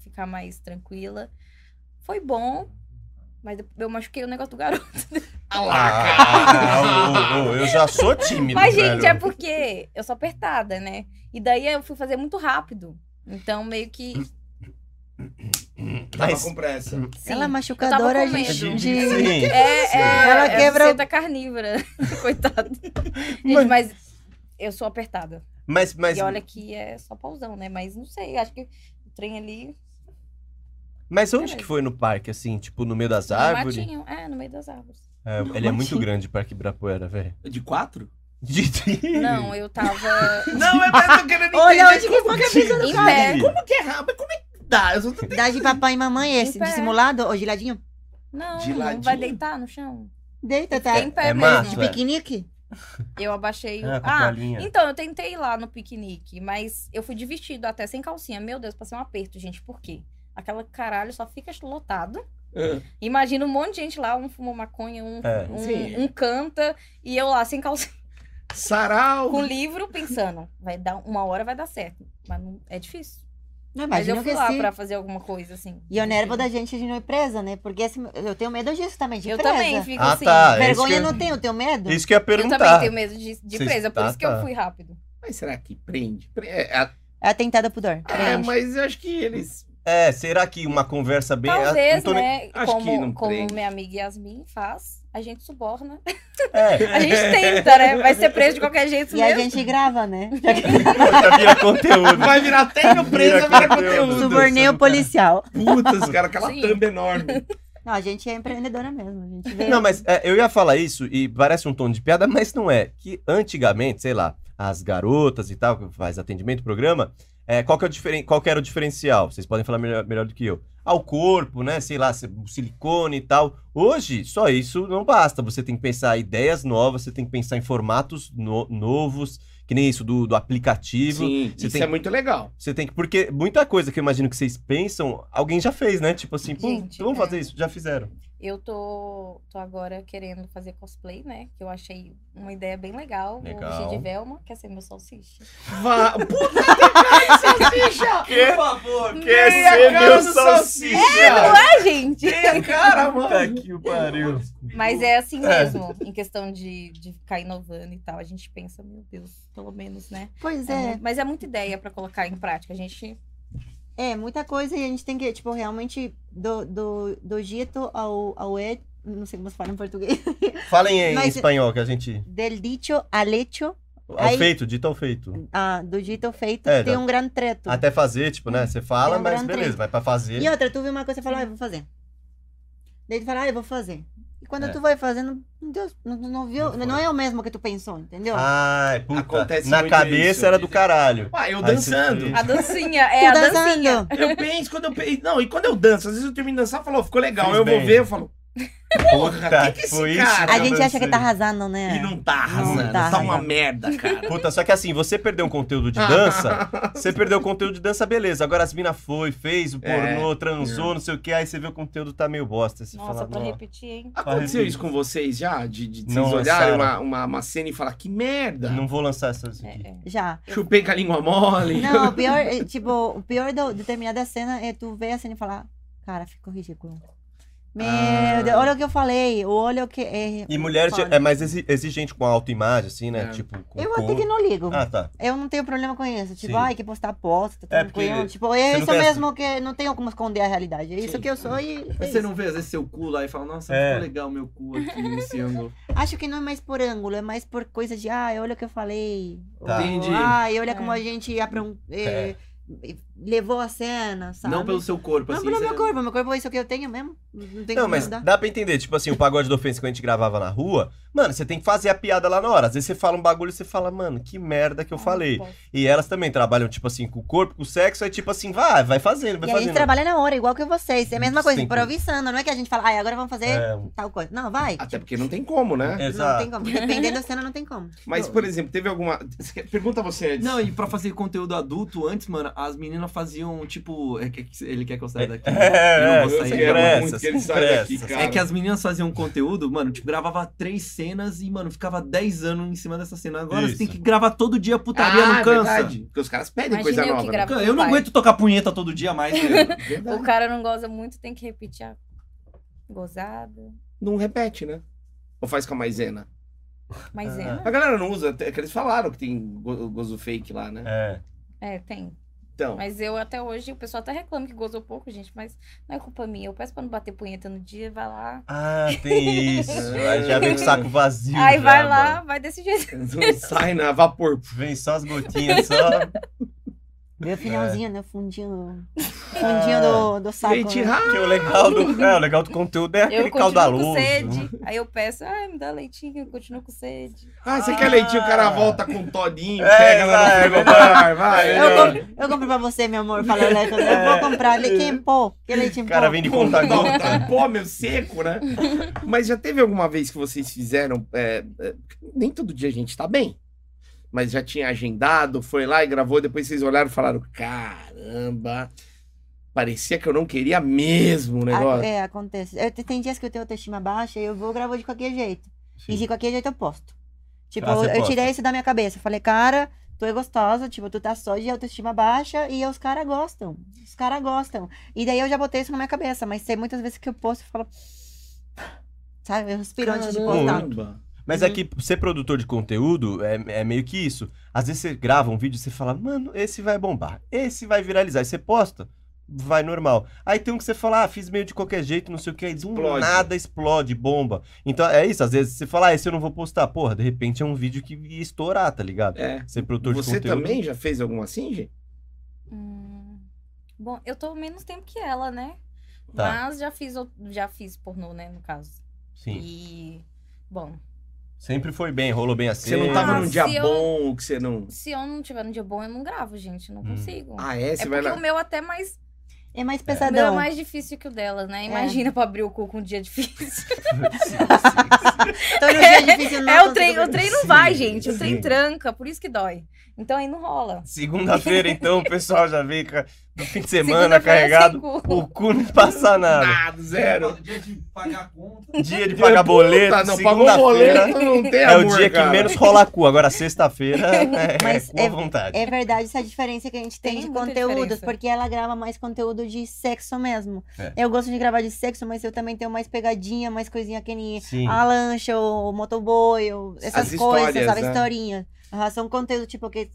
S4: ficar mais tranquila. Foi bom, mas eu machuquei o negócio do garoto.
S1: Ah
S2: [LAUGHS] Ah, ô, ô, ô, eu já sou tímido,
S4: Mas,
S2: velho.
S4: gente, é porque eu sou apertada, né? E daí eu fui fazer muito rápido. Então, meio que.
S1: Tava
S2: Mas-
S1: com pressa.
S4: Sim.
S3: Ela é machucadora,
S4: com medo.
S3: gente. de-
S2: Sim.
S4: É, é,
S3: Ela
S4: é
S3: quebra-
S4: seta carnívora. [LAUGHS] Coitada. Gente, mas eu sou apertada.
S2: Mas, mas,
S4: E olha que é só pausão, né? Mas não sei, acho que o trem ali.
S2: mas onde que foi no parque, assim? Tipo, no meio das
S4: no
S2: árvores?
S4: matinho. É, no meio das árvores.
S2: É, ele é muito grande, o Parque Ibirapuera, velho. [LAUGHS]
S1: De quatro?
S4: Não, eu tava
S2: [LAUGHS]
S1: Não, é mais eu querendo
S3: Olha
S1: entender
S3: onde que foi que eu fiz
S4: em pé.
S1: Como que é rápido? Mas Como é que dá? Eu sou...
S3: Dá de papai e mamãe esse,
S4: Em pé.
S3: dissimulado ou giladinho?
S4: Não,
S1: De
S4: não vai
S1: ladinho.
S4: deitar no chão.
S3: Deita, tá?
S4: Fiquei em pé
S2: é
S4: mesmo.
S2: massa,
S3: De
S2: é.
S3: piquenique?
S4: Eu abaixei o.
S2: Ah, com a
S4: Ah,
S2: galinha.
S4: então eu tentei ir lá no piquenique, mas eu fui de vestido até sem calcinha. Meu Deus, passei um aperto, gente. Por quê? Aquela caralho só fica lotado. Imagina um monte de gente lá, um fumou maconha, um,
S2: É.
S4: um-
S1: Sim.
S4: um canta, e eu lá sem calcinha,
S1: Sarau.
S4: com livro, pensando, vai dar uma hora vai dar certo. Mas não, é difícil.
S3: Não,
S4: Mas eu
S3: imagina
S4: fui
S3: que
S4: lá
S3: sim.
S4: pra fazer alguma coisa assim.
S3: E o nervo da gente de não ir presa, né? Porque esse- eu tenho medo disso também, de
S4: Eu
S3: presa.
S4: também fico
S2: Ah,
S4: assim.
S2: tá. É isso que
S3: Vergonha
S2: eu-
S3: não tenho, eu tenho medo.
S2: Isso que eu ia
S4: Eu
S2: perguntar.
S4: também tenho medo de, de
S2: Vocês-
S4: presa, por
S2: tá,
S4: isso que eu
S2: tá.
S4: fui rápido.
S1: Mas será que prende? Pre- É, a-
S3: É atentado ao pudor.
S1: é, mas eu acho que eles...
S2: É, será que uma conversa bem... eu
S4: Talvez,
S2: não tô nem-
S4: né?
S1: Acho que não
S4: Como, como
S1: prende.
S4: minha amiga Yasmin faz, a
S1: [LAUGHS]
S4: gente suborna.
S2: É, [LAUGHS]
S4: A gente tenta, né? Vai ser preso de qualquer
S3: [LAUGHS]
S4: jeito
S3: E a
S4: mesmo.
S3: gente grava,
S4: [LAUGHS]
S3: né?
S2: já vira conteúdo.
S1: Vai virar até no preso, vai virar conteúdo.
S2: é
S3: Suborneio um policial.
S1: Putas, cara, aquela
S4: Sim.
S1: thumb enorme.
S3: Não, a gente é empreendedora mesmo. A gente vê...
S2: Não, mas é, eu ia falar isso e parece um tom de piada, mas não é. Que antigamente, sei lá, as garotas e tal, que faz atendimento, programa, é, qual, que é o diferen... qual que era o diferencial? Vocês podem falar melhor, melhor do que eu. Ao corpo, né? Sei lá, se- o silicone e tal. Hoje, só isso não basta. Você tem que pensar em ideias novas, você tem que pensar em formatos no- novos, que nem isso do, do aplicativo.
S1: Sim,
S2: Você
S1: isso
S2: tem-
S1: é muito legal.
S2: Você tem que. Porque muita coisa que eu imagino que vocês pensam, alguém já fez, né? Tipo assim, pô,
S4: Gente,
S2: vamos
S4: é.
S2: fazer isso, já fizeram.
S4: Eu tô, tô agora querendo fazer cosplay, né? Que eu achei uma ideia bem legal. Vou vestir
S2: Legal.
S4: de Velma, quer ser meu salsicha.
S1: Vá... Puta que é salsicha!
S2: Quer-
S6: favor,
S2: Quer
S1: Nem a
S4: [LAUGHS]
S2: ser
S1: cara
S2: meu
S1: do
S2: salsicha?
S4: Não é, gente?
S1: Cara, mano.
S2: Puta que o pariu.
S4: Mas é assim
S2: É.
S4: mesmo, em questão de, de ficar inovando e tal. A gente pensa, meu Deus, pelo menos, né?
S3: Pois
S4: É,
S3: é.
S4: mas é muita ideia pra colocar em prática. A gente.
S3: É, muita coisa e a gente tem que, tipo, realmente do, do, do dito ao, ao e, não sei como se fala em português, [LAUGHS]
S2: Falem em
S3: Mas-
S2: espanhol que a gente.
S3: del dicho al hecho,
S2: Ao
S3: Aí-
S2: feito, dito ao feito.
S3: ah, do dito ao feito,
S2: É,
S3: tem
S2: dá-
S3: um grande treto.
S2: Até fazer, tipo, né? Você fala,
S3: É um
S2: mas
S3: grande
S2: beleza,
S3: treino.
S2: mas pra fazer.
S3: E outra, tu viu uma coisa e falou, ah, eu vou fazer. Daí tu fala, ah, eu vou fazer. E quando
S2: É.
S3: tu vai fazendo, meu Deus, não, não viu,
S2: Não
S3: não,
S2: foi. Ah.
S3: é o mesmo que tu pensou, entendeu?
S2: Ai, puta.
S1: Acontece
S2: na
S1: muito
S2: cabeça
S1: isso.
S2: era do caralho.
S1: Ah, eu
S2: Aí você
S1: dançando.
S2: [LAUGHS] fez.
S4: A dancinha, é a
S3: tu
S4: dancinha.
S3: dançando.
S1: Eu penso, quando eu penso. Não, e quando eu danço, às vezes eu termino de dançar e falo, ó, ficou legal.
S2: Fiz
S1: eu
S2: bem.
S1: vou ver, eu falo,
S2: Puta,
S1: que que esse
S2: foi
S1: cara-
S2: isso. que
S3: A
S2: eu
S3: gente acha que
S2: dancei.
S3: tá arrasando, né?
S1: e não tá arrasando.
S3: Não
S1: Não
S3: tá
S1: tá, uma
S3: arrasando.
S1: merda, cara.
S2: Puta, só que assim, você perdeu um conteúdo de
S1: Ah.
S2: dança,
S1: [LAUGHS]
S2: você perdeu o conteúdo de dança, beleza. Agora as mina foi, fez o
S1: É.
S2: pornô, transou, não sei o que, aí você vê o conteúdo tá meio bosta. Você
S4: Nossa,
S2: fala,
S4: pra
S2: "Nossa".
S4: repetir, hein?
S1: Aconteceu isso com vocês já? De, de vocês
S2: Não,
S1: olharem
S2: Sara.
S1: uma, uma, uma cena e falar, que merda.
S2: Não vou lançar essas aqui.
S4: É, é.
S2: [LAUGHS]
S3: Já.
S1: Chupei com a língua mole.
S3: Não, o pior, é, tipo, o pior de determinada cena é tu ver a cena e falar, cara, ficou ridículo. Meu
S2: Ah.
S3: Deus, olha o que eu falei, ou olha o que. É,
S2: E mulher
S3: foda.
S2: é mais exi- exigente com a autoimagem, assim, né?
S1: É.
S2: Tipo, com
S3: Eu
S2: corpo.
S3: até que não ligo.
S2: Ah, tá.
S3: Eu não tenho problema com isso. Tipo,
S2: Sim.
S3: ai, que postar posta,
S2: É,
S3: tranquilo.
S2: porque
S3: tipo,
S2: você
S3: é
S2: não
S3: isso
S2: tem essa-
S3: mesmo que não tenho como esconder a realidade. É isso que eu sou e. é
S7: Mas você
S3: isso.
S7: não vê às vezes seu cu lá e fala, nossa,
S2: É.
S7: ficou legal meu cu aqui nesse ângulo.
S3: Acho que não é mais por ângulo, é mais por coisa de, ai, olha o que eu falei.
S2: Tá.
S7: Entendi.
S3: Ai, olha
S4: É.
S3: como a gente apron- é, levou a cena, sabe?
S7: Não pelo seu corpo,
S3: Não
S7: assim.
S3: pelo
S7: você-
S3: meu corpo, meu corpo é isso que eu tenho mesmo. Não tem
S2: Não,
S3: como
S2: mas
S3: mudar.
S2: dá pra entender. Tipo assim, o pagode da ofensa que a gente gravava na rua, mano, você tem que fazer a piada lá na hora. Às vezes você fala um bagulho e você fala, mano, que merda
S4: Ah,
S2: que eu falei. E elas também trabalham, tipo assim, com o corpo, com o sexo, aí tipo assim, vai, vai fazendo, vai
S3: E a gente
S2: fazendo.
S3: trabalha na hora, igual que vocês. É a mesma coisa,
S2: Sempre.
S3: improvisando. Não é que a gente fala, ai, agora vamos
S4: né?
S3: fazer
S2: É,
S3: tal coisa. Não, vai.
S1: [LAUGHS]
S3: Tipo,
S1: Até porque não tem como, né?
S3: Não tem
S2: exato.
S3: como. Dependendo da cena, não tem como.
S1: Mas, por exemplo, teve alguma. Você quer- Pergunta você. Edson.
S7: Não, e pra fazer conteúdo adulto, antes, mano, as meninas faziam, tipo... é que- ele quer que eu saia daqui. Eu
S2: [LAUGHS] É,
S7: não
S2: é,
S7: vou
S2: sem
S7: sair, eu amo
S2: pressa,
S1: muito que
S2: sem
S1: ele saia daqui,
S2: pressa.
S1: cara. Ah,
S7: É que as meninas faziam conteúdo, mano, tipo, gravava três cenas e, mano, ficava 10 anos em cima dessa cena. Agora
S2: Isso.
S7: você tem que gravar todo dia, putaria
S1: Ah,
S7: não cansa.
S1: verdade, Porque os caras pedem
S4: Imagina eu
S1: coisa
S4: que
S1: nova. né? É
S4: gravo.
S7: Cara, Eu não
S4: Vai.
S7: aguento tocar punheta todo dia mais.
S1: [LAUGHS]
S7: né?
S4: O
S1: Verdade.
S4: cara não goza muito, tem que repetir a gozada.
S1: Não repete, né? Ou faz com a maisena.
S4: Mas é.
S2: Ah.
S1: A galera não usa, é que eles falaram que tem go- gozo fake lá, né?
S2: É.
S4: É, tem.
S1: Então.
S4: Mas eu até hoje, o pessoal até reclama que gozou pouco, gente, mas não é culpa minha. Eu peço pra não bater punheta no dia, vai lá.
S2: Ah, tem
S4: [LAUGHS]
S2: isso. Aí já vem com o saco vazio.
S4: Aí
S2: já,
S4: vai
S2: mano.
S4: lá, vai desse jeito.
S1: Não sai na vapor.
S2: Vem só as gotinhas, só. É.
S3: Meu finalzinho, né? Fundinho. Fundinho do, do saco.
S1: Leite
S3: né?
S1: rápido.
S2: Que o legal do, é, o legal do conteúdo é
S4: Eu
S2: [LAUGHS] aquele
S4: continuo
S2: caudaloso.
S4: com sede.
S2: né?
S4: Aí eu peço, ah, me dá leitinho, eu continuo com sede.
S1: Ah, você quer leitinho, o cara volta com todinho,
S2: É,
S1: pega lá no
S2: vai,
S1: frigobar, vai.
S3: Eu compro, eu compro pra você, meu amor. Falou, Leto. Eu vou comprar leite em pó. Que leite em
S2: [LAUGHS] O
S3: pó.
S2: É. cara vem de conta
S1: Não,
S2: gota.
S1: tá pó, meu, seco, né? Mas já teve alguma vez que vocês fizeram. é, é, nem todo dia a gente tá bem. Mas já tinha agendado, foi lá e gravou, depois vocês olharam e falaram: caramba, parecia que eu não queria mesmo o
S3: A-
S1: negócio.
S3: é, acontece. Eu, te- tem dias que eu tenho autoestima baixa e eu vou gravar de qualquer jeito. E de qualquer jeito eu posto. Tipo,
S2: Ah,
S3: eu,
S2: você
S3: eu
S2: posta.
S3: tirei isso da minha cabeça. Eu falei, cara, tu é gostosa, tipo, tu tá só de autoestima baixa e os caras gostam. Os caras gostam. E daí eu já botei isso na minha cabeça, mas tem muitas vezes que eu posto e falo. [SIGHS] Sabe, eu respiro é, antes de postar.
S1: Caramba.
S2: Mas é que ser produtor de conteúdo é, é meio que isso. Às vezes você grava um vídeo e você fala, mano, esse vai bombar, esse vai viralizar. Aí você posta, vai normal. Aí tem um que você fala, ah, fiz meio de qualquer jeito, não sei o que, aí do
S1: Explode.
S2: nada explode, bomba. Então é isso, às vezes você fala, ah, esse eu não vou postar. Porra, de repente é um vídeo que ia estourar, tá ligado?
S1: É.
S2: Ser produtor de
S1: Você
S2: conteúdo.
S1: também já fez algum assim, gente?
S4: Hum. Bom, eu tô menos tempo que ela, né?
S2: Tá.
S4: Mas já fiz, out- já fiz pornô, né, no caso.
S2: Sim.
S4: E, bom,
S2: Sempre foi bem, rolou bem assim.
S1: Você não tava
S4: Ah,
S1: num
S4: se
S1: dia
S4: eu-
S1: bom, que você não.
S4: se eu não tiver no dia bom, eu não gravo, gente, eu não
S2: Hum.
S4: consigo.
S1: Ah, é? Você
S4: É
S1: vai
S4: porque
S1: lá.
S4: o meu até mais.
S3: É mais
S4: O meu é
S3: pesadão.
S4: mais difícil que o dela,
S3: É.
S4: né? Imagina pra abrir o cu com um dia [LAUGHS] difícil.
S3: Todo dia é difícil, não
S4: é, o
S3: consigo
S4: [LAUGHS] trem, é o
S3: ver.
S4: trem não vai,
S2: Sim,
S4: gente. O trem
S2: sim.
S4: tranca, por isso que dói. Então aí não rola.
S2: [LAUGHS] Segunda-feira, então, o pessoal já vem ca- no fim de semana
S4: Segunda-feira é
S2: carregado.
S4: seguro.
S2: O cu não passa nada.
S1: Nada, zero.
S7: Dia de pagar a conta.
S2: Dia de pagar boleto,
S1: Puta, não, pagou o
S2: segunda-feira.
S1: boleto, não tem
S2: É
S1: amor,
S2: o dia que
S1: cara.
S2: menos rola cu. Agora, sexta-feira,
S3: [LAUGHS]
S2: é,
S3: Mas
S2: cu à
S3: é-
S2: vontade.
S3: É verdade essa diferença que a gente tem,
S4: Tem
S3: de
S4: muita
S3: conteúdos,
S4: diferença.
S3: porque ela grava mais conteúdo de sexo mesmo.
S2: É.
S3: Eu gosto de gravar de sexo, mas eu também tenho mais pegadinha, mais coisinha que nem
S2: Sim.
S3: a lancha, ou o motoboy, ou essas
S1: As
S3: coisas,
S1: histórias,
S3: sabe?
S1: né?
S3: Historinha. Ah, são conteúdo, tipo, que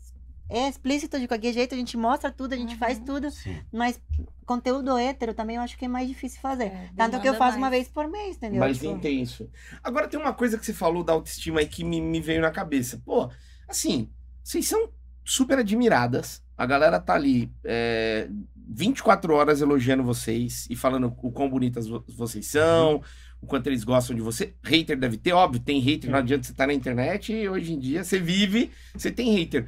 S3: é explícito de qualquer jeito, a gente mostra tudo, a gente
S4: Uhum.
S3: faz tudo,
S2: Sim.
S3: mas conteúdo hétero também eu acho que é mais difícil fazer.
S4: É,
S3: Tanto que eu
S4: demanda
S3: faço uma
S4: mais.
S3: vez por mês, entendeu?
S1: Mas
S3: Tipo,
S1: intenso. Agora tem uma coisa que você falou da autoestima aí que me, me veio na cabeça. Pô, assim, vocês são super admiradas. A galera tá ali é, 24 horas elogiando vocês e falando o quão bonitas vo- vocês são, o quanto eles gostam de você. Hater deve ter, óbvio, tem hater, não adianta você estar na internet e hoje em dia você vive, você tem hater.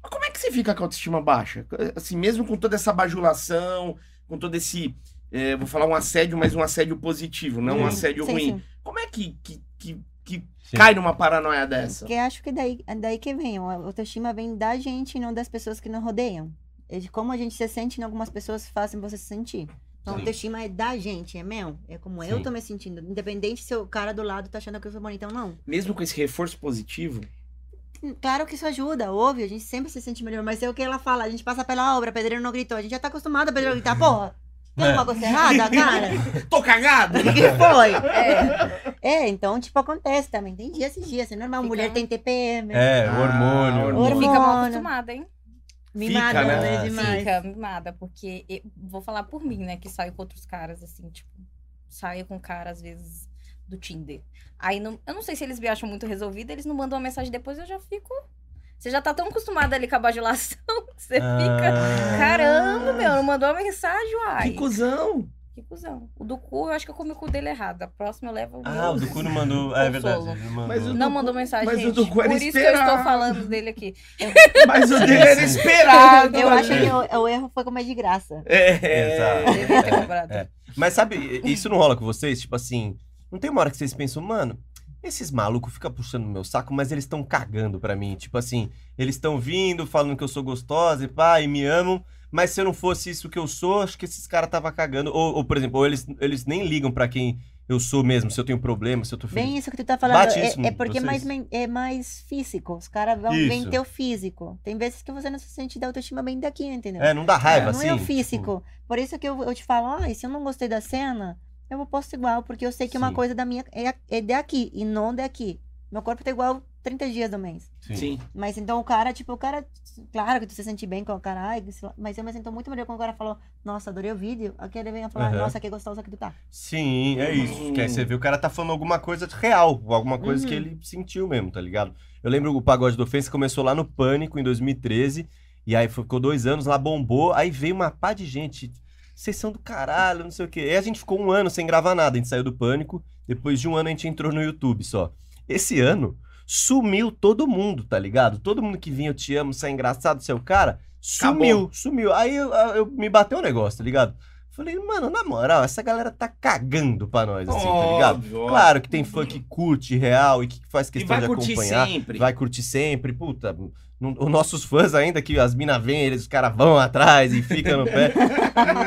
S1: Mas como é que você fica com a autoestima baixa? Assim, mesmo com toda essa bajulação, com todo esse. é, vou falar um assédio, mas um assédio positivo, não um
S2: Hum.
S1: assédio
S3: sim,
S1: ruim.
S3: sim.
S1: Como é que, que, que, que
S2: Sim.
S1: cai numa paranoia dessa?
S3: Porque acho que daí, daí que vem. A autoestima vem da gente e não das pessoas que nos rodeiam. É de como a gente se sente em algumas pessoas fazem você se sentir. Então, a
S2: Sim.
S3: autoestima é da gente, é meu. É como eu
S2: Sim.
S3: tô me sentindo. Independente se o cara do lado tá achando que eu sou bonita ou não.
S1: Mesmo com esse reforço positivo,
S3: Hum, Claro que isso ajuda, óbvio. A gente sempre se sente melhor. Mas é o que ela fala. A gente passa pela obra, pedreiro não gritou. A gente já tá acostumado a pedreiro gritar. Porra, tem alguma coisa [LAUGHS] errada, cara?
S1: É. tô cagado!
S3: O que foi? É. É, então, tipo, acontece também. Tem dia esses dias. É normal.
S4: Fica-
S3: Mulher tem TPM.
S2: É,
S1: Ah,
S2: hormônio.
S1: hormônio.
S4: Fica mal
S3: Hormônio.
S4: acostumada, hein?
S3: Mimada,
S1: Fica, né?
S3: né? Demais.
S4: Assim, Fica mimada, porque eu- vou falar por mim, né? Que saio com outros caras, assim, tipo, saio com cara, às vezes, do Tinder. Aí não, eu não sei se eles me acham muito resolvida, eles não mandam uma mensagem depois, eu já fico. Você já tá tão acostumada ali com a bajulação [LAUGHS] que você fica.
S2: Ah,
S4: Caramba, meu, não mandou uma mensagem, uai.
S1: Que cuzão!
S4: Que cuzão. O do cu, eu acho que eu comi o cu dele errado. A próxima eu levo o meu.
S2: Ah, o do cu não mandou. É verdade.
S4: Consolo.
S2: ele mandou.
S1: Mas o-
S4: Não
S1: do
S4: mandou
S1: cu-
S4: mensagem,
S1: mas o
S4: gente.
S1: do cu era
S4: Por isso que eu
S1: esperar.
S4: estou falando dele aqui.
S1: Mas
S7: [LAUGHS]
S1: o dele era esperado!
S3: Eu
S1: né?
S3: acho
S2: É.
S3: que o, o erro foi comer de graça.
S1: É. [LAUGHS]
S2: Exato.
S4: Devia ter cobrado.
S2: é. Mas sabe, isso não rola com vocês? Tipo assim, não tem uma hora que vocês pensam, mano, esses malucos ficam puxando no meu saco, mas eles estão cagando pra mim. Tipo assim, eles estão vindo, falando que eu sou gostosa e pá, e me amam. Mas se eu não fosse isso que eu sou, acho que esses caras tava cagando. Ou, ou, por exemplo, ou eles, eles nem ligam pra quem eu sou mesmo, se eu tenho problema, se eu tô feliz.
S3: Bem isso que tu tá falando.
S2: Bate
S3: é-
S2: isso
S3: é,
S2: em
S3: porque é mais,
S2: vocês?
S3: men- é mais físico. Os caras vão
S2: Isso.
S3: vem teu físico. Tem vezes que você não se sente da autoestima bem daqui, entendeu?
S2: É, não dá raiva,
S3: não
S2: assim.
S3: é o
S2: tipo,
S3: físico. Por isso que eu, eu te falo, ah, se eu não gostei da cena, eu vou posto igual, porque eu sei que uma
S2: Sim.
S3: coisa da minha é, é daqui e não daqui. Meu corpo tá igual 30 dias do mês.
S2: Tipo,
S1: Sim.
S2: Tá
S3: Mas então o cara, tipo, o cara, claro que tu se sente bem com o cara, ai, sei lá, mas eu me sinto muito melhor quando o cara falou, nossa, adorei o vídeo. Aquele vem a falar,
S2: Aham.
S3: nossa, que gostosa que tu tá.
S2: Sim, é isso.
S1: Hum.
S2: Que aí você vê o cara tá falando alguma coisa real, alguma coisa
S3: Uhum.
S2: que ele sentiu mesmo, tá ligado? Eu lembro o Pagode do Ofensa começou lá no Pânico em 2013, e aí ficou dois anos, lá bombou, aí veio uma pá de gente. Vocês são do caralho, não sei o quê. E a gente ficou um ano sem gravar nada, a gente saiu do Pânico, depois de um ano a gente entrou no YouTube só. Esse ano sumiu todo mundo, tá ligado? Todo mundo que vinha, eu te amo, você é engraçado, você é o cara, sumiu, sumiu. Aí eu, eu- me bateu o negócio, tá ligado? Falei, mano, na moral, essa galera tá cagando pra nós, assim, tá ligado?
S1: Óbvio, óbvio.
S2: Claro que tem fã que curte real e que faz
S1: E
S2: questão
S1: vai
S2: de
S1: curtir
S2: acompanhar.
S1: sempre.
S2: Vai curtir sempre, puta. não- Os nossos fãs ainda que as mina vêm, eles, os caras vão atrás e ficam no
S1: [LAUGHS]
S2: pé.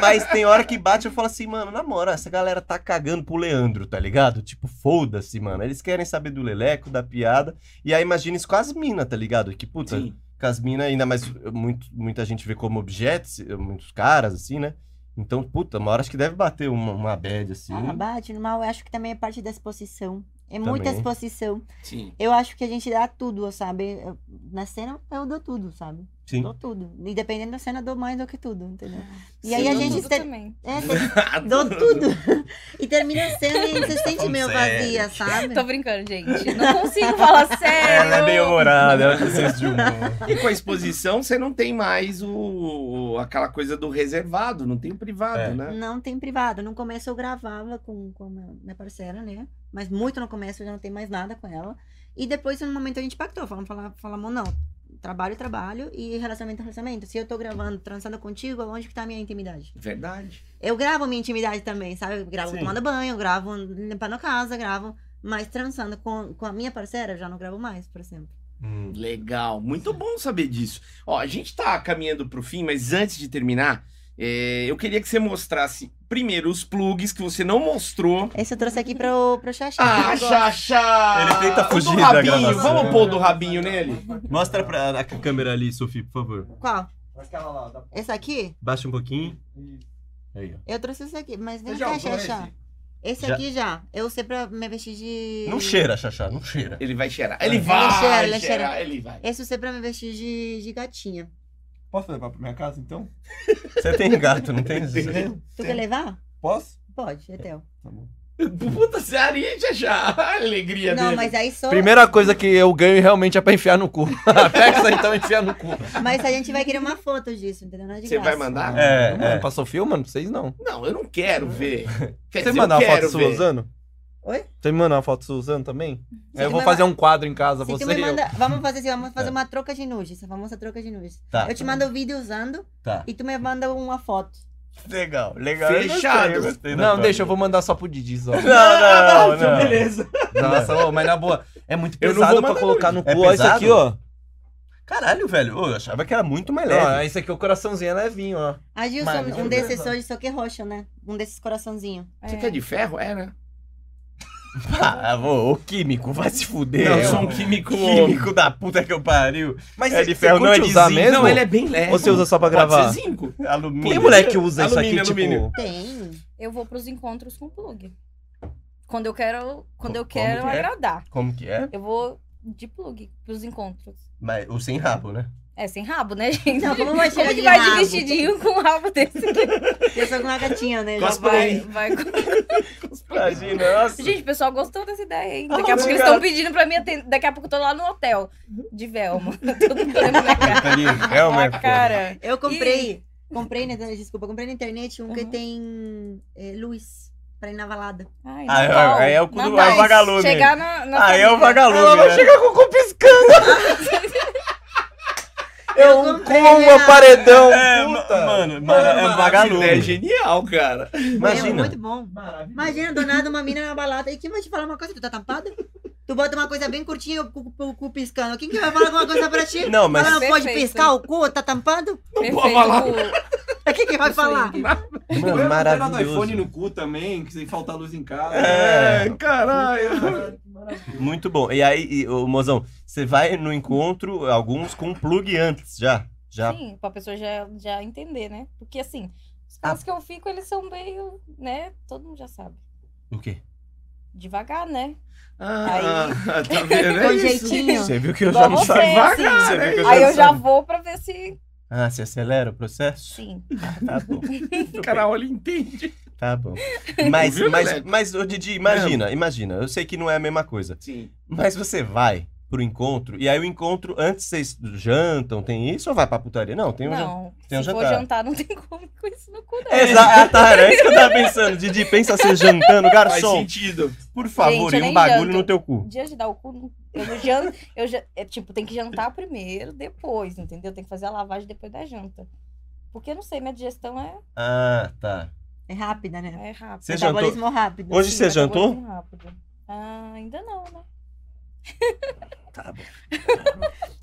S2: Mas tem hora que bate, eu falo assim, mano, na moral, essa galera tá cagando pro Leandro, tá ligado? Tipo, foda-se, mano. Eles querem saber do leleco, da piada. E aí imagina isso com as minas, tá ligado? Que puta,
S1: Sim.
S2: com as minas ainda mais. eh, Muito, muita gente vê como objetos, eh, muitos caras, assim, né? Então, puta, uma hora acho que deve bater uma, uma bad, assim.
S4: Uhum.
S3: Ah, bate no mal, eu acho que também é parte da exposição. É muita
S2: Também.
S3: exposição.
S1: Sim.
S3: Eu acho que a gente dá tudo, sabe? Eu- na cena eu dou tudo, sabe?
S2: Sim.
S3: Dou tudo. E dependendo da cena, eu dou mais do que tudo, entendeu? E
S4: Sim,
S3: aí a
S4: dou
S3: gente.
S4: tudo
S3: ter-
S4: também.
S3: É, [LAUGHS] ter- dou tudo. e termina a cena e você se sente meio vazia, sabe?
S4: Tô brincando, gente. Não consigo falar sério.
S2: Ela [LAUGHS] é bem humorada, ela precisa de humor.
S1: E com a exposição, você não tem mais o, aquela coisa do reservado, não tem o privado,
S2: É.
S1: né?
S3: Não tem privado. No começo eu gravava com, com a minha parceira, né? Mas muito no começo eu já não tenho mais nada com ela. E depois, no momento, a gente pactou. Falamos, fala- falamos não. Trabalho, trabalho e relacionamento, relacionamento. Se eu tô gravando, transando contigo, onde que tá a minha intimidade?
S1: Verdade.
S3: Eu gravo minha intimidade também, sabe? Eu gravo
S2: Sim.
S3: tomando banho, eu gravo limpando a casa, gravo. Mas transando com, com a minha parceira, eu já não gravo mais, por exemplo.
S2: [LAUGHS] Hum.
S1: Legal, muito bom saber disso. Ó, a gente tá caminhando pro fim, mas antes de terminar, é, eu queria que você mostrasse primeiro os plugs que você não mostrou.
S3: Esse eu trouxe aqui pro, pro Xaxá.
S1: Ah, Xaxá!
S2: Ele
S1: O
S2: tenta
S1: do
S2: fugir da
S1: rabinho.
S2: gravação.
S1: Vamos pôr o do rabinho nele?
S2: Mostra pra a câmera ali, Sophie, por favor.
S3: Qual?
S5: Aquela lá, da
S3: Esse aqui?
S2: Baixa um pouquinho. Aí, ó.
S3: Eu trouxe esse aqui, mas vem
S7: Você já
S1: é
S3: cá,
S7: usou
S3: Xaxá. Esse
S2: Já.
S3: aqui já. Eu usei pra me vestir de.
S2: Não cheira, Xaxá, não cheira.
S1: Ele vai cheirar. Ele vai
S3: cheira, ele
S1: cheirar,
S3: cheira.
S1: ele vai. [LAUGHS]
S3: Esse eu usei pra me vestir de, de gatinha.
S7: Posso levar pra minha casa, então?
S2: Você tem gato, não [LAUGHS] tem?
S3: Tu quer levar?
S7: Posso?
S3: Pode, é teu.
S1: Puta, você aria, Xaxá. A alegria
S3: Não,
S1: dele.
S3: mas é aí só.
S5: Primeira coisa que eu ganho realmente é pra enfiar no cu. [LAUGHS] Pega isso aí, então e enfia no cu.
S3: Mas a gente vai querer uma foto disso, entendeu? Não é de
S1: Você vai
S3: graça.
S1: mandar?
S2: É,
S5: Não, mano,
S2: é.
S5: pra Sofia, mano, pra vocês não.
S1: Não, eu não quero
S2: [LAUGHS]
S1: ver. Quer
S5: Você
S1: dizer,
S5: me mandar
S1: eu
S5: uma
S1: quero
S5: foto sua
S1: ver.
S5: usando?
S3: Oi?
S5: Você me mandar uma foto sua usando também?
S3: Você
S5: eu
S3: que
S5: vou
S3: me
S5: fazer um quadro em casa,
S3: Se
S5: você
S3: tu
S5: e
S3: me
S5: eu.
S3: manda, vamos fazer assim, vamos fazer uma troca de nudes, essa famosa troca de nudes.
S2: Tá.
S3: Eu te mando o vídeo usando
S2: Tá.
S3: e tu me manda uma foto.
S2: Legal, legal.
S1: Fechado.
S2: Eu gostei, eu gostei da
S5: Não,
S2: tua
S5: deixa, eu
S2: vida.
S5: vou mandar só pro Didi, só.
S2: [LAUGHS] Não, não, não.
S7: Beleza.
S5: Nossa, ô, mas na boa, é muito
S1: Eu não
S5: pesado
S1: vou
S5: pra
S1: mandar
S5: colocar no
S2: É
S5: cu. Olha isso
S2: pesado?
S5: aqui, ó.
S2: Caralho, velho. ô, Eu achava que era muito mais leve.
S5: Ó, esse aqui, o coraçãozinho é levinho, ó.
S3: Ah, Gilson,
S5: Maravilha.
S3: um desses hoje só que é roxo, né? Um desses coraçãozinho.
S1: Você
S4: É.
S1: quer de ferro? É, né?
S2: Ah, ô, ô, químico, vai se fuder.
S1: Não, eu
S2: ô.
S1: sou um [LAUGHS] químico.
S2: Químico da puta que eu pariu.
S5: Mas
S2: É de ferro, não é de
S5: usar
S2: zinco.
S5: mesmo?
S1: Não, ele é bem leve.
S5: Ou você usa só pra gravar?
S1: Pode ser zinco.
S2: Alumínio.
S5: Tem moleque que usa
S1: Alumínio,
S5: isso aqui,
S1: alumínio.
S5: tipo...
S3: Tem.
S4: Eu vou pros encontros com plug. Quando eu quero, quando eu
S2: Como
S4: quero
S2: que é?
S4: agradar.
S2: Como que é?
S4: Eu vou de plug pros encontros.
S2: Mas o sem rabo, né?
S4: É, sem rabo, né, [LAUGHS] gente?
S3: Não, como vai chegar
S4: Como que
S3: de
S4: vai de
S3: rabo?
S4: vestidinho com um rabo desse?
S3: Eu sou uma gatinha, né? Já
S1: Cosplay.
S4: Vai, vai com-
S2: Imagina, nossa.
S4: Gente, o pessoal gostou dessa ideia, hein? Daqui a
S2: Ah,
S4: pouco eles
S2: obrigado.
S4: estão pedindo pra mim atender. Daqui a pouco eu tô lá no hotel de Velma. [LAUGHS] Todo mundo olhando na cara.
S2: Tá ali, é uma
S4: Ah, cara.
S3: Eu comprei, comprei, né? Desculpa, comprei na internet um que
S4: Uhum.
S3: tem é, luz pra ir na balada.
S4: Ai,
S2: Ah, é-
S4: Natal.
S2: aí é o cu do-
S4: Natal.
S2: é o vagalume.
S4: Chegar na, na
S2: Aí é o
S4: família.
S2: vagalume.
S5: Ela vai
S2: né?
S5: chegar com o cu piscando. Eu um cu,
S3: né?
S5: uma paredão.
S2: É, ma-
S5: puta.
S2: mano, mano, é um
S1: É
S2: vagalume.
S1: genial, cara.
S3: É
S2: Imagina.
S3: muito bom. Imagina, do nada, uma mina na balada. E quem vai te falar uma coisa? Tu tá tampada? Tu bota uma coisa bem curtinha, o cu, o cu piscando. Quem que vai falar alguma coisa pra ti?
S2: Não, mas
S3: Ela não pode
S4: Perfeito.
S3: piscar o cu, tá tampado? [LAUGHS]
S1: pode falar.
S4: Perfeito.
S3: Quem que vai
S4: Isso aí.
S3: falar?
S7: Eu
S2: mano,
S7: vou botar no
S2: maravilhoso.
S7: iPhone no cu também, que sem faltar luz em casa.
S2: É.
S1: caralho.
S2: Muito bom. E aí, e, ô, mozão, você vai no encontro, alguns com um plug antes, já. Já. Ah.
S4: Sim, Assim, pra pessoa já, já entender, né? Porque assim, os caras que eu fico, eles são meio, né? Todo mundo já sabe.
S2: O quê?
S4: Devagar, né?
S1: Ah, [LAUGHS] tá vendo? É
S3: Com
S1: isso.
S3: jeitinho.
S2: Você viu que eu
S4: Igual
S2: já não
S4: você,
S2: sabia.
S4: assim.
S1: né?
S2: Você viu que eu já
S4: Aí
S2: não
S4: eu já
S2: sabia.
S4: vou pra ver se.
S2: Ah, você acelera o processo?
S4: Sim.
S2: Tá bom.
S1: O cara olha e entende.
S2: Tá
S4: [LAUGHS]
S2: bom. Mas,
S1: Viu,
S2: mas,
S1: Leleco?
S2: mas, ô Didi, imagina, imagina. Eu sei que não é a mesma coisa.
S1: Sim.
S2: Mas você vai pro encontro, e aí o encontro, antes vocês jantam, tem isso ou vai pra putaria? Não, tem um jantar.
S4: não,
S2: tem um
S4: se for
S2: jantar.
S4: jantar, não tem como com isso no cu, não.
S2: Exato, tá, era isso que eu tava pensando. Didi, pensa você jantando,
S1: Faz
S2: garçom.
S1: sentido.
S2: Por favor,
S4: Gente, eu
S2: e um
S4: nem
S2: bagulho
S4: janto.
S2: no teu cu.
S4: Dia de dar o cu, não- eu não janto. Eu já, é, tipo, tem que jantar primeiro, depois, entendeu? Tem que fazer a lavagem depois da janta. Porque eu não sei, minha digestão é,
S2: Ah, tá.
S3: É rápida, né?
S4: é rápida.
S2: Você jantou?
S3: Metabolismo rápido.
S2: Hoje
S4: Sim,
S2: você
S4: mas eu
S2: jantou?
S4: gosto rápido. Ah, ainda não, né?
S2: Tá bom.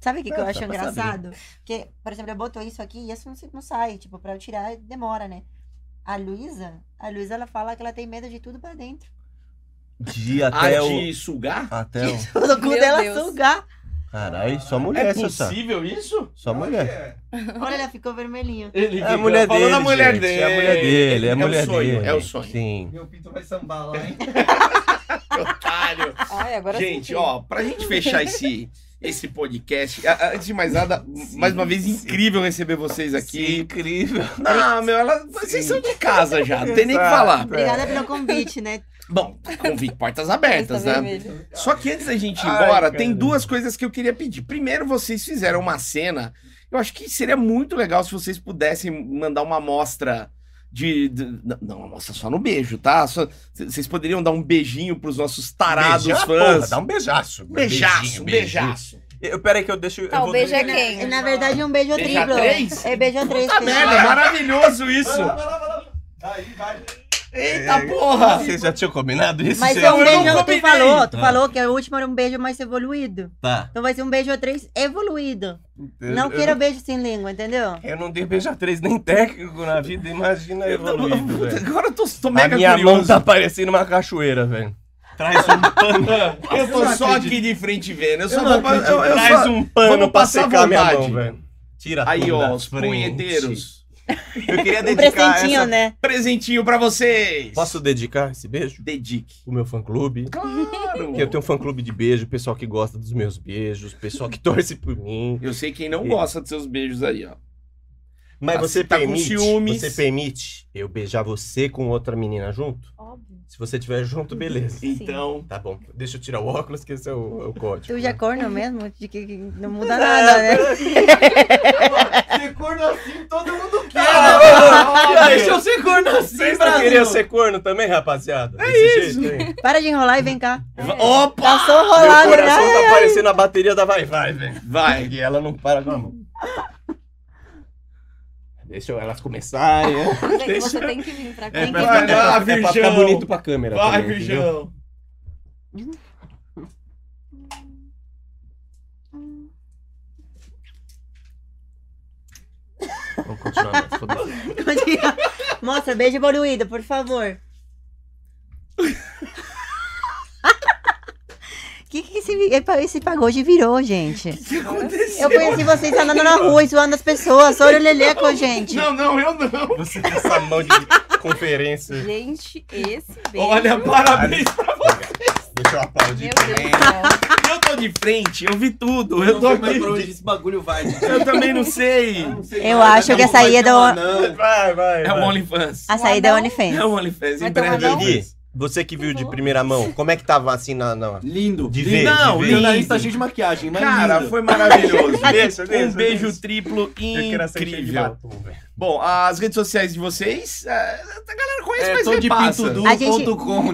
S3: Sabe o que, que
S2: É,
S3: eu
S2: dá
S3: acho
S2: pra
S3: engraçado? Porque, por exemplo, eu boto isso aqui e isso não, se- não sai. Tipo, pra eu tirar, demora, né? A Luísa, a Luísa, ela fala que ela tem medo de tudo pra dentro. [LAUGHS]
S2: Dia
S1: A
S2: até o.
S1: de sugar?
S2: Até o.
S3: O cu
S4: Meu
S3: dela
S4: Deus. [LAUGHS]
S3: sugar.
S2: Caralho, só mulher,
S1: É
S2: essa sabe?
S1: possível isso?
S2: Só mulher.
S3: Olha, ela ficou vermelhinha.
S1: Ele
S2: É a
S1: fica
S2: mulher
S1: falando
S2: dele.
S1: a mulher
S2: gente,
S1: dele.
S2: É a mulher dele, é a mulher
S1: o sonho,
S2: dele.
S1: É o sonho. É
S2: Sim.
S7: Meu pinto vai sambar lá, hein?
S1: Otário.
S4: Ai, agora
S1: Gente,
S4: senti.
S1: ó, pra gente fechar esse, esse podcast, a- a- antes de mais nada, mais uma vez, incrível receber vocês aqui.
S2: incrível.
S1: Ah, meu, ela, vocês são de casa já, não tem nem o que
S2: Exato.
S1: falar.
S3: Obrigada pelo convite, né?
S1: Bom, convite portas
S4: Está
S1: abertas, né?
S4: vermelho.
S1: Só que antes da gente ir
S2: Ai,
S1: embora,
S2: cara.
S1: tem duas coisas que eu queria pedir. Primeiro, vocês fizeram uma cena. Eu acho que seria muito legal se vocês pudessem mandar uma amostra de. de- não, não, uma amostra só no beijo, tá? Só- c- vocês poderiam dar um beijinho pros nossos tarados
S2: Beijar, porra,
S1: fãs.
S2: dá um beijaço.
S1: Beijaço,
S2: Beijinho,
S1: um
S2: beijinho.
S1: beijaço.
S2: Eu, peraí que eu deixo...
S4: Tá,
S2: eu
S4: o
S2: vou-
S4: beijo é
S3: Na-
S4: quem?
S3: Na verdade, é um beijo
S1: Beijo a
S3: triplo.
S1: três?
S3: É beijo a três.
S1: Puta
S3: pessoal.
S1: merda, é maravilhoso isso.
S7: Aí, vai.
S1: Eita porra!
S2: Vocês já tinham combinado isso?
S3: Mas
S2: Você-
S3: é um
S1: eu
S3: beijo,
S1: não
S3: tu
S1: combinei.
S3: falou, tu
S2: Ah.
S3: falou que o último era um beijo mais evoluído.
S2: Tá.
S3: Então vai ser um beijo a três evoluído.
S2: Eu-
S3: não
S2: eu-
S3: queira beijo sem língua, entendeu?
S2: Eu não dei beijo a três nem técnico na vida, imagina
S1: Eu tô-
S2: evoluído,
S1: puta,
S2: é velho.
S1: agora eu tô, tô
S2: A
S1: mega
S2: minha mão
S1: curioso.
S2: tá parecendo uma cachoeira, velho. Traz um pano,
S1: Eu tô
S2: não
S1: só
S2: acredito.
S1: aqui de frente vendo. [LAUGHS] Eu só
S2: Eu
S1: vou
S2: não
S1: pra-
S2: acredito.
S1: eu- eu
S2: Traz
S1: só-
S2: um pano
S1: Vamos
S2: pra
S1: passar
S2: secar minha
S1: vontade.
S2: mão, velho. Tira
S1: Aí,
S2: tudo
S1: ó,
S2: da
S1: os
S2: frente.
S1: punheteiros.
S2: Eu queria
S3: Um
S2: dedicar
S3: presentinho,
S2: essa...
S3: né?
S1: Presentinho pra vocês.
S2: Posso dedicar esse beijo?
S1: Dedique.
S2: O meu fã-clube.
S1: Claro.
S2: Que eu tenho um fã-clube de beijo, pessoal que gosta dos meus beijos, pessoal que [LAUGHS] torce por mim.
S1: Eu sei quem não gosta dos seus beijos aí, ó.
S2: Mas
S1: Tá-
S2: você
S1: tá com
S2: permite,
S1: ciúmes.
S2: você permite eu beijar você com outra menina junto?
S4: Óbvio.
S2: Se você tiver junto, beleza.
S1: Então,
S2: Tá bom, deixa eu tirar o óculos, que esse é o, é o código.
S3: Tu já é
S2: né?
S3: corno mesmo? De que, que não muda nada, né?
S7: Ser corno assim, todo
S3: [LAUGHS]
S7: mundo quer.
S5: Ah,
S2: Deixa eu-
S7: ser corno assim,
S2: Vocês não queriam ser corno também, rapaziada? É isso.
S3: Para de enrolar e vem cá.
S4: É,
S1: opa,
S3: Passou
S2: Meu
S3: rolado,
S2: coração
S3: né?
S2: tá parecendo a bateria da Vai Vai, velho.
S1: vai.
S2: E ela não para com a mão. Deixa elas começarem. né?
S4: Você tem que
S1: [LAUGHS]
S4: vir pra cá.
S2: É
S4: Tem que
S2: pra,
S1: Vai
S2: é pra-
S1: lá,
S2: é pra ficar
S1: virgão.
S2: bonito pra câmera.
S1: Vai,
S2: também, entendeu?
S1: bichão.
S2: Vamos continuar. mas foda-se.
S3: Mostra, beijo evoluído, por favor. O que, que esse, esse pagote virou, gente?
S1: O que aconteceu?
S3: Eu conheci vocês andando na rua e zoando as pessoas. Sou orelheleco, gente.
S1: Não, não, eu não.
S2: Você tem essa mão de conferência.
S4: Gente, esse beijo.
S1: Olha, parabéns.
S2: Deixa eu aplaudir.
S4: Meu Deus do céu.
S1: Eu tô de frente, eu vi tudo. Eu tô aqui.
S7: pra onde esse bagulho vai. gente.
S1: Eu também não sei.
S7: Não sei
S3: Eu
S7: nada,
S3: acho
S7: não
S3: que essa
S7: vai
S3: aí é
S7: ter
S3: do-
S7: um anão.
S2: Vai, vai.
S1: É o
S2: vai.
S1: OnlyFans.
S3: A saída é OnlyFans.
S1: É o OnlyFans, em
S4: Vai tomar
S1: breve.
S4: não?
S2: Gui, você que viu de primeira mão, como é que tava assim na. na...
S7: Lindo.
S2: De
S7: lindo.
S2: ver,
S7: Não,
S2: de
S7: meu
S2: ver.
S7: nariz tá cheio de maquiagem, mas
S1: Cara,
S7: lindo.
S1: foi [LAUGHS] maravilhoso.
S2: Deixa,
S1: Um beijo triplo incrível. Bom, as redes sociais de vocês, eh, a galera conhece,
S7: É,
S1: mas
S7: tô de
S1: repassa.
S3: A gente-
S7: pintudu.com.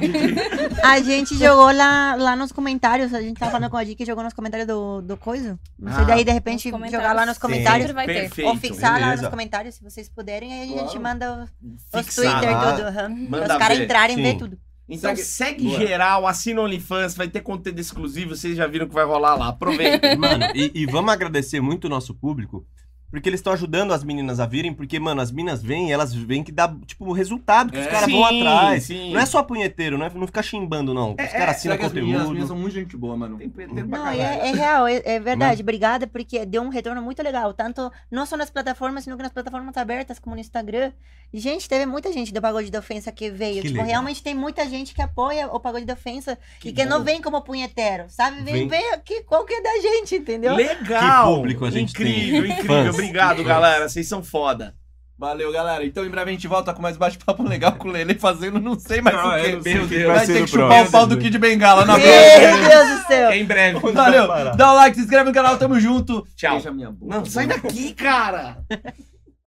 S3: A gente jogou lá, lá nos comentários. A gente tava falando com a Di que jogou nos comentários do, do coisa. [LAUGHS] Não sei,
S1: Ah.
S3: daí de
S4: Nos
S3: repente
S4: comentários.
S3: jogar lá nos
S4: Sim.
S3: comentários.
S4: Sempre vai ter.
S1: Perfeito.
S3: Ou fixar lá
S2: beleza.
S3: nos comentários, se vocês puderem. Aí a gente
S7: Claro.
S3: manda os
S1: Fixar
S3: Twitter,
S1: lá.
S3: tudo. aham.
S1: Manda
S3: Pra os caras
S1: ver.
S3: entrarem e ver
S2: Sim.
S3: tudo.
S1: Então
S7: Então,
S1: segue
S7: Boa.
S1: geral, assina o OnlyFans, vai ter conteúdo exclusivo, vocês já viram que vai rolar lá. Aproveitem.
S2: Mano, e, e vamos agradecer muito o nosso público. Porque eles estão ajudando as meninas a virem, porque, mano, as meninas vêm e elas veem que dá, tipo, o resultado que [LAUGHS] os
S7: É.
S2: caras vão
S1: Sim,
S2: atrás.
S1: sim.
S2: Não é só punheteiro, não, é, não fica chimbando, não. Ah, Os caras assinam
S7: É, será que as
S2: conteúdo.
S7: meninas, as meninas são muito gente boa, mano.
S1: Tem punheteiro pra
S3: Não,
S1: caralho.
S3: é, é real, é, é verdade. Obrigada, porque deu um retorno muito legal. Tanto não só nas plataformas, sino que nas plataformas abertas, como no Instagram. E, gente, teve muita gente do Pagode da Ofensa que veio.
S2: Que
S3: tipo,
S2: legal.
S3: realmente tem muita gente que apoia o Pagode da Ofensa
S1: Que
S3: e que não
S1: bom.
S3: vem como punheteiro, sabe? Vem,
S2: Vem.
S3: vem aqui, qual que é da gente, entendeu?
S1: Legal!
S2: Que público a gente
S1: incrível,
S2: tem.
S1: incrível.
S2: Fãs.
S1: Obrigado,
S2: Fãs.
S1: galera. Vocês são foda.
S7: Valeu, galera. Então, em breve a gente volta com mais bate-papo legal com o Lele fazendo não sei mais
S2: Ah,
S7: o
S3: é,
S2: eu
S7: que.
S2: não sei o que vai
S7: vai
S2: ser
S7: ter
S2: no
S7: que chupar
S2: próximo.
S7: o pau do Kid Bengala na boca.
S3: Meu Deus do céu!
S1: É em breve.
S7: um Valeu. Dá o like, se inscreve no canal, tamo junto.
S1: Tchau.
S7: Beija minha boca.
S1: Não, sai daqui, cara!